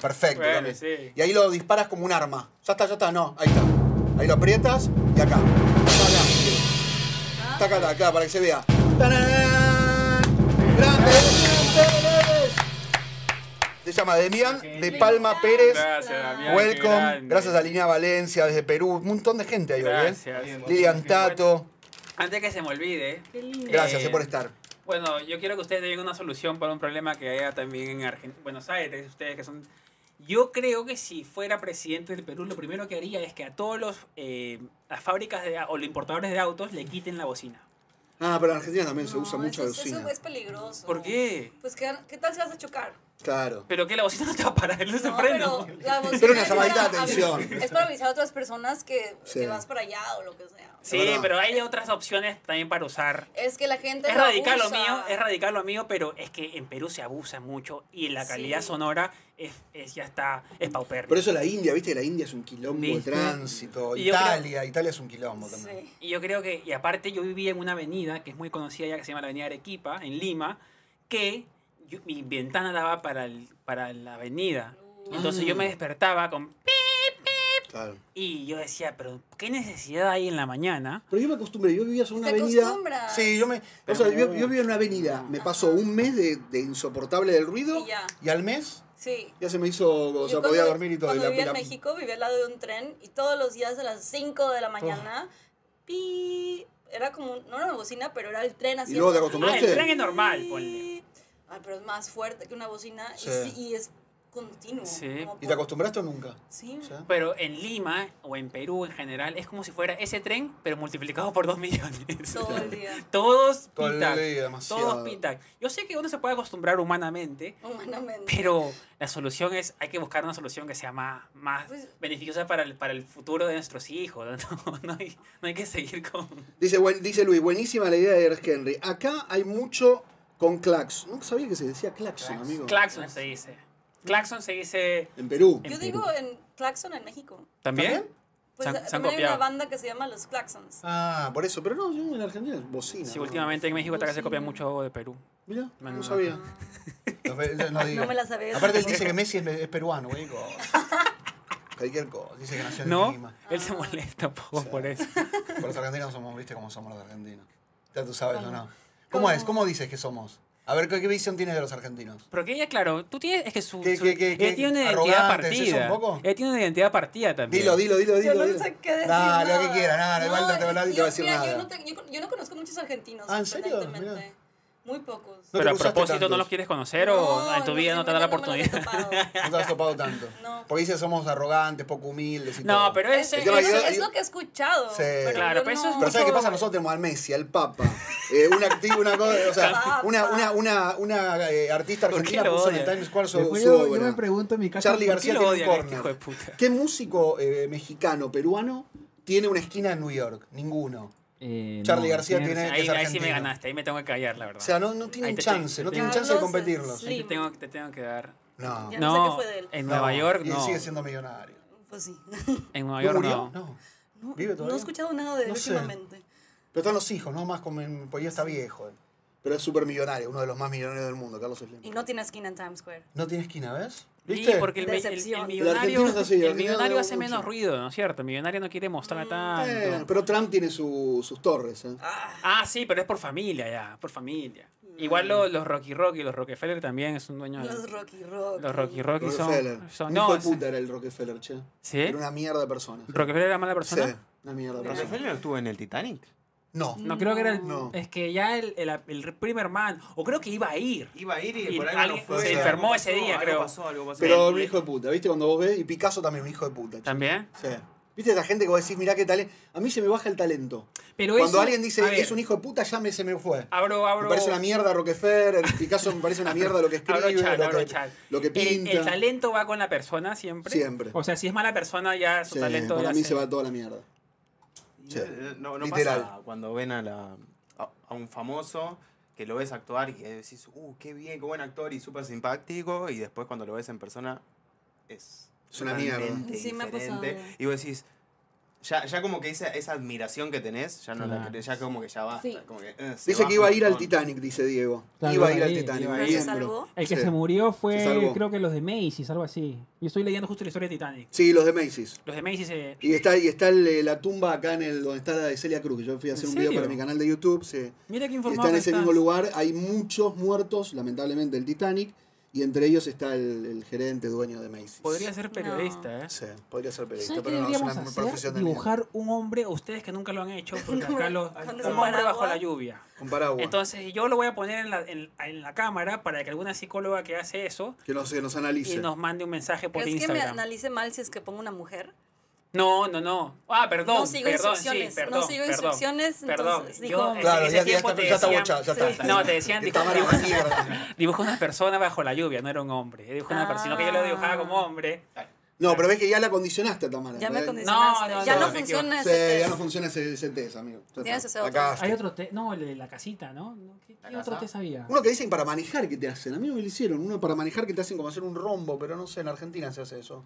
Speaker 5: Perfecto.
Speaker 2: Bueno,
Speaker 5: también.
Speaker 2: sí.
Speaker 5: Y ahí lo disparas como un arma. Ya está, ya está, no, ahí está. Ahí lo aprietas y acá. Está acá, está acá, está acá, para que se vea. ¡Tarán! ¡Grande! Pérez! Se llama Demian de Palma Pérez.
Speaker 2: Gracias, Damián. qué
Speaker 5: Welcome.
Speaker 2: grande.
Speaker 5: Gracias a Lina Valencia desde Perú. Un montón de gente ahí hoy, ¿eh?
Speaker 2: Gracias.
Speaker 5: Lilian Tato.
Speaker 2: Antes que se me olvide,
Speaker 3: Qué lindo.
Speaker 5: Gracias
Speaker 2: Eh,
Speaker 5: por estar.
Speaker 2: Bueno, yo quiero que ustedes den una solución para un problema que haya también en Argen- Buenos Aires, ustedes que son... Yo creo que si fuera presidente del Perú, lo primero que haría es que a todos los eh, las fábricas de, a- o los importadores de autos le quiten la bocina.
Speaker 1: Ah, pero en Argentina también se
Speaker 3: No,
Speaker 1: usa mucho la
Speaker 3: Ah, eso, es-
Speaker 1: bocina.
Speaker 3: Eso es peligroso.
Speaker 2: ¿Por qué?
Speaker 3: Pues, ¿qué, ¿qué tal si vas a chocar?
Speaker 1: Claro.
Speaker 2: ¿Pero qué? La bocina no te va a parar, no se
Speaker 3: No,
Speaker 2: frena.
Speaker 3: pero la bocina
Speaker 1: Pero una
Speaker 3: es
Speaker 1: llamadita
Speaker 3: para
Speaker 1: de atención.
Speaker 3: avi- Es para avisar a otras personas que,
Speaker 1: Sí.
Speaker 3: que vas para allá o lo que sea.
Speaker 2: Sí,
Speaker 1: Es verdad.
Speaker 2: pero hay otras opciones también para usar.
Speaker 3: Es que la gente.
Speaker 2: Es
Speaker 3: lo
Speaker 2: radical lo
Speaker 3: usa.
Speaker 2: mío, es radical lo mío, pero es que en Perú se abusa mucho y la calidad
Speaker 3: Sí.
Speaker 2: sonora es, es- ya está, es paupérrima.
Speaker 1: Por eso la India, viste que la India es un quilombo de
Speaker 2: ¿Viste?
Speaker 1: trans.
Speaker 5: Tránsito,
Speaker 2: Y yo creo-
Speaker 5: Italia. Italia es un quilombo también.
Speaker 3: Sí.
Speaker 2: Y yo creo que, y aparte yo vivía en una avenida que es muy conocida ya que se llama la Avenida Arequipa, en Lima, que yo- mi ventana daba para, el- para la avenida. Entonces yo me
Speaker 3: Ah.
Speaker 2: despertaba con... pi,
Speaker 1: Claro.
Speaker 2: Y yo decía, pero ¿qué necesidad hay en la mañana?
Speaker 1: Pero yo me acostumbré, yo vivía sobre una
Speaker 3: Te
Speaker 1: avenida.
Speaker 3: acostumbras.
Speaker 5: Sí, yo me.
Speaker 1: O sea, yo, yo vivía en una avenida, me paso un mes de, de insoportable del ruido
Speaker 3: Y ya.
Speaker 5: Y al mes
Speaker 3: Sí.
Speaker 5: Ya se me hizo,
Speaker 3: Yo
Speaker 5: o sea,
Speaker 3: cuando-
Speaker 5: podía dormir y todo. y
Speaker 3: Cuando
Speaker 5: la-
Speaker 3: vivía en
Speaker 5: la-
Speaker 3: México, vivía al lado de un tren y todos los días a las 5
Speaker 5: Oh.
Speaker 3: de la mañana, pi, era como, un- no era una bocina, pero era el tren así.
Speaker 5: luego te acostumbraste?
Speaker 2: Ah, el tren es normal, ponle.
Speaker 3: Ay, pero es más fuerte que una bocina y
Speaker 5: Sí.
Speaker 3: sí- y, es continuo.
Speaker 2: Sí.
Speaker 3: como
Speaker 5: ¿Y
Speaker 3: por-
Speaker 5: te acostumbraste o nunca?
Speaker 3: Sí.
Speaker 5: ¿Ya?
Speaker 2: Pero en Lima o en Perú en general es como si fuera ese tren, pero multiplicado por dos millones.
Speaker 3: Todo el día.
Speaker 2: Todos
Speaker 5: Todo el
Speaker 2: pintan.
Speaker 5: día, demasiado.
Speaker 2: Todos pintan. Yo sé que uno se puede acostumbrar humanamente,
Speaker 3: Humanamente.
Speaker 2: pero la solución es, hay que buscar una solución que sea más, más
Speaker 3: Pues-
Speaker 2: beneficiosa para el, para el futuro de nuestros hijos. No, No hay, no hay que seguir con...
Speaker 5: Dice, buen- dice Luis, buenísima la idea de Ernst Henry. Acá hay mucho con clax. Nunca sabía que se decía claxon,
Speaker 4: Clax.
Speaker 5: amigo.
Speaker 2: Claxon se dice. Claxon se dice...
Speaker 5: En Perú.
Speaker 3: Yo
Speaker 2: En
Speaker 3: digo
Speaker 2: Perú.
Speaker 3: en Claxon en México.
Speaker 2: ¿También?
Speaker 3: Pues
Speaker 2: Se han- se han
Speaker 3: también hay una
Speaker 2: copiado.
Speaker 3: banda que se llama Los Claxons.
Speaker 5: Ah, por eso. Pero no, yo en Argentina es bocina.
Speaker 2: Sí, últimamente en México también se copia mucho de Perú.
Speaker 5: Mira, no,
Speaker 2: Menudo.
Speaker 5: sabía. No, pero- no digo.
Speaker 3: No me la sabía.
Speaker 5: Aparte él dice que Messi es, es peruano, güey. cosa. Cualquier cosa. Dice que nació en
Speaker 2: No,
Speaker 5: Lima.
Speaker 2: él se molesta un poco por eso.
Speaker 5: Por los argentinos somos, viste cómo somos los argentinos. Ya tú sabes, ¿o no? ¿Cómo,
Speaker 3: ¿Cómo?
Speaker 5: es? ¿Cómo dices que somos? A ver, ¿qué, qué visión tienes de los argentinos?
Speaker 2: Pero que ella, claro, tú tienes, es que su,
Speaker 5: ¿Qué-
Speaker 2: su-
Speaker 5: qué- qué-
Speaker 2: ella
Speaker 5: qué
Speaker 2: tiene una identidad
Speaker 5: arrogantes es
Speaker 2: partida.
Speaker 5: un poco?
Speaker 2: Ella tiene una identidad partida también.
Speaker 5: Dilo, dilo, dilo,
Speaker 3: Yo
Speaker 5: dilo.
Speaker 3: no
Speaker 5: dilo.
Speaker 3: sé qué decir.
Speaker 5: Nah, lo
Speaker 3: nada.
Speaker 5: que quieras, nada, igual no te va a hablar y te
Speaker 3: yo-
Speaker 5: va a decir
Speaker 3: mira,
Speaker 5: nada.
Speaker 3: Yo no, te- yo con- yo no conozco muchos argentinos.
Speaker 5: Ah, ¿en serio?
Speaker 3: sorprendentemente.
Speaker 5: Mira.
Speaker 3: Muy pocos.
Speaker 5: No te
Speaker 2: Pero a
Speaker 5: cruzaste
Speaker 2: propósito, ¿no
Speaker 5: tantos.
Speaker 2: los quieres conocer o en tu vida no te da la oportunidad?
Speaker 5: No te has topado tanto.
Speaker 3: No.
Speaker 5: Porque dice somos arrogantes, poco humildes y
Speaker 2: No,
Speaker 5: todo.
Speaker 2: pero
Speaker 3: Es,
Speaker 2: ese...
Speaker 5: El tema
Speaker 3: es-
Speaker 5: que-
Speaker 3: es lo que he escuchado.
Speaker 5: Sí.
Speaker 3: pero
Speaker 2: Claro,
Speaker 3: yo
Speaker 2: pero eso es
Speaker 3: no-
Speaker 5: Pero ¿sabes qué
Speaker 2: mucho-
Speaker 5: pasa? Nosotros tenemos al Messi, al Papa, eh, una activa, una cosa, o sea,
Speaker 3: Papa.
Speaker 5: una, una, una, una eh, artista
Speaker 2: ¿Por qué
Speaker 5: argentina
Speaker 2: lo
Speaker 5: puso en el
Speaker 2: odian?
Speaker 5: Times Square su,
Speaker 1: Después
Speaker 5: su
Speaker 1: yo, yo
Speaker 5: obra.
Speaker 1: me pregunto en mi casa.
Speaker 5: Charlie
Speaker 1: ¿por
Speaker 2: ¿Por qué
Speaker 5: García
Speaker 2: lo
Speaker 5: tiene
Speaker 2: odian
Speaker 5: un
Speaker 2: a este
Speaker 5: corner.
Speaker 2: hijo de puta?
Speaker 5: ¿Qué músico eh, mexicano, peruano, tiene una esquina en New York? Ninguno.
Speaker 1: Eh,
Speaker 5: Charlie García tiene- que
Speaker 2: Ahí, ahí
Speaker 5: es
Speaker 2: sí me
Speaker 5: argentino.
Speaker 2: ganaste, ahí me tengo que callar, la verdad.
Speaker 5: O sea, no, no
Speaker 2: Ahí
Speaker 5: tienen
Speaker 2: te-
Speaker 5: chance, no
Speaker 2: te-
Speaker 5: tienen
Speaker 3: te-
Speaker 5: chance de
Speaker 3: Carlos
Speaker 5: competirlos.
Speaker 3: Slim.
Speaker 2: Ahí te tengo, te tengo que dar...
Speaker 5: No.
Speaker 3: Ya no sé
Speaker 2: No,
Speaker 3: qué fue de él.
Speaker 2: en
Speaker 5: no.
Speaker 2: Nueva York
Speaker 5: Y
Speaker 2: no.
Speaker 5: sigue siendo millonario.
Speaker 3: Pues sí.
Speaker 2: En Nueva
Speaker 5: ¿No
Speaker 2: York
Speaker 5: murió?
Speaker 2: no.
Speaker 5: No.
Speaker 3: No,
Speaker 5: ¿Vive
Speaker 3: no
Speaker 5: todavía?
Speaker 3: he escuchado nada de él
Speaker 5: No sé.
Speaker 3: últimamente.
Speaker 5: Pero están los hijos, ¿no? Más con, pues ya está viejo. él. Pero es súper millonario, uno de los más millonarios del mundo, Carlos Slim.
Speaker 3: Y no tiene esquina en Times Square.
Speaker 5: No tiene esquina, ¿ves?
Speaker 2: Sí,
Speaker 5: ¿Viste?
Speaker 2: porque el, mi- el- el
Speaker 3: Decepción. El
Speaker 2: millonario,
Speaker 5: argentino es así, el
Speaker 2: el
Speaker 5: argentino
Speaker 2: millonario
Speaker 5: da
Speaker 2: hace
Speaker 5: mucho.
Speaker 2: menos ruido, ¿no es cierto? El millonario no quiere mostrar
Speaker 3: Mm.
Speaker 5: Eh,
Speaker 2: tanto.
Speaker 5: pero Trump tiene su- sus torres, ¿eh?
Speaker 3: Ah,
Speaker 2: Ah, sí, pero es por familia ya, por familia. Igual los, los Rocky Rocky, los Rockefeller también es un dueño de...
Speaker 3: Mm. los Rocky Rock.
Speaker 2: Los Rocky Rocky
Speaker 5: Rockefeller.
Speaker 2: son... son
Speaker 5: Un hijo
Speaker 2: no,
Speaker 5: de puta era el Rockefeller, che.
Speaker 2: ¿Sí?
Speaker 5: Era una mierda de persona.
Speaker 2: ¿Rockefeller era mala persona?
Speaker 5: Sí, una mierda de persona.
Speaker 4: ¿Rockefeller estuvo en el Titanic?
Speaker 5: No.
Speaker 2: No, creo que era el...
Speaker 5: No.
Speaker 2: Es que ya el, el, el primer man, o creo que iba a ir.
Speaker 4: Iba a ir
Speaker 2: Y
Speaker 4: y por
Speaker 2: alguien
Speaker 4: algo no fue.
Speaker 5: se
Speaker 2: enfermó
Speaker 4: Algo
Speaker 2: ese
Speaker 4: pasó,
Speaker 2: día,
Speaker 4: algo
Speaker 2: creo.
Speaker 4: pasó, algo pasó.
Speaker 5: Pero
Speaker 2: Sí.
Speaker 5: un hijo de puta, ¿viste? Cuando vos ves, y Picasso también un hijo de puta. che.
Speaker 2: ¿También?
Speaker 5: Sí. ¿Viste esa gente que vos decís, mirá qué talento? A mí se me baja el talento.
Speaker 2: Pero
Speaker 5: Cuando
Speaker 2: eso-
Speaker 5: alguien dice,
Speaker 2: a ver, Ah,
Speaker 5: es un hijo de puta, ya me, se me fue.
Speaker 2: Abro, abro...
Speaker 5: Me parece una mierda Rockefeller, Picasso me parece una mierda lo que escribe,
Speaker 2: abro chat,
Speaker 5: lo,
Speaker 2: abro
Speaker 5: que,
Speaker 2: chat.
Speaker 5: lo que
Speaker 2: El-
Speaker 5: pinta.
Speaker 2: El, talento va con la persona siempre.
Speaker 5: Siempre.
Speaker 2: O sea, si es mala persona ya su
Speaker 5: Sí,
Speaker 2: talento...
Speaker 5: para
Speaker 2: ya
Speaker 5: mí
Speaker 2: se-
Speaker 5: se va toda la mierda. Sí.
Speaker 4: Eh, No, no
Speaker 5: Literal.
Speaker 4: pasa cuando ven a, la, a, a un famoso que lo ves actuar y decís, uh, qué bien, qué buen actor y súper simpático. Y después cuando lo ves en persona es,
Speaker 5: Es una mierda.
Speaker 4: totalmente
Speaker 3: Sí, me ha
Speaker 4: diferente.
Speaker 3: pasado.
Speaker 4: Y vos decís, ya, ya como que esa, esa admiración que tenés, ya no la
Speaker 1: Claro.
Speaker 4: querés, ya como que ya basta.
Speaker 3: Sí.
Speaker 4: como que, eh, se
Speaker 5: Dice
Speaker 4: baja
Speaker 5: que iba a
Speaker 4: un
Speaker 5: ir al
Speaker 4: montón.
Speaker 5: Titanic, dice Diego.
Speaker 1: Claro,
Speaker 5: iba a
Speaker 1: iba
Speaker 5: ir
Speaker 1: a
Speaker 5: al
Speaker 1: ir,
Speaker 5: Titanic.
Speaker 2: iba a
Speaker 3: Pero
Speaker 2: ir.
Speaker 3: se
Speaker 5: siempre.
Speaker 3: salvó.
Speaker 1: El que
Speaker 5: Sí.
Speaker 1: se murió
Speaker 5: Se
Speaker 1: fue,
Speaker 5: salvó.
Speaker 1: creo que los de Macy's, algo así.
Speaker 2: Yo estoy leyendo justo la historia de Titanic.
Speaker 5: Sí, los de Macy's.
Speaker 2: Los de Macy's eh, se...
Speaker 5: Y está, y está el- eh, la tumba acá en el donde está la de Celia Cruz, que yo fui a
Speaker 2: ¿En
Speaker 5: hacer un
Speaker 2: serio?
Speaker 5: video para mi canal de YouTube. sí.
Speaker 2: Mira qué
Speaker 5: Y
Speaker 2: informado
Speaker 5: Está en
Speaker 2: que
Speaker 5: ese
Speaker 2: estás.
Speaker 5: mismo lugar. Hay muchos muertos, lamentablemente, del Titanic. Y entre ellos está el, el gerente dueño de Macy's.
Speaker 2: Podría ser periodista, ¿eh?
Speaker 5: Sí, podría ser periodista,
Speaker 1: ¿Sabes qué
Speaker 5: pero no es
Speaker 1: deberíamos
Speaker 5: una
Speaker 1: hacer?
Speaker 5: profesión de
Speaker 1: Dibujar.
Speaker 2: Dibujar un hombre, ustedes que nunca lo han hecho, porque acá lo-
Speaker 3: Con
Speaker 2: un
Speaker 3: su
Speaker 2: hombre bajo
Speaker 3: paraguas.
Speaker 2: la lluvia.
Speaker 5: mierda. Con paraguas.
Speaker 2: Entonces yo lo voy a poner en la, en- en la cámara para que alguna psicóloga que hace eso
Speaker 5: que nos, que nos
Speaker 2: y
Speaker 5: analice.
Speaker 2: nos mande un mensaje por
Speaker 3: ¿Crees que me
Speaker 2: Instagram.
Speaker 3: analice mal si es que pongo una mujer?
Speaker 2: No, no, no. Ah, perdón.
Speaker 3: No sigo
Speaker 2: perdón,
Speaker 3: instrucciones,
Speaker 2: sí, perdón,
Speaker 3: no sigo
Speaker 2: perdón,
Speaker 3: instrucciones,
Speaker 2: Perdón.
Speaker 3: entonces,
Speaker 2: Yo
Speaker 3: digo-
Speaker 2: en
Speaker 5: Claro,
Speaker 2: ese
Speaker 5: ya, ya
Speaker 2: tiempo
Speaker 5: está,
Speaker 2: te
Speaker 5: ya está
Speaker 2: decían-
Speaker 5: bochado, ya
Speaker 3: sí.
Speaker 5: está.
Speaker 2: No, te decían,
Speaker 5: Que
Speaker 2: dijo,
Speaker 5: Tamara
Speaker 2: dibuja-
Speaker 5: mierda.
Speaker 2: dibujo una persona bajo la lluvia, no era un hombre. Dibujo una persona, sino que yo lo dibujaba como
Speaker 3: Ah.
Speaker 2: hombre.
Speaker 5: No, pero ves que ya la condicionaste a Tamara.
Speaker 3: Ya me
Speaker 5: ¿eh?
Speaker 3: condicionaste.
Speaker 2: no,
Speaker 3: ya
Speaker 5: no,
Speaker 3: no,
Speaker 2: me
Speaker 3: funciona
Speaker 5: Sí,
Speaker 3: ese test.
Speaker 5: ya no funciona ese, ese test, amigo. Ya
Speaker 3: Tienes
Speaker 5: está.
Speaker 3: ese
Speaker 5: La
Speaker 3: otro.
Speaker 5: cagaste.
Speaker 1: Hay otro té, no, el de la casita, ¿no? ¿No? ¿Qué, qué
Speaker 4: ¿La
Speaker 1: otro
Speaker 4: casa?
Speaker 1: té sabía?
Speaker 5: Uno que dicen para manejar que te hacen. A mí me lo hicieron. Uno para manejar que te hacen como hacer un rombo, pero no sé, en Argentina se hace eso.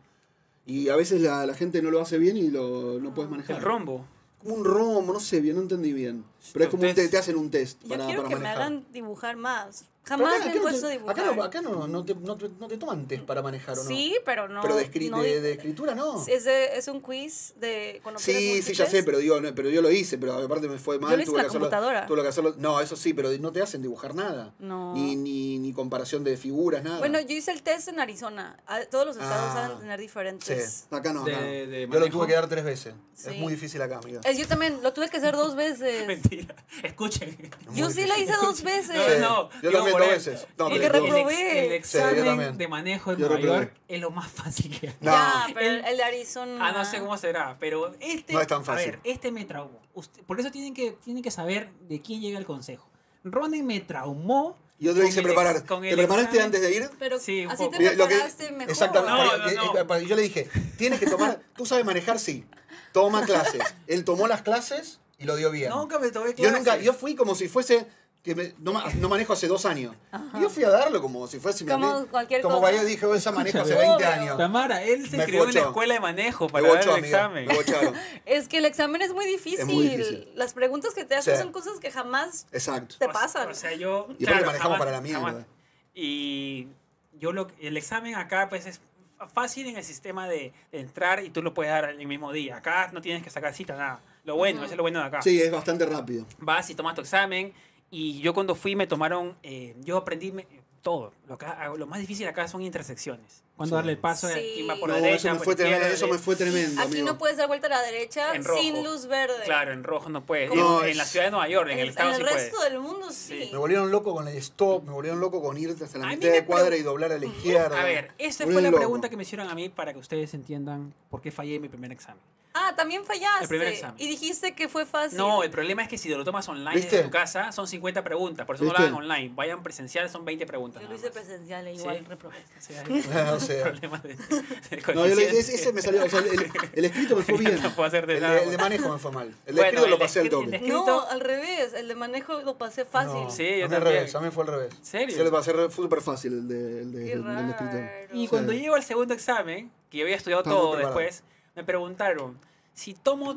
Speaker 5: Y a veces la, la gente no lo hace bien y lo, no puedes manejar.
Speaker 2: El rombo.
Speaker 5: Como un rombo, no sé bien, no entendí bien. Pero es como un
Speaker 2: Test.
Speaker 5: te, te hacen un test
Speaker 3: Yo
Speaker 5: para,
Speaker 3: quiero
Speaker 5: para
Speaker 3: que
Speaker 5: manejar.
Speaker 3: me hagan dibujar más. Jamás
Speaker 1: acá
Speaker 3: me
Speaker 1: no
Speaker 3: he
Speaker 1: te-
Speaker 3: puesto a dibujar.
Speaker 1: Acá, no, acá no, no te, no te- no te toman test para manejar, ¿o no?
Speaker 3: Sí, pero no.
Speaker 1: Pero de, escri-
Speaker 3: no
Speaker 1: de,
Speaker 3: di-
Speaker 1: de escritura no.
Speaker 3: Es, de- es un quiz de cuando
Speaker 1: Sí,
Speaker 3: tienes
Speaker 1: sí, ya sé,
Speaker 3: múltiples.
Speaker 1: pero, digo, no, pero yo lo hice, pero aparte me fue mal.
Speaker 3: Yo lo hice en
Speaker 1: tuve
Speaker 3: la
Speaker 1: que hacerlo-
Speaker 3: computadora.
Speaker 1: tuve que hacerlo- no, eso sí, pero no te hacen dibujar nada.
Speaker 3: No.
Speaker 1: Ni, ni, ni comparación de figuras, nada.
Speaker 3: Bueno, yo hice el test en Arizona. A- Todos los estados
Speaker 1: Ah.
Speaker 3: van a tener
Speaker 1: Sí,
Speaker 3: diferentes.
Speaker 1: acá no.
Speaker 2: De- Eh,
Speaker 1: acá no.
Speaker 2: de
Speaker 1: yo lo
Speaker 2: manejo.
Speaker 1: tuve que dar tres veces.
Speaker 3: Sí.
Speaker 1: Es muy difícil acá, amiga.
Speaker 3: Es, yo también lo tuve que hacer dos veces.
Speaker 2: Mentira. Escuchen.
Speaker 3: yo sí lo hice dos veces.
Speaker 1: Sí,
Speaker 2: no,
Speaker 1: yo
Speaker 2: digo,
Speaker 1: también
Speaker 2: por
Speaker 1: dos
Speaker 2: él.
Speaker 1: veces. No,
Speaker 3: Porque
Speaker 1: tres, dos.
Speaker 3: reprobé.
Speaker 2: El, ex-
Speaker 1: Sí, yo
Speaker 2: el examen
Speaker 1: también.
Speaker 2: de manejo en
Speaker 1: Yo
Speaker 2: Nueva
Speaker 1: reprobé.
Speaker 2: York es lo más fácil que hay.
Speaker 1: No.
Speaker 3: Ya, pero
Speaker 2: El-
Speaker 3: el, de Arizona.
Speaker 2: Ah, no sé cómo será, pero este.
Speaker 1: No es tan fácil.
Speaker 2: A ver, este me traumó. Usted- por eso tienen que, tienen que saber de quién llega el consejo. Ronen me traumó.
Speaker 1: Y yo te
Speaker 2: con
Speaker 1: hice
Speaker 2: el
Speaker 1: preparar.
Speaker 2: ex- con
Speaker 1: ¿Te
Speaker 2: el
Speaker 1: preparaste
Speaker 2: examen.
Speaker 1: antes de ir?
Speaker 3: Pero
Speaker 2: Sí, un
Speaker 3: así
Speaker 2: poco.
Speaker 3: te
Speaker 1: Lo que-
Speaker 3: preparaste mejor.
Speaker 1: Exactamente.
Speaker 2: No,
Speaker 1: para-
Speaker 2: no,
Speaker 1: eh,
Speaker 2: no.
Speaker 1: eh, para- Yo le dije, tienes que tomar. Tú sabes manejar, sí. Toma clases. Él tomó las clases y lo dio bien.
Speaker 2: Nunca me tomé
Speaker 1: yo
Speaker 2: clases.
Speaker 1: nunca, yo fui como si fuese. Que me- no, ma- no manejo hace dos años. Y Yo fui a darlo como si fuese.
Speaker 3: Como
Speaker 1: hablé-
Speaker 3: cualquier
Speaker 1: como
Speaker 3: cosa.
Speaker 1: yo dije, "Oh, esa manejo hace
Speaker 2: Obvio.
Speaker 1: 20 años.
Speaker 2: Tamara, él se
Speaker 1: Me
Speaker 2: inscribió en la
Speaker 1: bochó.
Speaker 2: escuela de manejo
Speaker 1: Me
Speaker 2: para dar
Speaker 1: bochó,
Speaker 2: el
Speaker 1: amiga.
Speaker 2: examen.
Speaker 1: Me bocharon.
Speaker 3: Es que el examen es muy difícil.
Speaker 1: difícil.
Speaker 3: Las preguntas que te hacen
Speaker 1: Sí.
Speaker 3: son cosas que jamás
Speaker 1: Exacto.
Speaker 3: te
Speaker 2: O sea-
Speaker 3: pasan.
Speaker 2: O sea, yo.
Speaker 1: Y aparte manejamos para la mierda.
Speaker 2: Y yo lo, el examen acá, pues es fácil en el sistema de, de entrar y tú lo puedes dar el mismo día. Acá no tienes que sacar cita, nada. Lo bueno, eso es lo bueno de acá.
Speaker 1: Sí, es bastante rápido.
Speaker 2: Vas y tomas tu examen. Y yo cuando fui me tomaron, eh, yo aprendí me- todo. Lo, acá- lo más difícil acá son intersecciones. Cuando
Speaker 1: Sí.
Speaker 2: darle el paso de
Speaker 3: Sí.
Speaker 2: quién va por
Speaker 1: No,
Speaker 2: derecha,
Speaker 1: eso me
Speaker 2: por
Speaker 1: fue tremendo.
Speaker 2: izquierda,
Speaker 1: Eso me
Speaker 2: derecha.
Speaker 1: fue tremendo,
Speaker 3: Aquí
Speaker 1: amigo.
Speaker 3: no puedes dar vuelta a la derecha
Speaker 2: En rojo.
Speaker 3: sin luz verde.
Speaker 2: Claro, en rojo no puedes.
Speaker 1: No,
Speaker 2: en, en
Speaker 1: es-
Speaker 2: la ciudad de Nueva York, en, el estado sí
Speaker 3: resto
Speaker 2: puedes.
Speaker 3: del mundo sí.
Speaker 1: Me volvieron loco con el stop, me volvieron loco con irte hasta la
Speaker 2: A mí
Speaker 1: mitad
Speaker 2: me
Speaker 1: de cuadra
Speaker 2: pregun-
Speaker 1: y doblar a la izquierda.
Speaker 2: A ver, esta
Speaker 1: Me
Speaker 2: fue la
Speaker 1: volvieron
Speaker 2: pregunta que
Speaker 1: loco.
Speaker 2: me hicieron a mí para que ustedes entiendan por qué fallé en mi primer examen.
Speaker 3: Ah, también fallaste.
Speaker 2: El primer examen.
Speaker 3: Y dijiste que fue fácil.
Speaker 2: No, el problema es que si te lo tomas online desde
Speaker 1: Ah, ¿Viste?
Speaker 2: tu casa, son 50 preguntas. Por eso no
Speaker 1: ¿Viste?
Speaker 2: lo hagan online. Vayan presencial, son 20 preguntas.
Speaker 3: Yo lo
Speaker 2: nada
Speaker 3: hice
Speaker 2: más.
Speaker 3: presencial e
Speaker 2: Sí.
Speaker 3: igual reprobé.
Speaker 2: O sea, el
Speaker 1: Ah, O sea.
Speaker 2: problema de- del
Speaker 1: No, yo le-
Speaker 2: coeficiente.
Speaker 1: ese, ese me salió, o sea, el, el- el escrito me fue bien.
Speaker 2: pues, No puedo hacerte
Speaker 1: el, de-
Speaker 2: nada,
Speaker 1: el de
Speaker 2: bueno.
Speaker 1: manejo me fue mal. El de
Speaker 2: Bueno,
Speaker 1: escrito
Speaker 2: el
Speaker 1: lo
Speaker 2: de
Speaker 1: pasé al
Speaker 2: escrito- el de
Speaker 1: toque.
Speaker 2: escrito-
Speaker 3: No, al revés. El de manejo lo pasé fácil.
Speaker 1: No,
Speaker 2: Sí, yo
Speaker 1: a mí al
Speaker 2: también.
Speaker 1: revés, a mí fue al revés.
Speaker 2: ¿Serio?
Speaker 1: Yo le pasé re- fue súper fácil el de, el de-
Speaker 3: Qué
Speaker 1: el del escrito.
Speaker 3: raro.
Speaker 2: Y cuando
Speaker 1: Sí.
Speaker 2: llego al segundo examen, que yo había estudiado
Speaker 1: Estaba
Speaker 2: todo
Speaker 1: preparado.
Speaker 2: después, me preguntaron, si tomo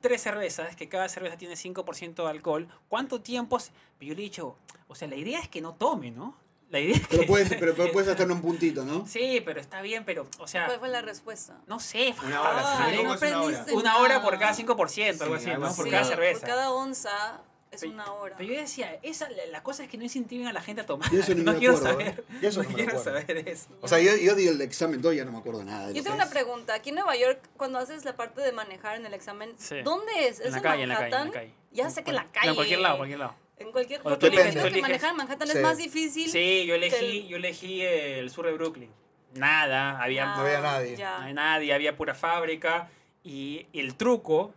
Speaker 2: tres cervezas, que cada cerveza tiene 5% de alcohol, ¿cuánto tiempo? se-?" Y yo le he dicho, o sea, la idea es que no tome, ¿no? La idea es que...
Speaker 1: Pero puedes, pero, pero puedes hasta en un puntito, ¿no?
Speaker 2: Sí, pero está bien, pero, o sea,
Speaker 3: ¿Cuál fue la respuesta?
Speaker 2: no sé.
Speaker 4: Una hora,
Speaker 1: Ah,
Speaker 2: fa-
Speaker 4: sí,
Speaker 3: Ay, no
Speaker 4: tampoco es una hora.
Speaker 3: aprendiste
Speaker 2: Una hora
Speaker 3: nada.
Speaker 2: por cada 5%, algo
Speaker 4: Sí,
Speaker 2: así,
Speaker 4: algo
Speaker 2: ¿no? Por
Speaker 4: así.
Speaker 2: cada
Speaker 4: Sí,
Speaker 2: cerveza.
Speaker 3: Por cada onza es
Speaker 2: Pero-
Speaker 3: una hora.
Speaker 2: Pero yo decía, esa, la, la cosa es que no incentiven a la gente a tomar.
Speaker 1: Y eso ni
Speaker 2: no
Speaker 1: me
Speaker 2: quiero
Speaker 1: acuerdo,
Speaker 2: saber.
Speaker 1: ¿eh? Y eso
Speaker 2: no
Speaker 1: no me
Speaker 2: quiero
Speaker 1: acuerdo.
Speaker 2: saber eso.
Speaker 1: O sea, yo, yo di el examen todo y ya no me acuerdo nada. de
Speaker 3: Yo
Speaker 1: lo
Speaker 3: tengo
Speaker 1: que
Speaker 3: una
Speaker 1: es.
Speaker 3: pregunta. Aquí en Nueva York, cuando haces la parte de manejar en el examen,
Speaker 2: Sí.
Speaker 3: ¿dónde es? ¿Es
Speaker 2: En la calle, en la calle, en la
Speaker 3: Manhattan?
Speaker 2: calle.
Speaker 3: Ya sé que en la calle.
Speaker 2: No, en cualquier lado, cualquier lado.
Speaker 3: En cualquier
Speaker 2: O tú
Speaker 3: porque me
Speaker 1: eliges,
Speaker 3: imagino
Speaker 1: tú
Speaker 3: que
Speaker 2: eliges.
Speaker 3: manejar en Manhattan
Speaker 1: Sí.
Speaker 3: es más difícil.
Speaker 2: Sí, yo elegí,
Speaker 3: que-
Speaker 2: yo elegí el sur de Brooklyn. Nada, había,
Speaker 1: no había nadie.
Speaker 3: Ah, ya.
Speaker 2: no había nadie, había pura fábrica. Y el truco,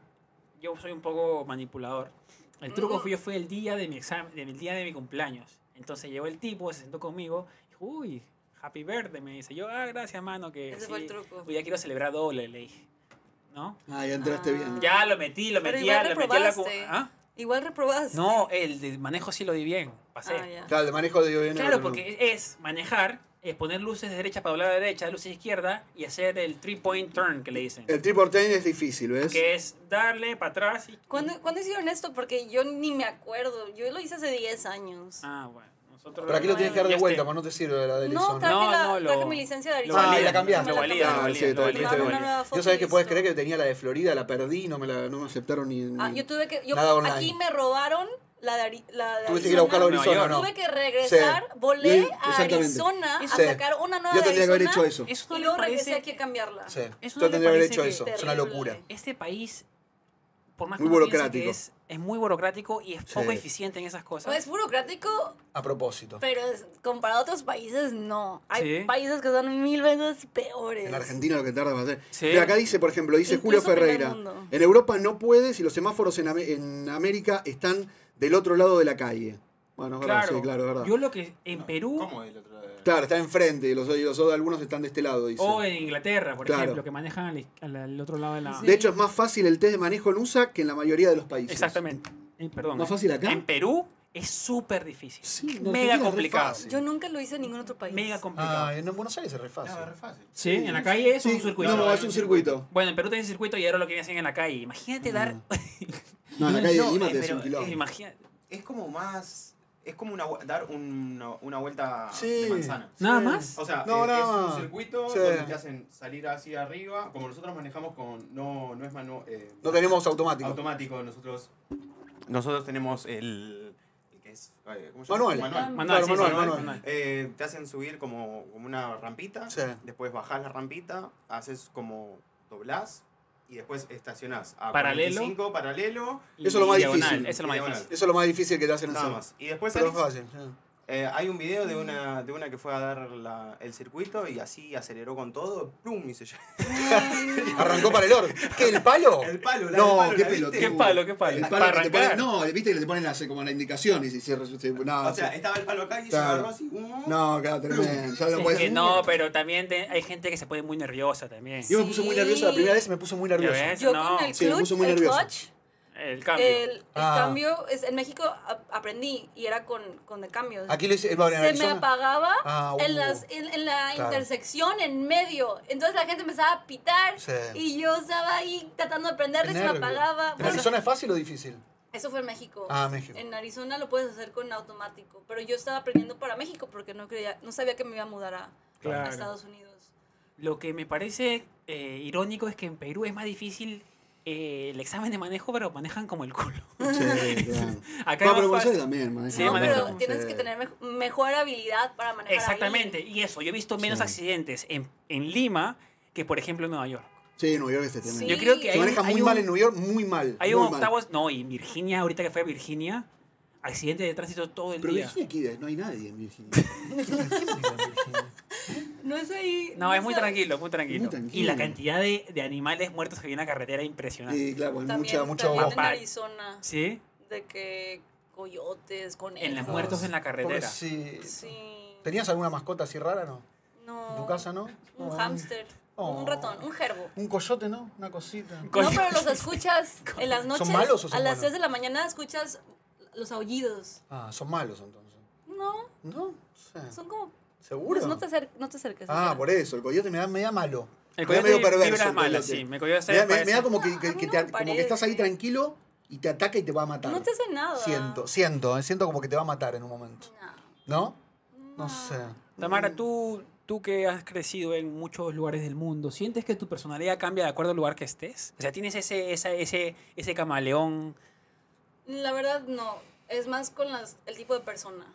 Speaker 2: yo soy un poco manipulador. El truco fue, yo fui el día de mi examen, del día de mi cumpleaños. Entonces llegó el tipo, se sentó conmigo, dijo, uy, happy birthday, me dice. Yo, ah, gracias, mano, que
Speaker 3: Ese fue el truco.
Speaker 2: uy, ya quiero celebrar doble, le dije. ¿No?
Speaker 1: Ah, ya entraste
Speaker 3: Ah.
Speaker 1: bien.
Speaker 2: Ya lo metí, lo
Speaker 3: Pero
Speaker 2: metí,
Speaker 3: igual
Speaker 2: a- lo metí a la cu-
Speaker 3: reprobaste.
Speaker 2: ¿Ah?
Speaker 3: Igual reprobaste.
Speaker 2: No, el de manejo sí lo di bien, pasé.
Speaker 3: Ah, ya.
Speaker 1: Claro, el de manejo de yo bien.
Speaker 2: Claro,
Speaker 1: pero no.
Speaker 2: porque es manejar, es poner luces de derecha para doblar a la derecha, luces de izquierda y hacer el three point turn que le dicen.
Speaker 1: El triple ten es difícil, ¿ves?
Speaker 2: Que es darle para atrás y.
Speaker 3: ¿Cuándo, cuándo hicieron esto? Porque yo ni me acuerdo. Yo lo hice hace 10 años.
Speaker 2: Ah, bueno. Nosotros
Speaker 1: Pero aquí lo tienes que dar de
Speaker 2: Ya
Speaker 1: vuelta,
Speaker 2: está.
Speaker 1: porque no te sirve la del
Speaker 3: no,
Speaker 1: Ison.
Speaker 3: traje,
Speaker 2: No,
Speaker 3: la,
Speaker 2: no, lo-
Speaker 3: traje mi licencia de
Speaker 2: Lo
Speaker 1: Ah,
Speaker 3: Arizona.
Speaker 1: la
Speaker 2: valida,
Speaker 1: cambiaste.
Speaker 2: Lo valida,
Speaker 1: Ah,
Speaker 2: lo valida,
Speaker 1: sí,
Speaker 2: lo
Speaker 1: está bien,
Speaker 2: valida,
Speaker 1: está
Speaker 2: lo
Speaker 1: bien.
Speaker 2: valida.
Speaker 1: Yo sabés que puedes creer que tenía la de Florida, la perdí, no me, la, no me aceptaron ni. ni-
Speaker 3: Ah, yo tuve que. Yo,
Speaker 1: Nada online.
Speaker 3: aquí me robaron la de, Ari- la de
Speaker 1: Tuviste que ir a buscar a
Speaker 2: No,
Speaker 1: Arizona,
Speaker 2: yo
Speaker 1: ¿no?
Speaker 3: Tuve que regresar, volé
Speaker 1: Sí,
Speaker 3: a
Speaker 1: exactamente.
Speaker 3: Arizona a
Speaker 1: Sí.
Speaker 3: sacar una nueva
Speaker 1: Yo
Speaker 3: de
Speaker 1: tendría que haber
Speaker 3: Arizona
Speaker 1: hecho eso.
Speaker 2: Eso
Speaker 3: Y
Speaker 2: no le
Speaker 3: luego regresé
Speaker 2: parece.
Speaker 3: aquí a cambiarla.
Speaker 1: Sí,
Speaker 2: Eso
Speaker 1: yo
Speaker 2: no le
Speaker 1: tendría que haber
Speaker 2: parece
Speaker 1: hecho
Speaker 2: que-
Speaker 1: eso. Es una
Speaker 3: terrible.
Speaker 1: locura.
Speaker 2: Este país, por más que
Speaker 1: Muy
Speaker 2: uno piense que
Speaker 1: burocrático.
Speaker 2: es, es muy burocrático y es poco
Speaker 1: Sí.
Speaker 2: eficiente en esas
Speaker 3: No
Speaker 2: cosas.
Speaker 3: es burocrático,
Speaker 1: A propósito.
Speaker 3: pero es- comparado a otros países, no. Hay
Speaker 2: Sí.
Speaker 3: países que son mil veces peores.
Speaker 1: En Argentina lo que tarda más.
Speaker 2: Sí.
Speaker 1: Mira, acá dice, por ejemplo, dice Julio
Speaker 3: Incluso
Speaker 1: Ferreira,
Speaker 3: primer mundo.
Speaker 1: en Europa no puedes y los semáforos en, Am- en América están del otro lado de la calle. Bueno, es verdad, sí, claro, es verdad.
Speaker 2: Yo lo que. En Perú.
Speaker 4: ¿Cómo el otro lado?
Speaker 1: Claro, están enfrente y los, y los otros- algunos están de este lado, dice.
Speaker 2: O en Inglaterra, por
Speaker 1: Claro.
Speaker 2: ejemplo, que manejan al, al- al otro lado de la.
Speaker 3: Sí.
Speaker 1: De hecho, es más fácil el test de manejo en USA que en la mayoría de los países.
Speaker 2: Exactamente. Eh, perdón.
Speaker 1: ¿Más fácil acá?
Speaker 2: En Perú es súper difícil.
Speaker 1: Sí, en Argentina
Speaker 2: mega
Speaker 1: es re
Speaker 2: complicado.
Speaker 1: fácil.
Speaker 3: Yo nunca lo hice en ningún otro país.
Speaker 2: Mega complicado.
Speaker 1: Ah, en Buenos Aires es re fácil.
Speaker 4: Ah, re fácil.
Speaker 2: Sí, en la calle es
Speaker 1: Sí,
Speaker 2: un circuito.
Speaker 1: No, es un circuito. Mm,
Speaker 2: Bueno, en Perú tenés circuito y ahora lo que hacen en la calle. Imagínate dar.
Speaker 1: No, en la calle
Speaker 4: No,
Speaker 1: de Lima
Speaker 4: eh,
Speaker 1: te es
Speaker 4: pero,
Speaker 1: un
Speaker 4: eh,
Speaker 1: kilómetro.
Speaker 2: Imagínate.
Speaker 4: Es como más es como una, vu- dar un- una vuelta
Speaker 5: Sí.
Speaker 4: de manzana.
Speaker 2: ¿Nada
Speaker 5: Sí.
Speaker 2: más?
Speaker 4: O sea,
Speaker 5: No,
Speaker 4: eh,
Speaker 5: no.
Speaker 4: es un circuito
Speaker 5: Sí.
Speaker 4: donde te hacen salir hacia arriba, como nosotros manejamos con no no es mano eh,
Speaker 5: No tenemos automático.
Speaker 4: automático, nosotros nosotros tenemos el, el que es eh, ¿cómo se llama?
Speaker 5: Manual.
Speaker 2: Manual, sí,
Speaker 5: Claro, manual,
Speaker 2: sí, manual,
Speaker 5: manual.
Speaker 2: manual.
Speaker 4: Eh, te hacen subir como, como una rampita,
Speaker 5: Sí.
Speaker 4: después bajás la rampita, haces como doblás y después estacionás a
Speaker 2: Paralelo.
Speaker 4: 45 paralelo,
Speaker 2: Y-
Speaker 5: Eso es lo más
Speaker 2: y diagonal,
Speaker 5: difícil.
Speaker 2: Eso es lo más
Speaker 4: Diagonal.
Speaker 2: difícil.
Speaker 5: Eso es lo más difícil que te hacen
Speaker 4: nada
Speaker 5: hacer.
Speaker 4: más. Y después
Speaker 5: Pero
Speaker 4: salís.
Speaker 5: fallen. sí.
Speaker 4: Eh, hay un video de una, de una que fue a dar la- el circuito y así aceleró con todo, plum, y se llevó
Speaker 5: Arrancó para el oro. ¿Qué, el palo?
Speaker 4: el palo. la del
Speaker 5: No,
Speaker 4: palo,
Speaker 5: qué
Speaker 4: ¿la viste?
Speaker 5: pelotudo.
Speaker 2: Qué palo, qué palo.
Speaker 1: El palo
Speaker 2: Para
Speaker 1: que te
Speaker 2: arrancar.
Speaker 1: ponen, no, viste que te ponen la, como la indicación y si se, se- nada,
Speaker 5: Ah,
Speaker 4: O sea,
Speaker 1: se-
Speaker 4: estaba el palo acá y se
Speaker 5: Claro.
Speaker 4: agarró así. mm,
Speaker 1: no, claro, tremendo. Ya
Speaker 2: Es
Speaker 1: lo puedes-
Speaker 2: que no, pero también te- hay gente que se pone muy nerviosa también.
Speaker 5: Yo me puse muy
Speaker 3: Sí.
Speaker 5: nervioso la primera vez, me puse muy nervioso.
Speaker 2: ves?
Speaker 3: Yo
Speaker 2: No.
Speaker 3: con el
Speaker 1: Sí, me
Speaker 3: clutch,
Speaker 1: puso muy
Speaker 3: el
Speaker 1: nervioso.
Speaker 3: clutch,
Speaker 2: El cambio.
Speaker 3: el, el
Speaker 5: Ah.
Speaker 3: cambio, es, en México a- aprendí y era con, con el cambio.
Speaker 5: Aquí lo hice. eh, bueno, en
Speaker 3: se me
Speaker 5: Arizona.
Speaker 3: apagaba
Speaker 5: Ah, uh.
Speaker 3: en, las, en, en la
Speaker 5: Claro.
Speaker 3: intersección en medio. Entonces la gente empezaba a pitar
Speaker 5: Sí.
Speaker 3: y yo estaba ahí tratando de
Speaker 5: Qué
Speaker 3: aprenderle y se me
Speaker 5: nervio.
Speaker 3: apagaba.
Speaker 5: ¿En
Speaker 3: Bueno,
Speaker 5: Arizona es fácil o difícil?
Speaker 3: Eso fue en México.
Speaker 5: Ah, México.
Speaker 3: En Arizona lo puedes hacer con automático, pero yo estaba aprendiendo para México porque no creía, no sabía que me iba a mudar a, a
Speaker 2: Claro.
Speaker 3: Estados Unidos.
Speaker 2: Lo que me parece eh, irónico es que en Perú es más difícil eh, el examen de manejo, pero manejan como el culo.
Speaker 1: Sí, claro.
Speaker 2: Acá
Speaker 1: No, pero
Speaker 2: es más
Speaker 1: Buenos Aires
Speaker 2: fácil.
Speaker 1: también, maneja.
Speaker 2: Sí,
Speaker 3: no,
Speaker 2: manejo.
Speaker 3: pero tienes
Speaker 1: Sí.
Speaker 3: que tener mej- mejor habilidad para manejar. ahí.
Speaker 2: Exactamente, y eso, yo he visto menos
Speaker 1: Sí.
Speaker 2: accidentes en, en Lima que, por ejemplo, en Nueva York.
Speaker 1: Sí, Nueva York es tremendo.
Speaker 2: Yo
Speaker 3: Sí.
Speaker 2: creo que
Speaker 5: Se
Speaker 2: hay, un-
Speaker 5: maneja
Speaker 2: hay
Speaker 5: muy
Speaker 2: un-
Speaker 5: mal en Nueva York, muy mal.
Speaker 2: hay un
Speaker 1: muy mal.
Speaker 2: octavo, no, y en Virginia, ahorita que fue a Virginia, accidente de tránsito todo el
Speaker 1: Pero
Speaker 2: día.
Speaker 1: Virginia aquí no hay nadie en Virginia.
Speaker 3: No es ahí.
Speaker 2: No, es muy
Speaker 3: ahí.
Speaker 2: tranquilo, muy
Speaker 1: Muy
Speaker 2: tranquilo. Y la
Speaker 1: tranquilo.
Speaker 2: cantidad de, de animales muertos que había en la carretera impresionante.
Speaker 1: Sí, claro, bueno,
Speaker 3: También,
Speaker 1: mucha, mucha
Speaker 3: también
Speaker 1: voz.
Speaker 3: en Arizona
Speaker 2: ¿Sí?
Speaker 3: de que coyotes, conejos.
Speaker 2: En los muertos en la carretera.
Speaker 5: Pobrecito.
Speaker 3: Sí.
Speaker 5: ¿Tenías alguna mascota así rara, no?
Speaker 3: No.
Speaker 5: ¿En tu casa, no?
Speaker 3: Un
Speaker 5: No,
Speaker 3: hámster,
Speaker 5: Oh.
Speaker 3: un ratón, un gerbo.
Speaker 5: Un coyote, ¿no? Una cosita.
Speaker 2: Coño.
Speaker 3: No, pero los escuchas en las noches.
Speaker 5: malos o son
Speaker 3: A las
Speaker 5: buenos?
Speaker 3: 3 de la mañana escuchas los aullidos.
Speaker 5: Ah, son malos entonces.
Speaker 3: No,
Speaker 5: ¿No? Sí.
Speaker 3: son como.
Speaker 5: ¿Seguro?
Speaker 3: Pues no te, acer- no te acerques.
Speaker 5: Ah,
Speaker 3: Andrea.
Speaker 5: por eso. El coyote me da, me da malo.
Speaker 2: El
Speaker 1: Me da
Speaker 2: coyote
Speaker 1: medio perverso
Speaker 2: vibras
Speaker 1: el
Speaker 2: malas,
Speaker 1: coyote.
Speaker 2: sí. Me coyote
Speaker 1: Me da, me-
Speaker 2: parece-
Speaker 1: me da como que,
Speaker 3: No,
Speaker 1: que-
Speaker 3: a mí
Speaker 1: que
Speaker 3: no
Speaker 1: te-
Speaker 3: me
Speaker 1: como que estás ahí
Speaker 3: parece.
Speaker 1: tranquilo y te ataca y te va a matar.
Speaker 3: No te hace nada.
Speaker 5: Siento, siento, eh, siento como que te va a matar en un momento.
Speaker 3: No.
Speaker 5: ¿No?
Speaker 3: Ah,
Speaker 5: No sé.
Speaker 2: Tamara, tú, tú que has crecido en muchos lugares del mundo, ¿sientes que tu personalidad cambia de acuerdo al lugar que estés? O sea, ¿tienes ese, esa- ese, ese camaleón?
Speaker 3: La verdad, no. Es más con las, el tipo de persona.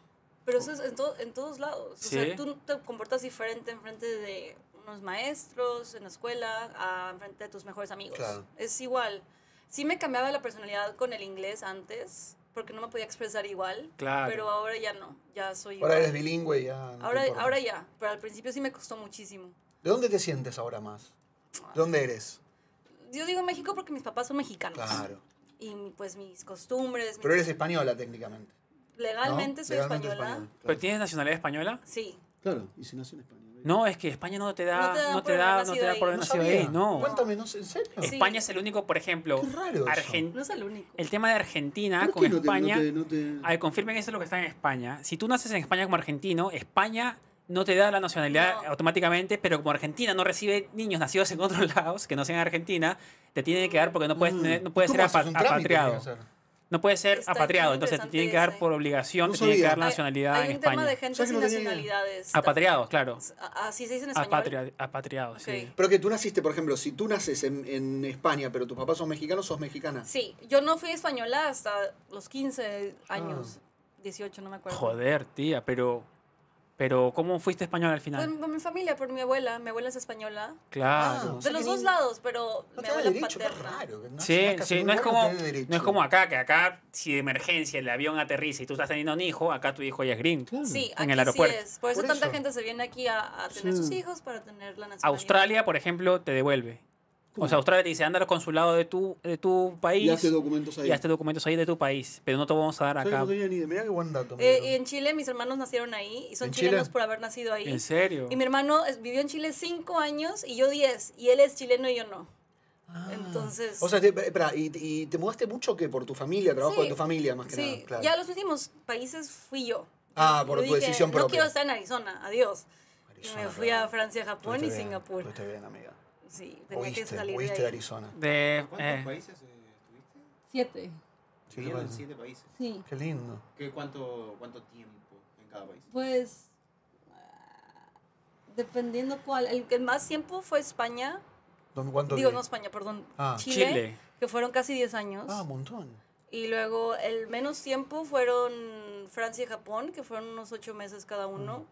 Speaker 3: Pero eso es en, to- en todos lados. O
Speaker 2: Sí.
Speaker 3: sea, tú te comportas diferente en frente de unos maestros, en la escuela, a en frente de tus mejores amigos.
Speaker 5: Claro.
Speaker 3: Es igual. Sí me cambiaba la personalidad con el inglés antes, porque no me podía expresar igual.
Speaker 2: Claro.
Speaker 3: Pero ahora ya no. Ya soy.
Speaker 5: Ahora eres
Speaker 3: igual.
Speaker 5: bilingüe y ya. no te
Speaker 3: Ahora,
Speaker 5: importa.
Speaker 3: ahora ya. Pero al principio sí me costó muchísimo.
Speaker 5: ¿De dónde te sientes ahora más? ¿De dónde eres?
Speaker 3: Ah. Yo digo México porque mis papás son mexicanos.
Speaker 5: Claro.
Speaker 3: Y pues mis costumbres.
Speaker 5: Pero
Speaker 3: mis-
Speaker 5: eres española técnicamente. ¿no?
Speaker 3: legalmente soy
Speaker 5: Legalmente
Speaker 3: española.
Speaker 5: española,
Speaker 2: ¿Pero
Speaker 5: claro.
Speaker 2: tienes nacionalidad española?
Speaker 3: Sí.
Speaker 1: Claro, y si nací en España.
Speaker 2: No, es que España no te da,
Speaker 3: No te dan
Speaker 2: no
Speaker 3: por
Speaker 2: te da,
Speaker 3: haber
Speaker 2: no te
Speaker 3: nacido
Speaker 2: da
Speaker 3: ahí.
Speaker 2: por haber
Speaker 3: No
Speaker 2: nacido ahí,
Speaker 5: sabía.
Speaker 2: no.
Speaker 5: Cuéntame, no sé, ¿en serio?
Speaker 3: Sí.
Speaker 2: España es el único, por ejemplo,
Speaker 5: Qué raro eso.
Speaker 2: Argen-
Speaker 3: No es el único.
Speaker 2: el tema de Argentina
Speaker 1: ¿Por
Speaker 2: con
Speaker 1: qué no te-
Speaker 2: España.
Speaker 1: no te- no te-
Speaker 2: Ay, confirmen eso es lo que está en España. Si tú naces en España como argentino, España no te da la nacionalidad
Speaker 3: No.
Speaker 2: automáticamente, pero como Argentina no recibe niños nacidos en otros lados que no sean Argentina, te tiene que dar porque no
Speaker 5: Pues,
Speaker 2: puedes, tener- no puedes ser
Speaker 5: Mm. ¿Cómo haces?
Speaker 2: apa-
Speaker 5: Un trámite
Speaker 2: apatriado.
Speaker 5: tiene que hacer.
Speaker 2: No puedes ser
Speaker 3: Está
Speaker 2: apatriado,
Speaker 3: muy
Speaker 2: entonces te
Speaker 3: interesante
Speaker 2: tienen que dar
Speaker 3: ese.
Speaker 2: por obligación,
Speaker 1: No
Speaker 2: te tienen que
Speaker 1: sabía.
Speaker 2: dar la
Speaker 3: Hay-
Speaker 2: nacionalidad
Speaker 3: hay
Speaker 2: en
Speaker 3: un tema
Speaker 2: España.
Speaker 3: de
Speaker 1: Ya
Speaker 3: gente
Speaker 1: que
Speaker 3: sin
Speaker 1: no tenía idea.
Speaker 3: nacionalidades.
Speaker 2: Apatriados, claro.
Speaker 3: A- Así se dice en español.
Speaker 2: Apatria- apatriados, sí.
Speaker 3: Ok.
Speaker 1: Pero que tú naciste, por ejemplo, si tú naces en, en España, pero tus papás son mexicanos, sos mexicana.
Speaker 3: Sí, yo no fui española hasta los 15
Speaker 5: Ah.
Speaker 3: años. 18, no me acuerdo.
Speaker 2: Joder, tía, pero, pero ¿cómo fuiste español al
Speaker 3: Pues,
Speaker 2: final?
Speaker 3: por mi familia, por mi abuela. Mi abuela es española.
Speaker 5: Ah,
Speaker 2: Claro.
Speaker 5: O
Speaker 3: de
Speaker 5: sea
Speaker 3: los
Speaker 5: que
Speaker 3: dos
Speaker 5: ni-
Speaker 3: lados, pero mi
Speaker 5: No te da
Speaker 3: abuela
Speaker 5: derecho, qué
Speaker 3: paterna.
Speaker 5: raro. que
Speaker 2: Sí,
Speaker 5: nazcas
Speaker 2: sí,
Speaker 5: en un
Speaker 2: no es,
Speaker 5: lugar
Speaker 2: como,
Speaker 5: te dé derecho.
Speaker 2: no es como acá, que acá si de emergencia el avión aterriza y tú estás teniendo un hijo, acá tu hijo ya es gringo.
Speaker 3: Sí,
Speaker 2: En
Speaker 3: aquí
Speaker 2: el aeropuerto.
Speaker 3: sí es. Por eso
Speaker 5: Por
Speaker 3: tanta
Speaker 5: eso.
Speaker 3: gente se viene aquí a, a tener
Speaker 1: Sí.
Speaker 3: sus hijos para tener la nacionalidad.
Speaker 2: Australia, por ejemplo, te devuelve. O sea, Australia te dice, anda al consulado de tu, de tu país
Speaker 1: Y hace documentos ahí.
Speaker 2: y hazte documentos ahí de tu país, pero no te vamos a dar
Speaker 5: ¿Sabes que
Speaker 2: acá.
Speaker 5: no tenía ni idea? Mirá qué buen dato. me
Speaker 3: Eh, y
Speaker 5: dieron.
Speaker 3: en Chile mis hermanos nacieron ahí y son
Speaker 5: ¿En Chile?
Speaker 3: chilenos por haber nacido ahí.
Speaker 2: ¿En serio?
Speaker 3: Y mi hermano es- vivió en Chile cinco años y yo 10. Y él es chileno y yo no. Ah. Entonces.
Speaker 5: O sea, te- eh, pará, y, y te mudaste mucho que por tu familia, trabajo
Speaker 3: Sí.
Speaker 5: de tu familia más que
Speaker 3: sí,
Speaker 5: nada. Claro.
Speaker 3: ya los últimos países fui yo.
Speaker 5: Ah,
Speaker 3: Yo
Speaker 5: por tu
Speaker 3: dije,
Speaker 5: decisión
Speaker 3: No
Speaker 5: propia.
Speaker 3: quiero estar en Arizona, adiós. Y
Speaker 5: Arizona,
Speaker 3: me fui a
Speaker 5: claro.
Speaker 3: Francia, Japón
Speaker 5: Estuviste
Speaker 3: y
Speaker 5: bien,
Speaker 3: Singapur.
Speaker 5: estuviste bien, amiga.
Speaker 3: Sí, tenía que
Speaker 5: Huiste,
Speaker 3: salir
Speaker 5: huiste
Speaker 3: de
Speaker 5: de
Speaker 3: ahí.
Speaker 5: Arizona.
Speaker 2: De,
Speaker 4: ¿Cuántos
Speaker 2: eh,
Speaker 4: países eh, estuviste?
Speaker 3: Siete.
Speaker 5: Siete
Speaker 4: Vivieron en
Speaker 5: países.
Speaker 4: siete países.
Speaker 3: Sí,
Speaker 5: Qué lindo.
Speaker 4: ¿Qué, cuánto, ¿Cuánto tiempo en cada país?
Speaker 3: pues. ah, Dependiendo cuál. El que más tiempo fue España.
Speaker 5: ¿Dónde- ¿Cuánto?
Speaker 3: Digo,
Speaker 5: vi?
Speaker 3: no España, perdón.
Speaker 5: Ah.
Speaker 3: Chile,
Speaker 2: Chile.
Speaker 3: Que fueron casi 10 años.
Speaker 5: Ah, un montón.
Speaker 3: Y luego el menos tiempo fueron Francia y Japón, que fueron unos 8 meses cada uno.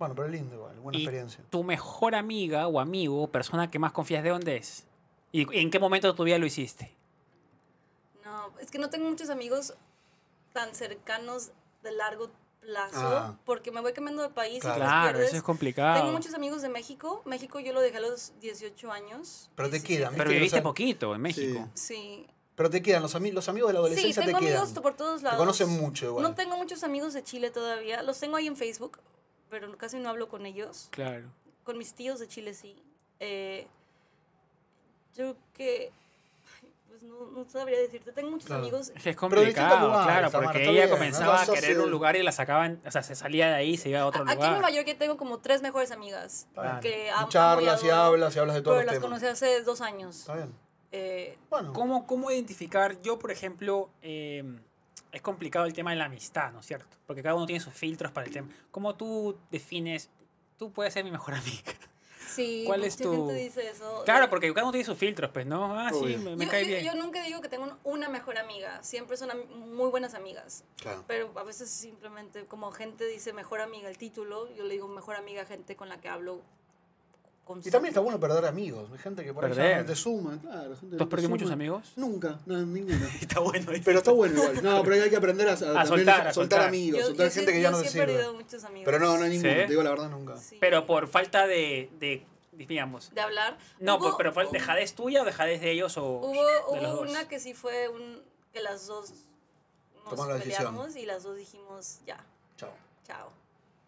Speaker 5: Bueno, pero lindo igual, buena
Speaker 2: Y
Speaker 5: experiencia.
Speaker 2: tu mejor amiga o amigo, persona que más confías, ¿de dónde es? ¿Y en qué momento de tu vida lo hiciste?
Speaker 3: No, es que no tengo muchos amigos tan cercanos de largo plazo,
Speaker 5: Ah.
Speaker 3: porque me voy cambiando de país. y
Speaker 5: Claro.
Speaker 3: te los
Speaker 2: Claro,
Speaker 3: pierdes.
Speaker 2: eso es complicado.
Speaker 3: Tengo muchos amigos de México. México yo lo dejé a los 18 años.
Speaker 5: Pero te
Speaker 3: 17.
Speaker 5: quedan,
Speaker 2: Pero
Speaker 5: Viste,
Speaker 2: viviste
Speaker 5: los am-
Speaker 2: poquito en México.
Speaker 3: Sí.
Speaker 5: Pero te quedan, los, ami- los amigos de la
Speaker 3: Sí,
Speaker 5: adolescencia
Speaker 3: tengo
Speaker 5: te quedan.
Speaker 3: amigos por todos lados.
Speaker 5: conocen mucho igual.
Speaker 3: No tengo muchos amigos de Chile todavía. Los tengo ahí en Facebook, pero casi no hablo con ellos.
Speaker 2: Claro.
Speaker 3: con mis tíos de Chile sí. Eh, yo que. ay, Pues no, no sabría decirte. Tengo muchos
Speaker 5: Claro.
Speaker 3: amigos.
Speaker 2: Es que es
Speaker 5: Pero distintos
Speaker 2: complicado,
Speaker 5: lugares,
Speaker 2: claro,
Speaker 5: Tamara,
Speaker 2: porque
Speaker 5: está
Speaker 2: ella
Speaker 5: bien,
Speaker 2: comenzaba
Speaker 5: ¿no?
Speaker 2: a querer
Speaker 5: Socio-
Speaker 2: un lugar y la sacaban, o sea, se salía de ahí y se iba a otro
Speaker 3: Aquí en
Speaker 2: lugar.
Speaker 3: Nueva York ya tengo como tres mejores amigas.
Speaker 5: Está bien.
Speaker 3: Que
Speaker 5: Y
Speaker 3: amo y
Speaker 5: charlas y
Speaker 3: adoro,
Speaker 5: hablas y hablas de todos
Speaker 3: Pero
Speaker 5: los
Speaker 3: las
Speaker 5: temas.
Speaker 3: conocí hace dos años.
Speaker 5: Está bien.
Speaker 3: Eh,
Speaker 5: Bueno,
Speaker 2: ¿Cómo, ¿Cómo identificar? Yo, por ejemplo, eh, es complicado el tema de la amistad, ¿no es cierto? Porque cada uno tiene sus filtros para el tema. ¿Cómo tú defines, tú puedes ser mi mejor amiga?
Speaker 3: sí,
Speaker 2: ¿Cuál es
Speaker 3: mucha
Speaker 2: tu-
Speaker 3: gente dice eso.
Speaker 2: Claro, porque cada uno tiene sus filtros, pues, ¿no? Ah, sí,
Speaker 1: Obvio.
Speaker 2: me,
Speaker 3: Yo,
Speaker 2: me cae
Speaker 3: yo-
Speaker 2: bien.
Speaker 3: yo nunca digo que tengo un- una mejor amiga. Siempre son am- muy buenas amigas.
Speaker 5: claro.
Speaker 3: Pero a veces simplemente, como gente dice mejor amiga el título, yo le digo mejor amiga a gente con la que hablo.
Speaker 5: Y también está bueno perder amigos. Hay gente que por ahí
Speaker 2: Perder.
Speaker 5: ya no te suma.
Speaker 1: Suma, claro. gente
Speaker 2: ¿Tú
Speaker 1: no
Speaker 2: has
Speaker 1: te
Speaker 2: perdido
Speaker 1: suma.
Speaker 2: muchos amigos?
Speaker 1: Nunca, no, ninguno.
Speaker 2: Está bueno.
Speaker 1: Pero está bueno igual. No, pero hay que aprender a,
Speaker 2: A soltar, a soltar.
Speaker 1: amigos,
Speaker 3: Yo-
Speaker 1: soltar
Speaker 3: yo
Speaker 1: gente
Speaker 3: sí-
Speaker 1: que ya
Speaker 3: yo
Speaker 1: no te
Speaker 3: sí he
Speaker 1: sirve.
Speaker 3: perdido muchos amigos.
Speaker 1: Pero no, no hay ninguno,
Speaker 2: Sí.
Speaker 1: te digo la verdad nunca.
Speaker 3: Sí.
Speaker 2: Pero por falta de, de digamos,
Speaker 3: De hablar.
Speaker 2: no,
Speaker 3: Hubo-
Speaker 2: por- pero fue dejadez tuya o dejadez de ellos o
Speaker 3: Hubo,
Speaker 2: de los
Speaker 3: hubo
Speaker 2: dos?
Speaker 3: una que sí fue un. que las dos nos
Speaker 5: Tomaron la decisión.
Speaker 3: peleamos y las dos dijimos ya,
Speaker 5: Chao.
Speaker 3: chao.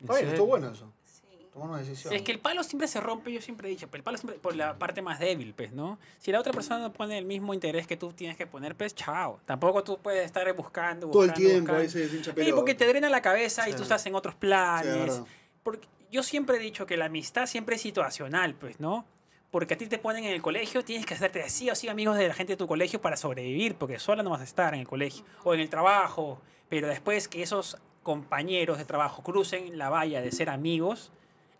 Speaker 5: Está bien,
Speaker 2: Sí.
Speaker 5: estuvo bueno eso.
Speaker 3: Sí.
Speaker 5: Tomar una decisión.
Speaker 2: Es que el palo siempre se rompe, yo siempre he dicho, pero el palo siempre por la parte más débil, pues, ¿no? Si la otra persona no pone el mismo interés que tú tienes que poner, pues, chao. Tampoco tú puedes estar buscando,
Speaker 1: Todo el
Speaker 2: buscando,
Speaker 1: tiempo,
Speaker 2: buscando.
Speaker 1: ahí se deshincha
Speaker 2: Sí,
Speaker 1: pelota.
Speaker 2: porque te drena la cabeza y
Speaker 1: Sí.
Speaker 2: tú estás en otros
Speaker 1: Sí, es
Speaker 2: planes.
Speaker 1: verdad.
Speaker 2: porque yo siempre he dicho que la amistad siempre es situacional, pues, ¿no? Porque a ti te ponen en el colegio, tienes que hacerte así o sí amigos de la gente de tu colegio para sobrevivir, porque sola no vas a estar en el colegio o en el trabajo. Pero después que esos compañeros de trabajo crucen la valla de ser amigos,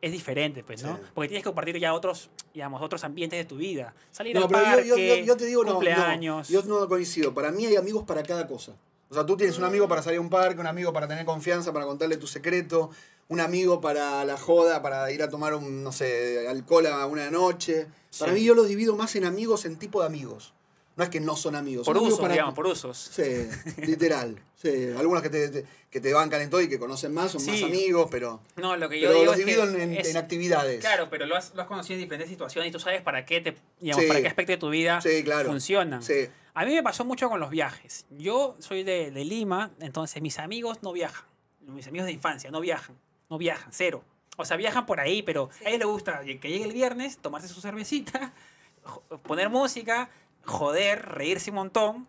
Speaker 2: es diferente, pues, ¿no?
Speaker 5: Sí.
Speaker 2: Porque tienes que compartir ya otros, digamos, otros ambientes de tu vida. Salir
Speaker 1: No,
Speaker 2: al
Speaker 1: pero
Speaker 2: parque,
Speaker 1: yo, yo- yo- yo te digo, no,
Speaker 2: cumpleaños.
Speaker 1: no. Yo no coincido. Para mí hay amigos para cada cosa. O sea, tú tienes un amigo para salir a un parque, un amigo para tener confianza, para contarle tu secreto, un amigo para la joda, para ir a tomar un, no sé, alcohol a una noche. Para
Speaker 2: Sí.
Speaker 1: mí yo los divido más en amigos, en tipo de amigos. No es que no son amigos.
Speaker 2: por
Speaker 1: son amigos
Speaker 2: usos,
Speaker 1: para-
Speaker 2: digamos, por usos.
Speaker 1: Sí, literal. Sí, algunos que te, te- que te bancan en todo y que conocen más, son más
Speaker 2: Sí.
Speaker 1: amigos, pero,
Speaker 2: No, lo que yo
Speaker 1: pero
Speaker 2: digo
Speaker 1: los
Speaker 2: es que
Speaker 1: divido en, en-
Speaker 2: es-
Speaker 1: en actividades.
Speaker 2: Claro, pero lo has, lo has conocido en diferentes situaciones y tú sabes para qué te, digamos,
Speaker 1: Sí.
Speaker 2: para qué aspecto de tu vida
Speaker 1: Sí, claro.
Speaker 2: funcionan.
Speaker 1: Sí.
Speaker 2: A mí me pasó mucho con los viajes. Yo soy de, de Lima, entonces mis amigos no viajan. Mis amigos de infancia no viajan. No viajan, cero. O sea, viajan por ahí, pero a ellos les gusta que llegue el viernes, tomarse su cervecita, jo- poner música, joder, reírse un montón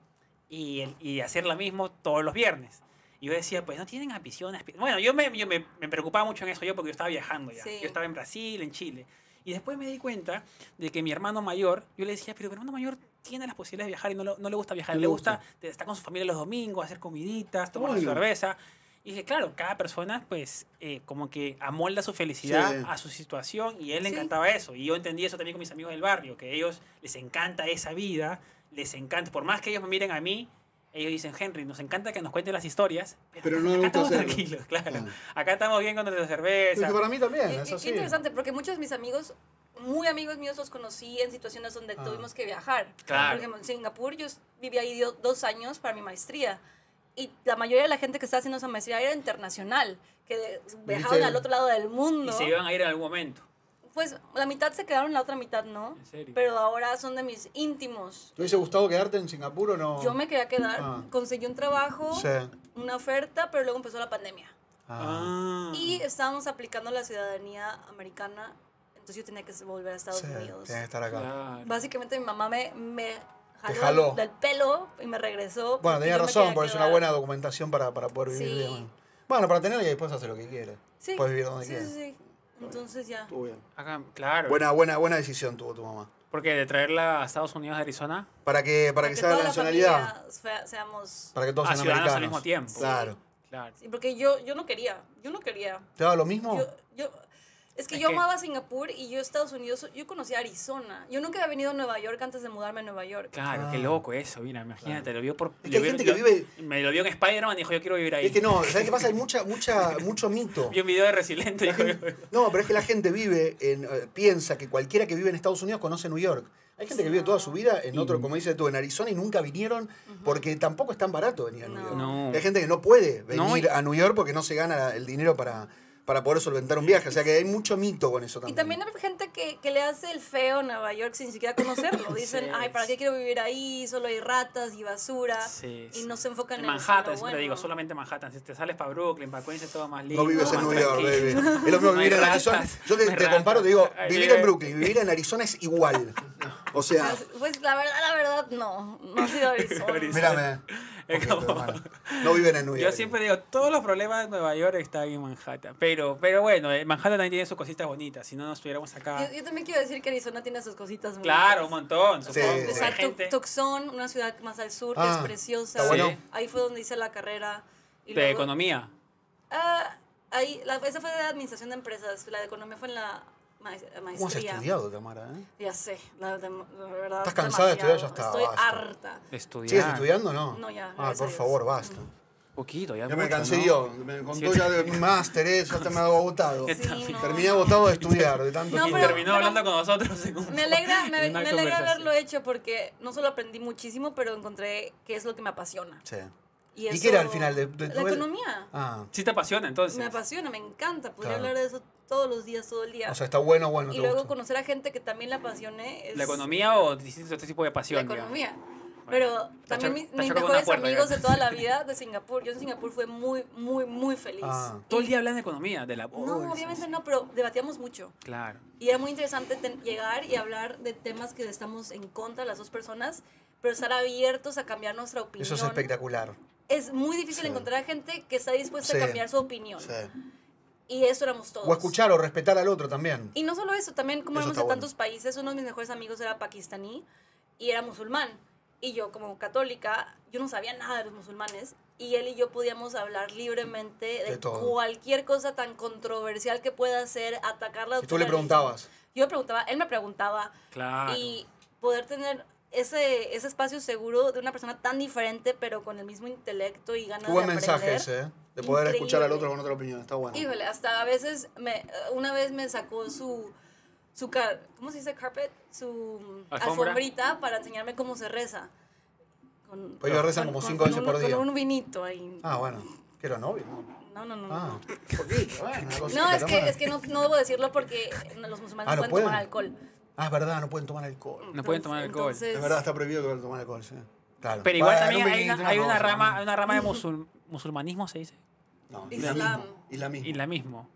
Speaker 2: y, el- y hacer lo mismo todos los viernes. Y yo decía, pues no tienen ambición. aspi- Bueno, yo, me, yo me, me preocupaba mucho en eso yo porque yo estaba viajando ya.
Speaker 3: Sí.
Speaker 2: Yo estaba en Brasil, en Chile. Y después me di cuenta de que mi hermano mayor, yo le decía, pero mi hermano mayor tiene las posibilidades de viajar y no, lo- no le gusta viajar,
Speaker 1: No
Speaker 2: le
Speaker 1: le
Speaker 2: gusta estar con su familia los domingos, hacer comiditas, tomar su
Speaker 1: Bueno.
Speaker 2: cerveza. Y dije, claro, cada persona pues eh, como que amolda su felicidad
Speaker 1: Sí.
Speaker 2: a su situación y a él le
Speaker 3: Sí.
Speaker 2: encantaba eso. Y yo entendí eso también con mis amigos del barrio, que a ellos les encanta esa vida, les encanta, por más que ellos me miren a mí, ellos dicen, Henry, nos encanta que nos cuenten las historias, pero,
Speaker 1: Pero no
Speaker 2: acá
Speaker 1: nos gusta
Speaker 2: estamos
Speaker 1: hacerlo". Ah.
Speaker 2: tranquilos, claro.
Speaker 1: Claro.
Speaker 2: Acá estamos bien con nuestra
Speaker 5: Es que
Speaker 2: cerveza.
Speaker 5: para mí también,
Speaker 3: Y- y-
Speaker 5: es
Speaker 3: qué
Speaker 5: así.
Speaker 3: interesante, porque muchos de mis amigos, muy amigos míos, los conocí en situaciones donde
Speaker 5: Ah.
Speaker 3: tuvimos que viajar.
Speaker 2: Claro.
Speaker 3: Por ejemplo, en Singapur yo viví ahí do- dos años para mi maestría. Y la mayoría de la gente que estaba haciendo esa maestría era internacional, que de- viajaban al otro lado del
Speaker 2: Y
Speaker 3: mundo.
Speaker 2: se iban a ir en algún momento.
Speaker 3: Pues la mitad se quedaron, la otra mitad no.
Speaker 2: ¿En serio?
Speaker 3: Pero ahora son de mis íntimos.
Speaker 5: ¿Te hubiese gustado quedarte en Singapur o no?
Speaker 3: Yo me quería quedar,
Speaker 5: Ah.
Speaker 3: conseguí un trabajo,
Speaker 5: Sí.
Speaker 3: una oferta, pero luego empezó la pandemia.
Speaker 5: Ah.
Speaker 3: Y estábamos aplicando la ciudadanía americana, entonces yo tenía que volver a Estados
Speaker 5: sí,
Speaker 3: Unidos.
Speaker 5: tienes que estar acá.
Speaker 2: Claro.
Speaker 3: Básicamente mi mamá me, me jaló,
Speaker 5: jaló.
Speaker 3: del pelo y me regresó. porque
Speaker 5: Bueno, tenía
Speaker 3: yo me
Speaker 5: razón,
Speaker 3: quería
Speaker 5: porque es una
Speaker 3: quedar.
Speaker 5: buena documentación para, para poder vivir
Speaker 3: Sí.
Speaker 5: bien. Bueno, para tenerla y después hacer lo que quieras.
Speaker 3: Sí,
Speaker 5: Puedes vivir donde
Speaker 3: sí,
Speaker 5: quieras.
Speaker 3: sí, sí. Entonces ya.
Speaker 1: Estuvo bien.
Speaker 2: Acá, claro.
Speaker 5: Buena, buena, buena decisión tuvo tu mamá.
Speaker 2: Porque de traerla a Estados Unidos de Arizona
Speaker 5: Para que, para que sea la
Speaker 3: toda
Speaker 5: nacionalidad.
Speaker 3: familia sea- seamos...
Speaker 5: Para que todos
Speaker 2: a
Speaker 5: sean
Speaker 2: Ah, ciudadanos al mismo
Speaker 5: americanos.
Speaker 2: tiempo.
Speaker 5: Claro.
Speaker 2: Claro.
Speaker 3: Sí, porque yo, yo no quería, yo no quería.
Speaker 5: ¿Te daba lo mismo?
Speaker 3: Yo, yo, es que
Speaker 2: Es
Speaker 3: yo
Speaker 2: que-
Speaker 3: amaba Singapur y yo Estados Unidos, yo conocía Arizona. Yo nunca había venido a Nueva York antes de mudarme a Nueva York.
Speaker 2: Claro, qué loco eso, mira, imagínate, lo vio por...
Speaker 5: Ah. que
Speaker 2: lo
Speaker 5: hay
Speaker 2: vio-
Speaker 5: gente que
Speaker 2: lo-
Speaker 5: vive-
Speaker 2: Me lo vio en Spider-Man y dijo, yo quiero vivir ahí.
Speaker 5: Es que no, ¿sabes qué pasa? Hay mucha, mucha, mucho mito.
Speaker 2: Vi un video de Resiliente y dijo, yo-
Speaker 5: No, pero es que la gente vive, en, eh, piensa que cualquiera que vive en Estados Unidos conoce New York. Hay gente que vive toda su vida en otro, como dices tú, en Arizona y nunca vinieron porque tampoco es tan barato venir a New
Speaker 3: No.
Speaker 5: York.
Speaker 2: No.
Speaker 5: Hay gente que no puede venir
Speaker 2: Mm. No, y-
Speaker 5: a New York porque no se gana la- el dinero para, para poder solventar un viaje. O sea que hay mucho mito con eso
Speaker 3: Y
Speaker 5: también.
Speaker 3: también hay gente que, que le hace el feo a Nueva York sin siquiera conocerlo. Dicen,
Speaker 2: Sí.
Speaker 3: ay, ¿para qué quiero vivir ahí? Solo hay ratas y basura.
Speaker 2: Sí,
Speaker 3: y
Speaker 2: sí.
Speaker 3: no se enfocan en,
Speaker 2: en
Speaker 3: lo
Speaker 2: Manhattan, siempre
Speaker 3: bueno.
Speaker 2: digo, solamente Manhattan. Si te sales para Brooklyn, para Queens, es todo más lindo.
Speaker 5: No vives en
Speaker 2: más
Speaker 5: New York, baby.
Speaker 2: tranquilo.
Speaker 5: Es lo mismo
Speaker 2: No hay
Speaker 5: vivir en
Speaker 2: ratas,
Speaker 5: Arizona. Yo te,
Speaker 2: no hay
Speaker 5: te comparo, te digo,
Speaker 2: ratas. Ay,
Speaker 5: vivir
Speaker 2: bien.
Speaker 5: en Brooklyn, vivir en Arizona es igual. O sea,
Speaker 3: Pues, pues, la verdad, la verdad, no. No ha sido Arizona.
Speaker 2: Arizona.
Speaker 5: mírame.
Speaker 2: Es
Speaker 5: Ok,
Speaker 2: como-
Speaker 5: hermano. No viven en New York.
Speaker 2: Yo siempre digo, todos los problemas de Nueva York están en Manhattan. Pero, pero bueno, eh, Manhattan también tiene sus cositas bonitas. Si no, no estuviéramos acá.
Speaker 3: Yo, yo también quiero decir que Arizona tiene sus cositas muy
Speaker 2: Claro, un montón.
Speaker 5: Sí,
Speaker 2: Supongo.
Speaker 5: sí.
Speaker 3: Está
Speaker 2: Hay gente-
Speaker 3: Tucson, una ciudad más al sur,
Speaker 5: Ah,
Speaker 3: que es preciosa.
Speaker 5: está
Speaker 2: bueno. Sí.
Speaker 3: Ahí fue donde hice la carrera. y
Speaker 2: de
Speaker 3: luego-
Speaker 2: economía.
Speaker 3: Ah, ahí, la- esa fue de administración de empresas. La de economía fue en la ma- maestría.
Speaker 5: ¿Cómo has estudiado, Tamara? eh?
Speaker 3: Ya sé, la, de- la verdad.
Speaker 5: ¿Estás cansada de estudiar? Ya está,
Speaker 3: Estoy
Speaker 5: basta.
Speaker 3: harta.
Speaker 2: Estudiar.
Speaker 5: ¿Sigues estudiando o no?
Speaker 3: No, ya,
Speaker 5: Ah,
Speaker 3: gracias a
Speaker 5: por
Speaker 3: Dios.
Speaker 5: favor, basta.
Speaker 2: Poquito, ya.
Speaker 5: Ya me
Speaker 2: mucho,
Speaker 5: cansé
Speaker 2: ¿no?
Speaker 5: yo. Me contó
Speaker 2: Sí.
Speaker 5: ya de mi máster, eso, ya me ha
Speaker 3: Sí,
Speaker 5: agotado.
Speaker 3: no.
Speaker 5: Terminé agotado de estudiar, de tanto
Speaker 3: No,
Speaker 2: Y
Speaker 5: tiempo.
Speaker 3: pero-
Speaker 2: terminó hablando con nosotros. en un-
Speaker 3: Me alegra, me,
Speaker 2: en una
Speaker 3: me alegra
Speaker 2: conversación.
Speaker 3: haberlo hecho porque no solo aprendí muchísimo, pero encontré qué es lo que me apasiona.
Speaker 5: Sí.
Speaker 3: ¿Y,
Speaker 5: ¿Y
Speaker 3: eso-
Speaker 5: qué era al final de, de
Speaker 3: La
Speaker 5: tu-
Speaker 3: economía.
Speaker 5: Ah,
Speaker 2: Sí te apasiona, entonces.
Speaker 3: Me apasiona, me encanta. Podría
Speaker 5: Claro.
Speaker 3: hablar de eso todos los días, todo el día.
Speaker 5: Ah, o sea, está bueno, bueno.
Speaker 3: y
Speaker 5: te
Speaker 3: luego
Speaker 5: gusta.
Speaker 3: conocer a gente que también la apasione es
Speaker 2: ¿La economía o distintos otros tipos de
Speaker 3: la
Speaker 2: pasión? digamos?
Speaker 3: economía. Pero también
Speaker 2: cho-
Speaker 3: mis,
Speaker 2: está
Speaker 3: mis
Speaker 2: chocando una
Speaker 3: mejores
Speaker 2: puerta,
Speaker 3: amigos
Speaker 2: ya.
Speaker 3: de toda la vida de Singapur. Yo en Singapur fui muy, muy, muy feliz.
Speaker 5: Ah.
Speaker 2: Todo el día hablan de economía, de la
Speaker 3: No,
Speaker 2: bolsa.
Speaker 3: obviamente no, pero debatíamos mucho.
Speaker 2: Claro.
Speaker 3: Y era muy interesante ten- llegar y hablar de temas que estamos en contra las dos personas, pero estar abiertos a cambiar nuestra opinión.
Speaker 5: Eso es espectacular.
Speaker 3: Es muy difícil
Speaker 5: Sí.
Speaker 3: encontrar a gente que está dispuesta
Speaker 5: Sí.
Speaker 3: a cambiar su opinión.
Speaker 5: Sí.
Speaker 3: Y eso éramos todos.
Speaker 5: O escuchar o respetar al otro también.
Speaker 3: Y no solo eso, también como
Speaker 5: Eso
Speaker 3: éramos
Speaker 5: está
Speaker 3: de
Speaker 5: bueno.
Speaker 3: tantos países, uno de mis mejores amigos era pakistaní y era musulmán. Y yo como católica, yo no sabía nada de los musulmanes. Y él y yo podíamos hablar libremente de,
Speaker 5: De todo.
Speaker 3: cualquier cosa tan controversial que pueda ser, atacar la
Speaker 5: Y tú le
Speaker 3: religión.
Speaker 5: preguntabas.
Speaker 3: Yo le preguntaba, él me preguntaba.
Speaker 2: Claro.
Speaker 3: Y poder tener ese, ese espacio seguro de una persona tan diferente, pero con el mismo intelecto y ganas
Speaker 5: Qué buen
Speaker 3: de
Speaker 5: mensaje
Speaker 3: aprender.
Speaker 5: ese, ¿eh? De poder
Speaker 3: Increíble.
Speaker 5: escuchar al otro con otra opinión. Está bueno.
Speaker 3: Híjole, hasta a veces, me, una vez me sacó su, su car- ¿cómo se dice carpet? Su
Speaker 2: Alfombra.
Speaker 3: alfombrita para enseñarme cómo se reza. Con,
Speaker 5: Pues ellos rezan como cinco veces
Speaker 3: un-
Speaker 5: por día.
Speaker 3: Con un vinito ahí.
Speaker 5: Ah, bueno. Que era novio. ¿no?
Speaker 3: No, no, no. no.
Speaker 5: Ah, ¿por qué? Bueno, una cosita,
Speaker 3: No, es que,
Speaker 5: Tamara.
Speaker 3: es que no, no debo decirlo porque los musulmanes
Speaker 5: Ah, ¿no
Speaker 3: pueden, tomar
Speaker 5: pueden?
Speaker 3: alcohol.
Speaker 5: Ah, es verdad, no pueden tomar alcohol.
Speaker 2: No pueden tomar alcohol.
Speaker 3: Entonces,
Speaker 5: Es verdad, está prohibido tomar alcohol, sí. Claro.
Speaker 2: Pero igual
Speaker 5: Bueno,
Speaker 2: también
Speaker 5: un
Speaker 2: hay
Speaker 5: vinito,
Speaker 2: una, hay una
Speaker 5: cosa,
Speaker 2: rama,
Speaker 5: ¿no?
Speaker 2: hay una rama de musul- musulmanismo, se dice,
Speaker 5: No,
Speaker 3: Islam.
Speaker 5: Y la misma.
Speaker 2: islamismo,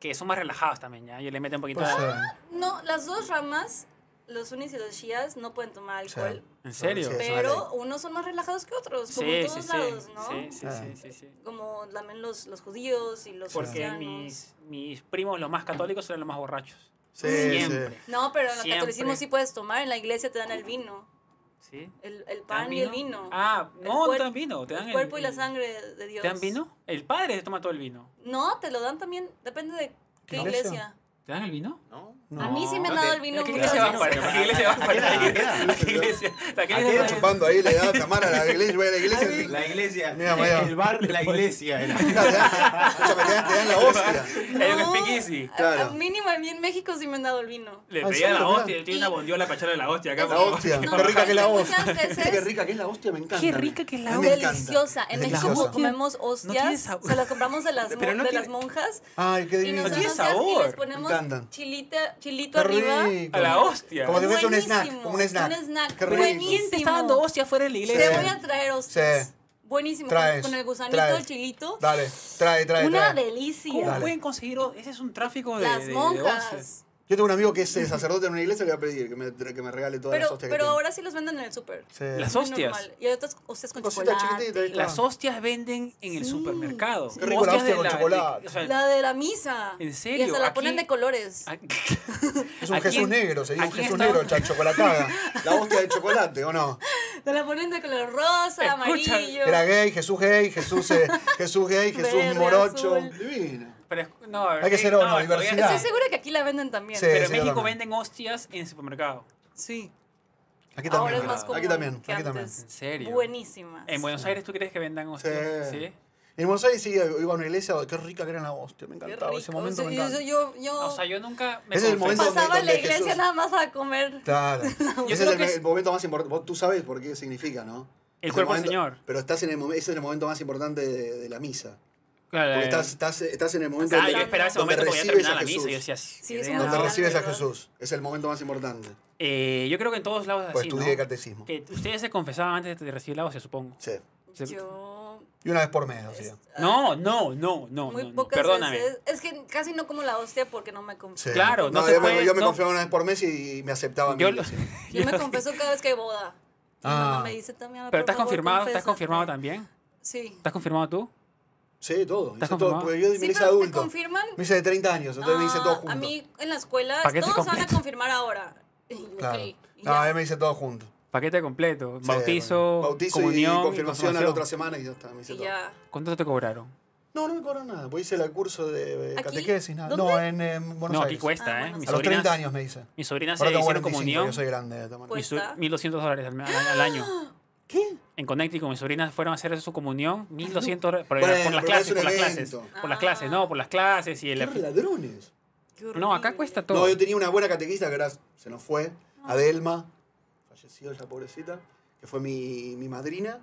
Speaker 2: que son más relajados también, ¿ya? Y le meten un poquito
Speaker 5: Puede
Speaker 2: de-
Speaker 5: ser.
Speaker 3: no, las dos ramas, los sunnis y los shias, no pueden tomar
Speaker 5: Sí.
Speaker 3: alcohol.
Speaker 2: ¿En serio?
Speaker 5: pues Sí, es una
Speaker 3: Pero unos son más relajados que otros, como en todos lados, ¿no?
Speaker 2: sí, sí,
Speaker 5: Ah.
Speaker 2: sí, sí, sí.
Speaker 3: Como también los, los judíos y los
Speaker 2: Porque
Speaker 3: cristianos.
Speaker 2: mis, mis primos, los más católicos, eran los más borrachos.
Speaker 5: Sí,
Speaker 2: Siempre.
Speaker 5: sí.
Speaker 3: No, pero en el
Speaker 2: Siempre.
Speaker 3: catolicismo sí puedes tomar. En la iglesia te dan el vino,
Speaker 2: ¿Sí?
Speaker 3: el, el
Speaker 2: ¿Te dan
Speaker 3: pan y el vino.
Speaker 2: Ah,
Speaker 3: El
Speaker 2: no,
Speaker 3: cuer-
Speaker 2: te dan vino. Te dan
Speaker 3: el cuerpo y la
Speaker 2: el-
Speaker 3: sangre de Dios.
Speaker 2: ¿Te dan vino? El padre se toma todo el vino.
Speaker 3: No, te lo dan también. Depende de qué
Speaker 5: ¿Iglesia?
Speaker 3: iglesia.
Speaker 2: ¿Te dan el vino?
Speaker 4: ¿No?
Speaker 3: A mí sí me han
Speaker 4: No,
Speaker 3: dado
Speaker 4: te-
Speaker 3: el vino.
Speaker 2: ¿A qué
Speaker 3: muchas
Speaker 2: iglesia vas
Speaker 3: veces.
Speaker 2: para? ¿A
Speaker 5: Ah,
Speaker 2: qué iglesia vas para? ¿A qué iglesia? ¿A qué iglesia? ¿A qué iglesia
Speaker 5: Estaba
Speaker 2: vas?
Speaker 5: chupando ahí, le da Tamara a la iglesia, voy a la iglesia. ¿eh? te-
Speaker 4: La iglesia.
Speaker 5: Mira, vaya.
Speaker 4: El bar, la iglesia. era.
Speaker 5: Claro, te dan- escúchame, te dan- te dan la hostia.
Speaker 2: Hay un speakeasy.
Speaker 3: a-
Speaker 5: Claro.
Speaker 3: a- mínimo a mí en México sí me han dado el vino.
Speaker 2: Le
Speaker 5: Ah, ¿en
Speaker 2: pedía
Speaker 5: serio?
Speaker 2: la
Speaker 5: Mira.
Speaker 2: hostia, tiene una bondiola para echarle a la hostia acá.
Speaker 3: Es
Speaker 5: La
Speaker 3: que-
Speaker 5: hostia,
Speaker 3: no,
Speaker 5: qué rica que es la hostia.
Speaker 3: muchas veces-
Speaker 5: Qué rica que es la hostia, me encanta.
Speaker 2: Qué rica que es la
Speaker 5: A mí me encanta.
Speaker 3: deliciosa. En
Speaker 5: Es
Speaker 3: México
Speaker 5: deliciosa.
Speaker 3: comemos
Speaker 2: tiene
Speaker 3: hostias,
Speaker 2: sabor.
Speaker 3: se las compramos de las,
Speaker 4: Pero
Speaker 3: mon-
Speaker 4: no
Speaker 3: de
Speaker 4: tiene-
Speaker 3: las monjas.
Speaker 5: Ay, qué
Speaker 3: Y nos
Speaker 5: divino.
Speaker 3: dan
Speaker 2: tiene
Speaker 3: hostias y
Speaker 2: sabor.
Speaker 3: les ponemos
Speaker 5: Encantan.
Speaker 3: chilita- chilito
Speaker 5: Qué
Speaker 3: arriba.
Speaker 5: rico.
Speaker 2: A la hostia.
Speaker 5: Como si fuese un
Speaker 3: Buenísimo,
Speaker 5: snack, como un snack.
Speaker 3: un snack.
Speaker 5: Qué
Speaker 3: Pero
Speaker 5: rico.
Speaker 3: ¿quién
Speaker 2: Te está dando hostia fuera de la
Speaker 3: Te
Speaker 5: Sí.
Speaker 2: iglesia.
Speaker 3: voy a traer hostias.
Speaker 5: Sí.
Speaker 3: Buenísimo. con-
Speaker 5: Traes,
Speaker 3: con el gusanito,
Speaker 5: traes.
Speaker 3: el chilito.
Speaker 5: Dale, trae, trae,
Speaker 3: Una
Speaker 5: trae.
Speaker 3: delicia.
Speaker 2: ¿Cómo
Speaker 5: Dale.
Speaker 2: pueden conseguir? o- Ese es un tráfico de.
Speaker 3: Las
Speaker 2: de- de
Speaker 3: monjas.
Speaker 2: hostias.
Speaker 5: Yo tengo un amigo que es eh, sacerdote en una iglesia, le voy a pedir que me, que me regale todas las
Speaker 3: Pero,
Speaker 5: hostias
Speaker 3: pero
Speaker 5: que
Speaker 3: ahora sí los venden en el súper.
Speaker 5: tengo. Sí.
Speaker 2: Las
Speaker 3: Muy
Speaker 2: hostias.
Speaker 3: normal. Y otras hostias con
Speaker 5: Cositas chiquititas,
Speaker 3: chocolate.
Speaker 5: ahí
Speaker 2: Las
Speaker 5: Claro.
Speaker 2: hostias venden en el
Speaker 3: Ah. Sí.
Speaker 2: supermercado.
Speaker 3: Qué
Speaker 5: rico la
Speaker 2: Hostias
Speaker 5: hostia
Speaker 2: de
Speaker 5: con
Speaker 2: la- de-
Speaker 5: chocolate.
Speaker 2: o sea, ah,
Speaker 3: La de la misa.
Speaker 2: ¿En
Speaker 3: Y
Speaker 2: serio?
Speaker 3: hasta la
Speaker 2: Aquí-
Speaker 3: ponen de colores.
Speaker 2: a-
Speaker 5: Es un
Speaker 2: aquí
Speaker 5: Jesús
Speaker 2: en-
Speaker 5: negro, sería un
Speaker 2: aquí en Estados-
Speaker 5: Jesús negro, el chocolatada. La hostia de chocolate, ¿o no?
Speaker 3: Te la ponen de color rosa,
Speaker 2: Escucha,
Speaker 3: amarillo.
Speaker 5: Era gay, Jesús gay, Jesús, eh, Jesús gay, Jesús
Speaker 3: Verde,
Speaker 5: morocho.
Speaker 3: azul.
Speaker 5: Divino.
Speaker 2: Pero es- no,
Speaker 5: Hay que
Speaker 2: eh,
Speaker 5: ser
Speaker 2: no,
Speaker 5: uno,
Speaker 2: todavía-
Speaker 5: diversidad.
Speaker 3: Estoy segura que aquí la venden también.
Speaker 5: Sí.
Speaker 2: Pero en
Speaker 5: sí,
Speaker 2: México
Speaker 5: totalmente.
Speaker 2: venden hostias en el supermercado.
Speaker 3: Sí.
Speaker 5: Aquí
Speaker 3: Ahora
Speaker 5: también.
Speaker 3: es más común
Speaker 5: aquí también,
Speaker 3: que
Speaker 5: aquí
Speaker 3: antes.
Speaker 5: también.
Speaker 2: ¿En serio?
Speaker 3: Buenísimas.
Speaker 2: ¿En Buenos Aires tú crees que vendan hostias?
Speaker 5: Sí.
Speaker 2: Sí.
Speaker 5: En Buenos Aires sí, eh, iba a una iglesia, qué rica que era la hostia, me
Speaker 3: Qué
Speaker 5: encantaba. Ese
Speaker 3: rico.
Speaker 5: momento
Speaker 3: Sí,
Speaker 5: me
Speaker 3: yo-
Speaker 5: encanta.
Speaker 3: yo, yo
Speaker 2: Ah, O sea, yo nunca me
Speaker 5: Ese es el
Speaker 2: confesé.
Speaker 5: momento
Speaker 3: pasaba en la
Speaker 5: donde
Speaker 3: iglesia
Speaker 5: Jesús-
Speaker 3: nada más a comer.
Speaker 5: Claro. Ese es
Speaker 2: creo
Speaker 5: el,
Speaker 2: que es-
Speaker 5: el momento más importante. Tú sabes por qué significa, ¿no?
Speaker 2: El
Speaker 5: Es
Speaker 2: cuerpo del
Speaker 5: momento-
Speaker 2: Señor.
Speaker 5: Pero estás en el momen- ese es el momento más importante de, de la misa.
Speaker 2: Claro,
Speaker 5: Porque
Speaker 2: eh,
Speaker 5: estás, estás, estás en el momento
Speaker 2: ah,
Speaker 5: donde,
Speaker 2: yo esperaba ese
Speaker 5: donde
Speaker 2: momento porque ya
Speaker 5: recibes
Speaker 2: terminaba
Speaker 5: a
Speaker 2: la misa.
Speaker 5: Jesús.
Speaker 2: y Yo decía, sí,
Speaker 3: Sí, es
Speaker 2: que
Speaker 3: una
Speaker 5: Donde
Speaker 2: nada.
Speaker 3: Ah,
Speaker 5: recibes a
Speaker 3: ¿verdad?
Speaker 5: Jesús. Es el momento más importante.
Speaker 2: Eh, yo creo que en todos lados es
Speaker 5: Pues
Speaker 2: así,
Speaker 5: estudié
Speaker 2: ¿no?
Speaker 5: catecismo.
Speaker 2: Que ustedes se confesaban antes de recibir la hostia, supongo.
Speaker 5: Sí.
Speaker 2: Se-
Speaker 3: Yo
Speaker 5: Y una vez por mes, o sea.
Speaker 2: No, no, no, no.
Speaker 3: Ah. muy
Speaker 2: no, no.
Speaker 3: pocas
Speaker 2: Perdóname.
Speaker 3: veces. Es que casi no como la hostia porque no me confieso.
Speaker 5: Sí.
Speaker 2: Claro, no se
Speaker 5: yo, me,
Speaker 2: puede-
Speaker 5: yo me
Speaker 2: no.
Speaker 5: confirmaba una vez por mes y me aceptaban.
Speaker 2: Yo lo-
Speaker 3: Yo me confieso cada vez que hay boda. Mi mamá
Speaker 5: Ah.
Speaker 3: me dice también.
Speaker 2: Pero
Speaker 3: por
Speaker 2: estás
Speaker 3: favor,
Speaker 2: confirmado, estás
Speaker 3: confiésate.
Speaker 2: confirmado también.
Speaker 3: Sí.
Speaker 2: ¿Estás confirmado tú?
Speaker 5: Sí, todo. Hice
Speaker 2: ¿Estás
Speaker 5: todo.
Speaker 2: confirmado?
Speaker 5: Porque yo me
Speaker 3: Sí,
Speaker 5: hice
Speaker 3: pero te
Speaker 5: adulto.
Speaker 3: confirman.
Speaker 5: Me hice de 30 años, entonces me hice todo
Speaker 3: Ah,
Speaker 5: junto.
Speaker 3: A mí en la escuela
Speaker 2: Paquete
Speaker 3: todos van a
Speaker 2: completo.
Speaker 3: confirmar ahora. Y yo,
Speaker 5: Claro.
Speaker 3: ok, y
Speaker 5: No, a
Speaker 3: ya.
Speaker 5: mí me hice todo junto.
Speaker 2: Paquete completo,
Speaker 5: Sí,
Speaker 2: bautizo,
Speaker 5: bueno. bautizo
Speaker 2: comunión,
Speaker 5: y confirmación a la
Speaker 2: confirmación.
Speaker 5: otra semana y ya está. Me hice
Speaker 3: Y
Speaker 5: todo.
Speaker 3: ya.
Speaker 2: ¿Cuánto te cobraron?
Speaker 5: No, no me cobraron nada. Pues hice el curso de eh,
Speaker 3: ¿Aquí?
Speaker 5: catequesis, nada.
Speaker 3: ¿Dónde?
Speaker 5: No, en eh, Buenos
Speaker 2: no, aquí
Speaker 5: Aires.
Speaker 2: cuesta,
Speaker 3: Ah,
Speaker 2: ¿eh?
Speaker 3: bueno.
Speaker 2: Mis
Speaker 5: a los
Speaker 2: sobrinas-
Speaker 5: 30 años me hice.
Speaker 2: Mis sobrinas se
Speaker 5: Ahora tengo
Speaker 2: hicieron
Speaker 5: 45,
Speaker 2: comunión.
Speaker 5: yo soy grande. de tomar.
Speaker 3: Pues-
Speaker 2: mis su-
Speaker 3: Cuesta.
Speaker 2: 1.200 dólares al, al- al año.
Speaker 5: ¿Qué? Ah,
Speaker 2: En Connecticut, mis sobrinas fueron a hacer su comunión, 1.200 dólares por,
Speaker 5: Bueno,
Speaker 2: por las
Speaker 5: pero es
Speaker 2: clases,
Speaker 5: un
Speaker 2: por las clases.
Speaker 5: evento.
Speaker 2: Por las clases, no, por las clases y el...
Speaker 5: ¿Qué ladrones?
Speaker 3: qué
Speaker 2: No, acá
Speaker 3: horrible.
Speaker 2: cuesta todo. Ah.
Speaker 5: No, yo tenía una buena catequista que era, se nos fue, Adelma, falleció esa pobrecita, que fue mi, mi madrina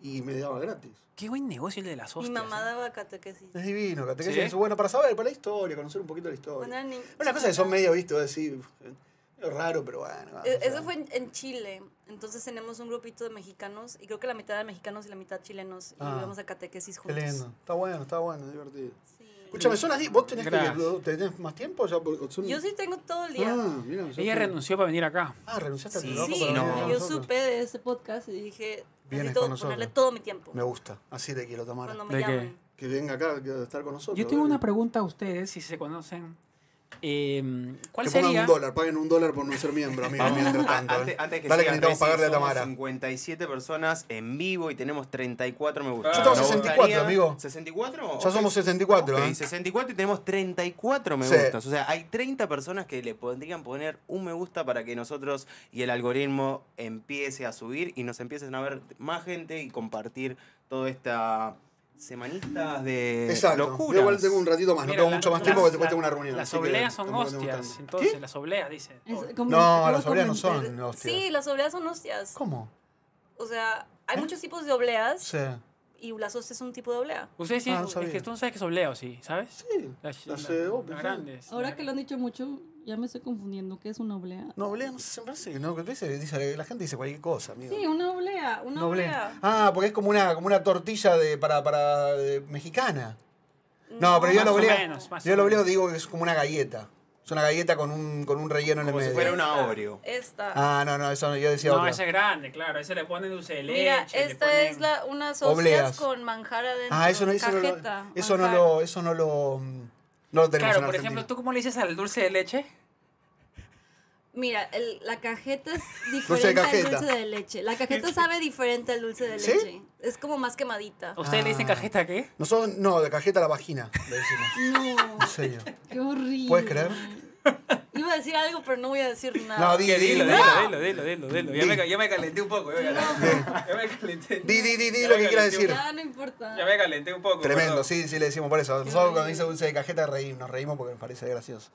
Speaker 5: y me daba gratis.
Speaker 2: Qué buen negocio el de las
Speaker 3: Mi
Speaker 2: hostias.
Speaker 3: mamá
Speaker 2: ¿eh?
Speaker 3: daba catequesis.
Speaker 5: Es divino, catequesis
Speaker 2: ¿Sí?
Speaker 5: es bueno para saber, para la historia, conocer un poquito la historia.
Speaker 3: Cuando era
Speaker 5: Una,
Speaker 3: ni-
Speaker 5: cosa que son medio, viste, vos decís, eh, medio raro, pero bueno. vamos,
Speaker 3: Eh, Eso
Speaker 5: ya.
Speaker 3: fue en, en Chile. Entonces tenemos un grupito de mexicanos y creo que la mitad de mexicanos y la mitad chilenos y
Speaker 5: Ah.
Speaker 3: íbamos a catequesis
Speaker 5: Qué
Speaker 3: juntos.
Speaker 5: lindo, está bueno, está bueno, divertido.
Speaker 3: Sí.
Speaker 5: Escúchame, son las 10, vos tenés, que,
Speaker 2: Gracias.
Speaker 5: tenés más tiempo ya. Porque son-
Speaker 3: Yo sí tengo todo el día.
Speaker 5: Ah, mira, ya
Speaker 2: Ella
Speaker 5: son-
Speaker 2: renunció para venir acá.
Speaker 5: Ah, renunciaste
Speaker 3: Sí,
Speaker 5: a tu trabajo
Speaker 3: sí,
Speaker 5: para venir con
Speaker 3: yo
Speaker 5: nosotros.
Speaker 3: supe de este podcast y dije,
Speaker 5: Vienes
Speaker 3: necesito
Speaker 5: con nosotros.
Speaker 3: ponerle todo mi tiempo
Speaker 5: Me gusta, así te quiero, Tamara.
Speaker 3: cuando me
Speaker 2: ¿De qué?
Speaker 3: llaman.
Speaker 5: Que venga acá, que estar con nosotros.
Speaker 2: Yo tengo
Speaker 5: dale.
Speaker 2: una pregunta a ustedes, si se conocen. Eh, ¿Cuál
Speaker 5: que pongan
Speaker 2: sería?
Speaker 5: un dólar, paguen un dólar por no ser miembro, amigo,
Speaker 4: Vamos.
Speaker 5: mientras tanto.
Speaker 4: Antes,
Speaker 5: ¿eh?
Speaker 4: antes que
Speaker 5: Dale que
Speaker 4: siga,
Speaker 5: necesitamos
Speaker 4: Prezi,
Speaker 5: pagarle a
Speaker 4: somos
Speaker 5: Tamara.
Speaker 4: 57 personas en vivo y tenemos 34 me gusta.
Speaker 2: Yo tengo
Speaker 5: 64, amigo.
Speaker 4: ¿64?
Speaker 5: Ya somos 64, ¿eh?
Speaker 4: 64 y tenemos 34 me
Speaker 5: Sí.
Speaker 4: gustas. O sea, hay 30 personas que le podrían poner un me gusta para que nosotros y el algoritmo empiece a subir y nos empiecen a ver más gente y compartir toda esta semanita de
Speaker 5: Exacto. Yo
Speaker 4: locuras.
Speaker 5: igual tengo un ratito más, no
Speaker 2: Mira,
Speaker 5: tengo
Speaker 2: la-
Speaker 5: mucho más
Speaker 2: las-
Speaker 5: tiempo porque después
Speaker 2: la-
Speaker 5: tengo una reunión.
Speaker 2: Las
Speaker 5: así que
Speaker 2: obleas son
Speaker 5: tampoco tengo
Speaker 2: hostias,
Speaker 5: tanto.
Speaker 2: entonces,
Speaker 5: ¿Qué?
Speaker 2: las obleas, dice.
Speaker 1: Es como-
Speaker 5: No,
Speaker 1: como
Speaker 5: las obleas no
Speaker 1: comenté-
Speaker 5: son hostias.
Speaker 3: Sí, las obleas son hostias.
Speaker 5: ¿Cómo? ¿Eh?
Speaker 3: O sea, hay muchos tipos de obleas
Speaker 5: Sí.
Speaker 2: Ah,
Speaker 3: y las hostias es un tipo de oblea.
Speaker 2: Ustedes sí,
Speaker 5: Ah, no
Speaker 2: es
Speaker 5: sabía.
Speaker 2: que tú no sabes que es obleo, sí, ¿sabes?
Speaker 5: Sí.
Speaker 2: Las,
Speaker 5: Las,
Speaker 2: las-
Speaker 5: eh,
Speaker 2: las
Speaker 5: obleas, sí.
Speaker 2: grandes.
Speaker 1: Ahora que lo han dicho mucho, ya me estoy confundiendo. ¿Qué es una oblea?
Speaker 5: No, obleas no se me parece que no, que dice- dice- la gente dice cualquier cosa, amigo.
Speaker 1: Sí, una oblea, una
Speaker 5: No
Speaker 1: oblea.
Speaker 5: oblea. Ah, porque es como una, como una tortilla de, para, para de- mexicana. No, pero yo
Speaker 2: Más
Speaker 5: la
Speaker 2: o
Speaker 5: oblea,
Speaker 2: menos, más
Speaker 5: yo
Speaker 2: o
Speaker 5: la oblea
Speaker 2: menos.
Speaker 5: digo que es como una galleta. Es una galleta con un, con un relleno en el
Speaker 4: Como si
Speaker 5: medio.
Speaker 4: fuera una Oreo.
Speaker 3: Esta.
Speaker 5: Ah, no, no, eso no, yo decía
Speaker 2: No,
Speaker 5: otra.
Speaker 2: esa es grande, claro. Ese le ponen dulce de leche.
Speaker 3: Mira,
Speaker 2: le
Speaker 3: esta
Speaker 2: ponen-
Speaker 3: es la, unas hostias
Speaker 5: Obleas.
Speaker 3: con manjar adentro.
Speaker 5: Ah, eso no, eso no lo,
Speaker 3: Cajeta,
Speaker 5: eso no
Speaker 3: manjar.
Speaker 5: lo, eso no lo, mm, no lo tenemos
Speaker 2: Claro,
Speaker 5: en
Speaker 2: por
Speaker 5: Argentina.
Speaker 2: ejemplo, ¿tú cómo le dices al dulce de leche?
Speaker 3: Mira, el- la cajeta es
Speaker 5: Dulce de
Speaker 3: diferente al
Speaker 5: cajeta.
Speaker 3: dulce de leche. La cajeta sabe diferente al dulce de
Speaker 5: ¿Sí?
Speaker 3: leche. Es como más quemadita.
Speaker 2: ¿Ustedes le dicen
Speaker 5: Ah.
Speaker 2: cajeta a qué?
Speaker 5: Nosotros, no, de cajeta a la vagina, le decimos.
Speaker 1: No,
Speaker 5: En serio.
Speaker 1: qué horrible.
Speaker 5: ¿Puedes creer?
Speaker 3: Iba a decir algo, pero no voy a decir nada.
Speaker 5: No, di,
Speaker 2: Que
Speaker 5: di,
Speaker 2: dilo,
Speaker 5: di.
Speaker 2: dilo, dilo, dilo, dilo, dilo. Ya
Speaker 5: Di.
Speaker 2: me, ca- ya me calenté un poco. Ya me calenté. Ya me calenté.
Speaker 5: Di, di, di, di
Speaker 2: Ya
Speaker 5: lo
Speaker 2: me
Speaker 5: que quieras
Speaker 2: calenté un-
Speaker 5: decir.
Speaker 1: Ya, no importa.
Speaker 2: Ya me calenté un poco.
Speaker 5: Tremendo,
Speaker 2: perdón.
Speaker 5: sí, sí le decimos por eso. Nosotros cuando dice dulce de cajeta reímos, nos reímos porque nos parece gracioso.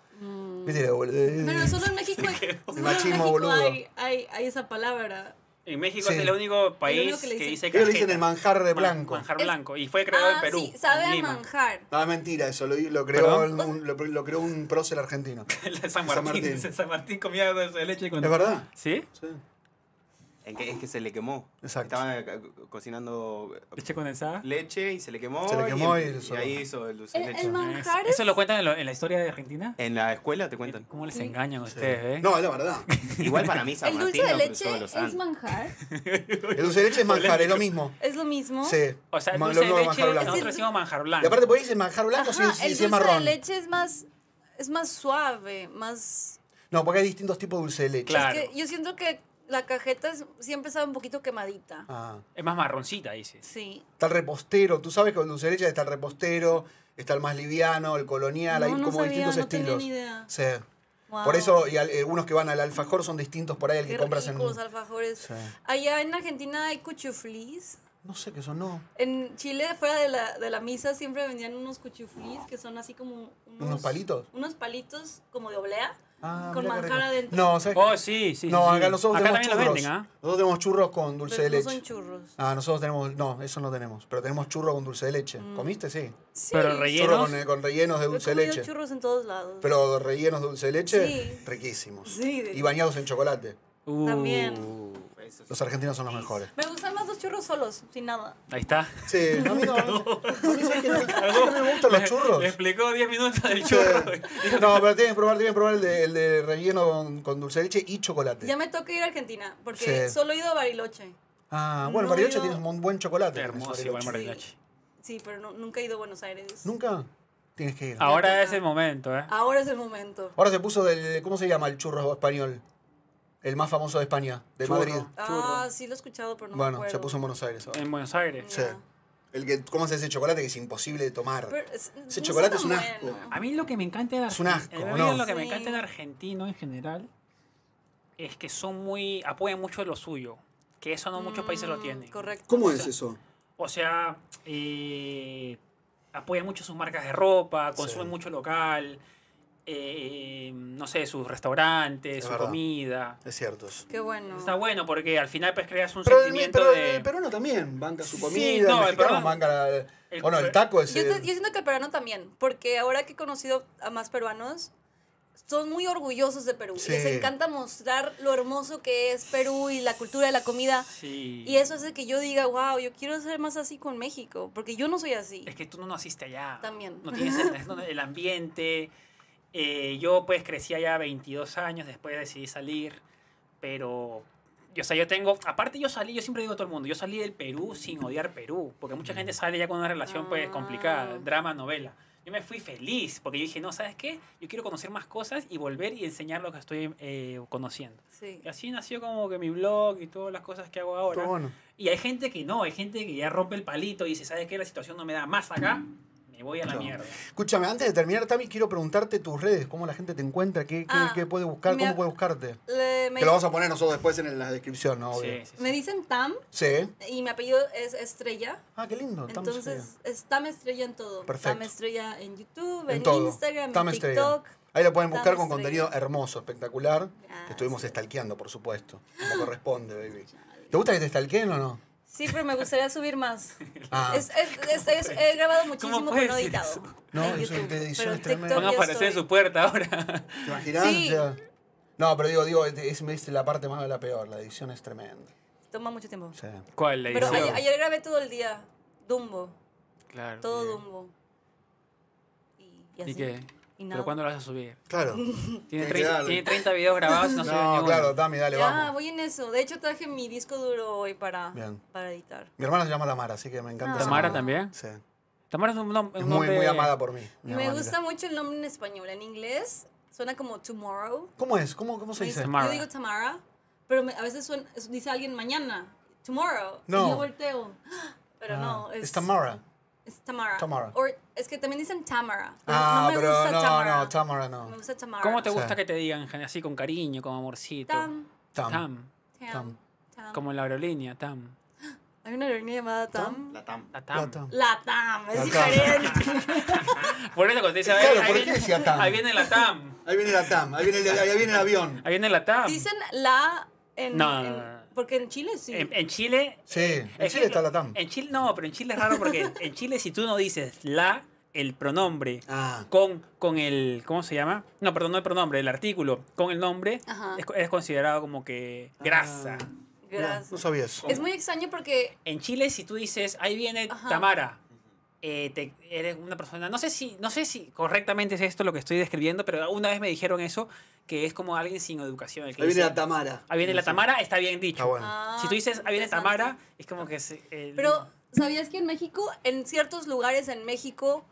Speaker 5: Viste, la bol-
Speaker 3: Pero Mm. solo en México, solo en
Speaker 5: Machismo,
Speaker 3: México
Speaker 5: boludo.
Speaker 3: hay, hay, hay esa palabra.
Speaker 2: En México
Speaker 5: Sí.
Speaker 2: es el único país
Speaker 3: único que
Speaker 2: que,
Speaker 3: le dicen.
Speaker 2: dice
Speaker 5: Ellos
Speaker 2: cajeta.
Speaker 5: le dicen el manjar de
Speaker 2: Man-
Speaker 5: blanco.
Speaker 2: Manjar
Speaker 3: Es-
Speaker 2: blanco. Y fue creado
Speaker 3: Ah,
Speaker 2: en Perú.
Speaker 3: sí, sabe
Speaker 2: en
Speaker 3: a
Speaker 2: Lima.
Speaker 3: manjar.
Speaker 5: No, es mentira eso, lo, lo creó
Speaker 2: ¿Perdón?
Speaker 5: un, un- lo, lo creó un prócer argentino.
Speaker 2: El de San
Speaker 5: San
Speaker 2: Martín.
Speaker 5: Martín.
Speaker 2: San Martín comía dulce de leche con...
Speaker 5: ¿Es verdad?
Speaker 2: ¿Sí?
Speaker 5: Sí.
Speaker 4: En que, es que se le quemó.
Speaker 5: Exacto.
Speaker 4: Estaban eh, co- cocinando eh,
Speaker 2: ¿Leche condensada?
Speaker 4: leche y se le quemó.
Speaker 5: Se le quemó y
Speaker 4: y,
Speaker 5: hizo-
Speaker 4: ahí hizo el dulce de
Speaker 3: El,
Speaker 4: leche.
Speaker 3: el manjar es-
Speaker 2: ¿Eso lo cuentan en, lo- en la historia de Argentina?
Speaker 4: En la escuela te cuentan.
Speaker 2: ¿Cómo les engañan a ustedes, eh?
Speaker 5: No, es la verdad.
Speaker 4: Igual para mí San
Speaker 3: El dulce
Speaker 4: Martín
Speaker 3: de
Speaker 4: lo cruzó
Speaker 3: leche
Speaker 4: de los Andes.
Speaker 3: es manjar.
Speaker 5: El dulce de leche es manjar, es lo mismo.
Speaker 3: Es lo mismo.
Speaker 5: Sí.
Speaker 2: O sea, el
Speaker 5: Man-
Speaker 2: dulce
Speaker 5: lo
Speaker 2: de
Speaker 5: mismo que
Speaker 2: leche,
Speaker 5: manjar blanco.
Speaker 2: nosotros decimos manjar blanco.
Speaker 5: Y aparte, podéis decir manjar blanco si
Speaker 3: Ajá,
Speaker 5: es- si
Speaker 3: el
Speaker 5: es
Speaker 3: dulce de
Speaker 5: marrón.
Speaker 3: leche es más, es más suave, más...
Speaker 5: No, porque hay distintos tipos de dulce de leche.
Speaker 2: Claro.
Speaker 3: Es que yo siento que la cajeta es- siempre sabe un poquito quemadita.
Speaker 5: Ah.
Speaker 2: Es más marroncita, dices.
Speaker 3: Sí.
Speaker 5: Está el repostero. Tú sabes que con dulce de leche está el repostero, está el más liviano, el colonial,
Speaker 3: No,
Speaker 5: hay
Speaker 3: no
Speaker 5: como
Speaker 3: sabía,
Speaker 5: distintos
Speaker 3: no tenía
Speaker 5: estilos.
Speaker 3: ni idea.
Speaker 5: Sí.
Speaker 3: Wow.
Speaker 5: Por eso, y al- eh, unos que van al alfajor son distintos por ahí al que
Speaker 3: Qué
Speaker 5: compras
Speaker 3: ricos
Speaker 5: en.
Speaker 3: alfajores.
Speaker 5: Sí.
Speaker 3: Allá en Argentina hay cuchuflis.
Speaker 5: No sé qué sonó.
Speaker 3: En Chile, fuera de la, de la misa, siempre vendían unos cuchuflis que son así como unos,
Speaker 5: ¿Unos palitos?
Speaker 3: Unos palitos como de oblea
Speaker 5: Ah,
Speaker 3: con
Speaker 5: mirá qué
Speaker 3: manjar
Speaker 5: rico.
Speaker 3: adentro.
Speaker 5: No, ¿sabes?
Speaker 2: Oh, sí, sí.
Speaker 5: no,
Speaker 2: sí,
Speaker 5: acá
Speaker 2: sí.
Speaker 5: nosotros
Speaker 2: Acá
Speaker 5: tenemos
Speaker 2: también
Speaker 5: churros.
Speaker 2: los venden, ¿ah?
Speaker 5: Nosotros tenemos churros con dulce
Speaker 3: pero
Speaker 5: de
Speaker 3: no
Speaker 5: leche.
Speaker 3: son churros.
Speaker 5: Ah, nosotros tenemos. No, eso no tenemos. Pero tenemos churro con dulce de leche. ¿Comiste? Sí.
Speaker 3: Sí,
Speaker 2: Pero
Speaker 5: Churro
Speaker 2: rellenos.
Speaker 5: con, eh, con rellenos de
Speaker 3: yo he
Speaker 5: dulce de
Speaker 3: comido
Speaker 5: leche.
Speaker 3: churros en todos lados.
Speaker 5: Pero rellenos de dulce de leche,
Speaker 3: Sí.
Speaker 5: riquísimos.
Speaker 3: Sí, de-
Speaker 5: y bañados en chocolate.
Speaker 2: Uh,
Speaker 3: También.
Speaker 4: Eso sí.
Speaker 5: Los argentinos son los mejores.
Speaker 3: Me gustan más los churros solos, sin nada.
Speaker 2: Ahí está.
Speaker 5: Sí, no, a mí no. A mí sabés que no- a mí no me gustan los churros.
Speaker 2: Le explicó 10 minutos del
Speaker 5: Sí.
Speaker 2: churro.
Speaker 5: No, pero tienes que probar, tienes que probar el de, el de relleno con, con dulce de leche y chocolate.
Speaker 3: Ya me toca ir a Argentina, porque
Speaker 5: Sí.
Speaker 3: solo he ido a Bariloche.
Speaker 5: Ah, bueno,
Speaker 3: No,
Speaker 5: Bariloche
Speaker 3: yo-
Speaker 5: tienes un buen chocolate. tenés
Speaker 2: Hermoso,
Speaker 5: Bariloche.
Speaker 2: igual Marilache.
Speaker 3: Sí, pero no- nunca he ido a Buenos Aires.
Speaker 5: ¿Nunca? Tienes que ir.
Speaker 2: Ahora es el momento, ¿eh?
Speaker 3: Ahora es el momento.
Speaker 5: Ahora se puso del. ¿Cómo se llama el churro español? El más famoso de España, de
Speaker 2: Churro.
Speaker 5: Madrid.
Speaker 3: Ah, sí lo he escuchado, pero no me
Speaker 5: bueno,
Speaker 3: acuerdo.
Speaker 5: se puso en Buenos Aires ahora.
Speaker 2: En Buenos Aires.
Speaker 5: Sí. El que, ¿Cómo se ese chocolate que es imposible de tomar?
Speaker 3: Pero es- no
Speaker 5: Ese
Speaker 3: está
Speaker 5: chocolate es
Speaker 3: tan
Speaker 5: un asco.
Speaker 3: bueno.
Speaker 2: A mí lo que me encanta de
Speaker 5: Es un asco,
Speaker 2: a mí
Speaker 5: ¿no?
Speaker 2: lo que me
Speaker 3: Sí.
Speaker 2: encanta de argentino en general es que son muy apoyan mucho lo suyo, que eso no muchos países lo
Speaker 3: Mm,
Speaker 2: tienen.
Speaker 3: Correcto.
Speaker 1: ¿Cómo es eso?
Speaker 2: O sea, eh, apoyan mucho sus marcas de ropa, consumen mucho local, eh, no sé, sus restaurantes,
Speaker 5: Es
Speaker 2: su
Speaker 5: verdad.
Speaker 2: comida.
Speaker 5: Es cierto. eso.
Speaker 3: Qué bueno.
Speaker 2: Está bueno porque al final pues creas un
Speaker 5: Pero, el,
Speaker 2: sentimiento
Speaker 5: pero
Speaker 2: de...
Speaker 5: el peruano también banca su
Speaker 2: Sí,
Speaker 5: comida,
Speaker 2: no,
Speaker 5: el
Speaker 2: el
Speaker 5: mexicano
Speaker 2: peruano-
Speaker 5: banca la-
Speaker 2: el-
Speaker 5: bueno, el taco es...
Speaker 3: Yo, te-
Speaker 5: el-
Speaker 3: yo siento que el peruano también, porque ahora que he conocido a más peruanos, son muy orgullosos de Perú.
Speaker 5: Sí.
Speaker 3: Les encanta mostrar lo hermoso que es Perú y la cultura de la comida.
Speaker 2: Sí.
Speaker 3: Y eso hace que yo diga, wow, yo quiero ser más así con México, porque yo no soy así.
Speaker 2: Es que tú no naciste allá.
Speaker 3: También.
Speaker 2: No tienes el, no- el ambiente. Eh, yo pues crecí allá 22 años, después decidí salir, pero... yo- O sea, yo tengo, aparte yo salí, yo siempre digo a todo el mundo, yo salí del Perú sin odiar Perú, porque mucha gente sale ya con una relación pues
Speaker 3: Ah.
Speaker 2: complicada, drama, novela. Yo me fui feliz, porque yo dije, no, ¿sabes qué? Yo quiero conocer más cosas y volver y enseñar lo que estoy eh, conociendo.
Speaker 3: Sí.
Speaker 2: Y así nació como que mi blog y todas las cosas que hago ahora.
Speaker 5: Pero bueno.
Speaker 2: Y hay gente que no, hay gente que ya rompe el palito y dice, ¿sabes qué? La situación no me da más acá, me voy a la
Speaker 5: Claro.
Speaker 2: mierda.
Speaker 5: Escúchame, antes de terminar, Tami, quiero preguntarte tus redes, cómo la gente te encuentra, qué, qué-
Speaker 3: Ah,
Speaker 5: qué puede buscar,
Speaker 3: me
Speaker 5: cómo
Speaker 3: ha-
Speaker 5: puede buscarte.
Speaker 3: Le- me,
Speaker 5: Que lo vamos a poner nosotros después en la descripción, ¿no?
Speaker 2: Sí,
Speaker 5: Obvio.
Speaker 2: sí, sí.
Speaker 3: me dicen Tam
Speaker 5: Sí.
Speaker 3: y mi apellido es Estrella.
Speaker 5: Ah, qué lindo. Tami
Speaker 3: Entonces,
Speaker 5: Estrella.
Speaker 3: es Tam Estrella en todo.
Speaker 5: Perfecto.
Speaker 3: Tam Estrella en YouTube, en,
Speaker 5: En todo.
Speaker 3: Instagram,
Speaker 5: Tami
Speaker 3: en
Speaker 5: Estrella.
Speaker 3: TikTok.
Speaker 5: Ahí lo pueden
Speaker 3: Tami
Speaker 5: buscar con
Speaker 3: Estrella.
Speaker 5: contenido hermoso, espectacular. Que
Speaker 3: Gracias.
Speaker 5: estuvimos stalkeando, por supuesto. Como corresponde, baby. ¿Te gusta que te stalkeen o no?
Speaker 3: Ah, Sí, pero me gustaría subir más.
Speaker 5: Ah,
Speaker 3: Es- es- es- es- he grabado muchísimo,
Speaker 2: ¿Cómo
Speaker 3: pero no
Speaker 2: puedes decir
Speaker 3: editado.
Speaker 2: eso?
Speaker 5: No,
Speaker 3: en
Speaker 5: eso
Speaker 3: YouTube,
Speaker 5: de edición
Speaker 3: pero
Speaker 5: es
Speaker 3: en
Speaker 5: tremendo.
Speaker 3: TikTok
Speaker 2: Van a
Speaker 3: ya
Speaker 2: aparecer en
Speaker 3: estoy.
Speaker 2: su puerta ahora.
Speaker 5: ¿te imaginas?
Speaker 3: Sí.
Speaker 5: O sea, no, pero digo, digo, es, es la parte más la peor. La edición es tremenda.
Speaker 3: Toma mucho tiempo.
Speaker 5: Sí.
Speaker 2: ¿Cuál? La
Speaker 3: Pero
Speaker 2: edición?
Speaker 3: ayer, ayer grabé todo el día. Dumbo.
Speaker 2: claro,
Speaker 3: Todo
Speaker 2: bien.
Speaker 3: Dumbo. Y, y así.
Speaker 2: ¿Y qué?
Speaker 3: Y nada.
Speaker 2: ¿Pero cuándo lo vas a subir?
Speaker 5: Claro.
Speaker 2: Tiene
Speaker 5: que
Speaker 2: 30,
Speaker 5: darle.
Speaker 2: tiene 30 videos grabados y no, se
Speaker 5: No, claro, Tami, dale,
Speaker 3: ya,
Speaker 5: vamos.
Speaker 3: voy en eso. De hecho, traje mi disco duro hoy para,
Speaker 5: Bien.
Speaker 3: para editar.
Speaker 5: Mi hermana se llama Tamara, así que me encanta.
Speaker 3: Ah.
Speaker 5: ese
Speaker 2: ¿Tamara
Speaker 5: nombre.
Speaker 2: también?
Speaker 5: Sí.
Speaker 2: Tamara es un, nom-
Speaker 5: Es
Speaker 2: un
Speaker 5: muy,
Speaker 2: nombre-
Speaker 5: muy amada por mí. mi
Speaker 3: me
Speaker 5: hermanita.
Speaker 3: gusta mucho el nombre en español. En inglés suena como Tomorrow.
Speaker 5: ¿Cómo es? ¿Cómo, cómo se
Speaker 3: Me
Speaker 5: dice?
Speaker 3: dice-
Speaker 2: Tamara.
Speaker 3: Yo digo Tamara, pero me- a veces suena- es- dice alguien mañana, tomorrow.
Speaker 5: No.
Speaker 3: Y yo volteo. ¡Ah! Pero no,
Speaker 5: Ah,
Speaker 3: es,
Speaker 5: es Tamara.
Speaker 3: es Tamara.
Speaker 5: Tamara.
Speaker 3: Or- es que también dicen Tamara. pero
Speaker 5: Ah,
Speaker 3: no me
Speaker 5: pero
Speaker 3: gusta
Speaker 5: no,
Speaker 3: Tamara.
Speaker 5: no, Tamara no.
Speaker 3: Me gusta Tamara.
Speaker 2: ¿Cómo te
Speaker 5: Sí.
Speaker 2: gusta que te digan gen- así con cariño, con amorcito?
Speaker 3: Tam.
Speaker 5: Tam.
Speaker 2: Tam.
Speaker 3: Tam.
Speaker 5: Tam.
Speaker 3: Tam.
Speaker 2: Como en la aerolínea, Tam.
Speaker 3: Hay una aerolínea llamada Tam.
Speaker 4: La TAM.
Speaker 2: La Tam.
Speaker 5: La Tam.
Speaker 3: La Tam, es
Speaker 5: La Tam.
Speaker 3: diferente.
Speaker 2: Por eso cuando te dicen,
Speaker 5: Claro,
Speaker 2: ahí,
Speaker 5: ¿por
Speaker 2: ahí
Speaker 5: qué
Speaker 2: viene-
Speaker 5: decía Tam?
Speaker 2: ahí viene la Tam.
Speaker 5: Ahí viene la TAM, ahí viene el, ahí viene el avión.
Speaker 2: Ahí viene la Tam.
Speaker 3: Dicen la en,
Speaker 2: No, no,
Speaker 3: en-
Speaker 2: no, no.
Speaker 3: Porque en Chile sí.
Speaker 2: En, en Chile.
Speaker 5: Sí,
Speaker 2: eh,
Speaker 5: en Chile está la tam.
Speaker 2: En Chile, no, pero en Chile es raro porque en Chile, si tú no dices la, el pronombre,
Speaker 5: Ah,
Speaker 2: con, con el. ¿Cómo se llama? No, perdón, no el pronombre, el artículo, con el nombre,
Speaker 3: Ajá.
Speaker 1: Ah.
Speaker 2: es, co- es considerado como que grasa.
Speaker 1: Mirá,
Speaker 3: Gracias.
Speaker 1: no sabía eso.
Speaker 3: Es muy extraño porque
Speaker 2: En Chile, si tú dices, ahí viene
Speaker 3: Ajá.
Speaker 2: Tamara, eh, te- eres una persona. No sé, si, no sé si correctamente es esto lo que estoy describiendo, pero una vez me dijeron eso, que es como alguien sin educación. el que
Speaker 1: Ahí viene
Speaker 2: dice,
Speaker 1: la Tamara.
Speaker 2: "Ahí viene la Tamara, está bien dicho.
Speaker 1: Está bueno.
Speaker 3: Ah,
Speaker 2: si tú dices, ahí viene
Speaker 3: interesante.
Speaker 2: Tamara, es como que. se- el-
Speaker 3: Pero, ¿sabías que en México, en ciertos lugares en México,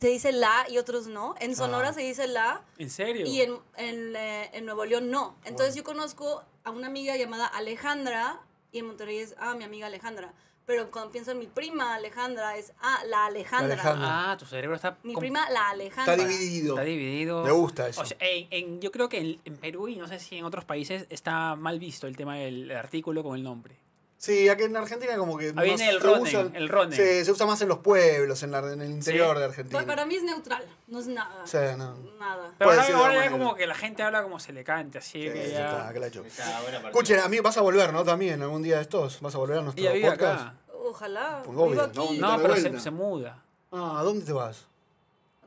Speaker 3: se dice la y otros no? En
Speaker 5: Ah.
Speaker 3: Sonora se dice la
Speaker 2: ¿En serio?
Speaker 3: y en, en, eh, en Nuevo León no. Entonces yo conozco a una amiga llamada Alejandra y en Monterrey es, ah, mi amiga Alejandra. Pero cuando pienso en mi prima Alejandra es, ah, la Alejandra.
Speaker 5: Alejandra.
Speaker 2: Ah, tu cerebro está.
Speaker 3: Mi
Speaker 2: com-
Speaker 3: prima, la
Speaker 5: Está
Speaker 3: Alejandra.
Speaker 5: dividido.
Speaker 2: Está dividido.
Speaker 5: Me gusta eso.
Speaker 2: O sea, en- en- yo creo que en, en Perú y no sé si en otros países está mal visto el tema del artículo con el nombre.
Speaker 5: Sí, aquí en Argentina como que
Speaker 2: Ahí viene el
Speaker 5: se
Speaker 2: ronen, el ronen.
Speaker 5: Se, se usa más en los pueblos, en, la- en el interior
Speaker 2: Sí.
Speaker 5: de
Speaker 3: Pa-
Speaker 5: Argentina.
Speaker 3: Pues Para mí es neutral, no es nada.
Speaker 5: Sí, no.
Speaker 3: Nada.
Speaker 2: Pero
Speaker 5: Puede
Speaker 2: ahora,
Speaker 5: ser de
Speaker 2: ahora
Speaker 5: alguna
Speaker 2: ya
Speaker 5: manera.
Speaker 2: como que la gente habla como se le cante, así
Speaker 5: Sí,
Speaker 2: que
Speaker 5: está,
Speaker 2: ya.
Speaker 5: que la choque.
Speaker 4: Está buena partida.
Speaker 5: Escuchen, a mí vas a volver, ¿no? También, algún día de estos. Vas a volver a nuestro
Speaker 2: Ella vive
Speaker 5: podcast.
Speaker 2: acá.
Speaker 3: Ojalá.
Speaker 5: Pues obvio,
Speaker 3: Vivo aquí.
Speaker 2: No,
Speaker 1: de
Speaker 2: pero se,
Speaker 1: vuelta.
Speaker 2: se muda.
Speaker 5: Ah, ¿a dónde te vas?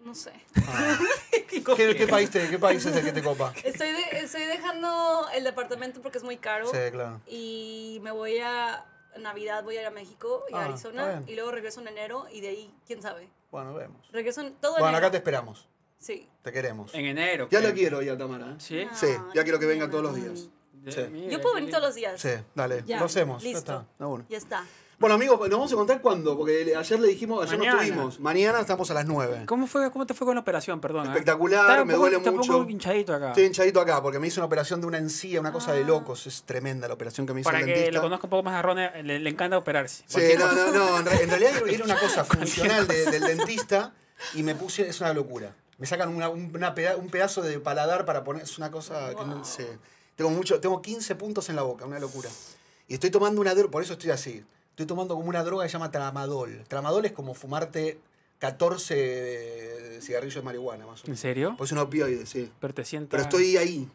Speaker 3: no sé.
Speaker 5: ¿Qué, qué país te- qué país es el que te copa?
Speaker 3: Estoy, de- estoy dejando el departamento porque es muy caro.
Speaker 5: Sí, claro.
Speaker 3: Y me voy a Navidad, voy a ir a México y a
Speaker 5: Ah, está
Speaker 3: Arizona.
Speaker 5: bien.
Speaker 3: Y luego regreso en enero y de ahí, quién sabe.
Speaker 5: Bueno, vemos.
Speaker 3: Regreso en todo
Speaker 5: Bueno,
Speaker 3: enero.
Speaker 5: acá te esperamos.
Speaker 3: Sí.
Speaker 5: Te queremos.
Speaker 2: En enero.
Speaker 1: Ya
Speaker 2: creo.
Speaker 1: la quiero ya, Tamara. ¿eh?
Speaker 2: ¿Sí?
Speaker 3: No,
Speaker 5: Sí,
Speaker 1: Ya quiero que venga todos los días.
Speaker 2: De-
Speaker 5: Sí.
Speaker 2: mira,
Speaker 3: Yo puedo
Speaker 2: qué
Speaker 3: venir
Speaker 2: lindo.
Speaker 3: todos los días.
Speaker 5: Sí, dale,
Speaker 6: Ya,
Speaker 5: lo hacemos.
Speaker 3: listo.
Speaker 5: Ya está. No, bueno.
Speaker 3: Ya está.
Speaker 1: Bueno, amigos, nos vamos a contar cuándo, porque le- ayer le dijimos, ayer
Speaker 2: Mañana.
Speaker 1: nos tuvimos.
Speaker 5: Mañana estamos a las 9.
Speaker 2: ¿Cómo, fue, ¿Cómo te fue con la operación? Perdón.
Speaker 1: Espectacular, me duele
Speaker 2: Está Ah. un
Speaker 1: mucho.
Speaker 2: poco hinchadito acá.
Speaker 5: Estoy hinchadito acá porque me hizo una operación de una encía, una cosa de locos. Es tremenda la operación que me hizo
Speaker 2: Ah. Para
Speaker 5: el
Speaker 2: que
Speaker 5: dentista.
Speaker 2: lo conozca un poco más a Ron, eh, le, le encanta operarse.
Speaker 5: Sí, no, no, no. En, re- en realidad era una cosa funcional de- del dentista y me puse. Es una locura. Me sacan una- un, una peda- un pedazo de paladar para poner. Es una cosa que no sé. Tengo, mucho, tengo 15 puntos en la boca, una locura. Y estoy tomando una droga, por eso estoy así. Estoy tomando como una droga que se llama tramadol. Tramadol es como fumarte 14 cigarrillos de marihuana, más o
Speaker 2: ¿En
Speaker 5: menos.
Speaker 2: serio?
Speaker 1: Pues un opioide, sí.
Speaker 2: Pero te siento.
Speaker 1: Pero estoy ahí.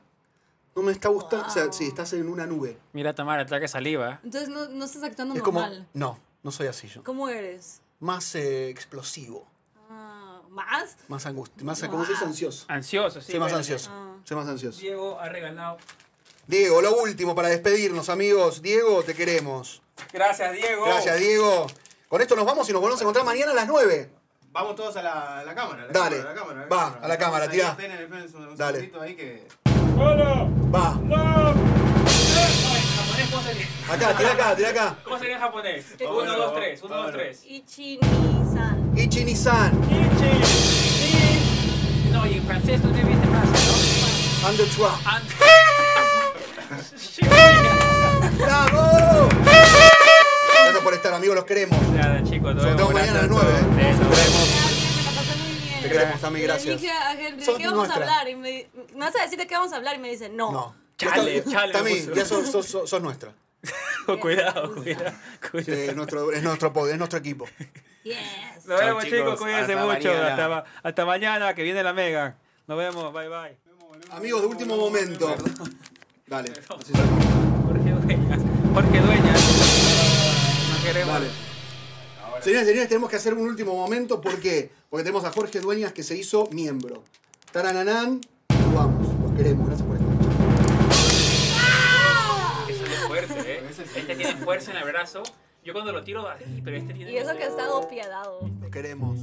Speaker 1: No me está gustando. O sea, sí, estás en una nube.
Speaker 2: Mira, Tamara, ataque saliva. ¿eh?
Speaker 3: Entonces no, no estás actuando
Speaker 5: Es como.
Speaker 3: normal.
Speaker 5: No, no soy así yo.
Speaker 3: ¿Cómo eres?
Speaker 5: Más eh, explosivo,
Speaker 3: Ah, ¿Más?
Speaker 5: más angustia, más
Speaker 1: Como se dice ansioso.
Speaker 2: Ansioso, sí.
Speaker 5: Soy más
Speaker 2: bueno.
Speaker 5: ansioso.
Speaker 3: Ah.
Speaker 1: Soy más ansioso.
Speaker 2: Diego ha regalado.
Speaker 5: Diego, lo último para despedirnos, amigos. Diego, te queremos.
Speaker 2: Gracias, Diego.
Speaker 5: Gracias, Diego. Con esto nos vamos y nos volvemos a encontrar mañana a las 9.
Speaker 4: Vamos todos a la, a la cámara. a la
Speaker 5: Dale.
Speaker 4: cámara, a la cámara,
Speaker 5: Va, a la cámara,
Speaker 4: Ahí,
Speaker 5: tirá.
Speaker 4: Esperen, esperen un- un
Speaker 5: Dale.
Speaker 4: segundito ahí que...
Speaker 5: Va.
Speaker 2: japonés, ¿cómo sería?
Speaker 5: Acá, tira acá, tira acá.
Speaker 2: ¿Cómo sería en japonés?
Speaker 3: Uno,
Speaker 2: Uno,
Speaker 4: dos,
Speaker 2: dos,
Speaker 4: tres,
Speaker 2: tres.
Speaker 4: uno,
Speaker 2: Uno,
Speaker 4: dos,
Speaker 2: dos,
Speaker 4: tres.
Speaker 2: tres.
Speaker 3: Ichini-san.
Speaker 5: Ichini-san,
Speaker 2: No, y en francés tú te viste francés,
Speaker 5: and the trois.
Speaker 2: ¿no? Ant-
Speaker 5: ¡Bravo! Gracias por estar, amigos. Los queremos.
Speaker 2: Nada, chicos, nos
Speaker 5: Nos vemos
Speaker 2: vemos.
Speaker 5: mañana a las
Speaker 2: Gracias a
Speaker 5: 9.
Speaker 2: todos. Besos.
Speaker 3: Gracias, me la pasé muy bien.
Speaker 5: Te queremos también,
Speaker 3: Le
Speaker 5: gracias.
Speaker 3: dije a Henry, ¿de
Speaker 5: Sos
Speaker 3: qué vamos
Speaker 5: nuestra.
Speaker 3: a hablar? Y me, di- me vas a decir de qué vamos a hablar y me dice, no.
Speaker 5: No.
Speaker 2: Chale, chale,
Speaker 5: También,
Speaker 2: puso.
Speaker 5: ya sos, sos- sos- sos nuestra.
Speaker 2: Cuidado, cuidado,
Speaker 5: Sí,
Speaker 2: cuidado.
Speaker 5: es, nuestro, es, nuestro, pod- es nuestro equipo.
Speaker 3: Yes.
Speaker 2: Nos
Speaker 4: Chao,
Speaker 2: vemos,
Speaker 4: chicos.
Speaker 2: chicos. Cuídense
Speaker 4: Hasta
Speaker 2: mucho.
Speaker 4: mañana.
Speaker 2: Hasta, ma- hasta mañana, que viene la mega. Nos vemos. Bye, bye.
Speaker 1: Amigos de último momento. Dale. así se acaba.
Speaker 2: Jorge Dueñas. Jorge Dueñas. Nos queremos.
Speaker 1: Dale. Señores, señores, tenemos que hacer un último momento. ¿Por qué? Porque tenemos a Jorge Dueñas que se hizo miembro. Tarananán, nos vamos. Los queremos. Gracias por estar. Chao.
Speaker 2: Eso es fuerte, ¿eh? Este tiene fuerza en el brazo. Yo cuando lo tiro así, pero este tiene...
Speaker 3: Y eso que ha estado piadado.
Speaker 5: Los queremos.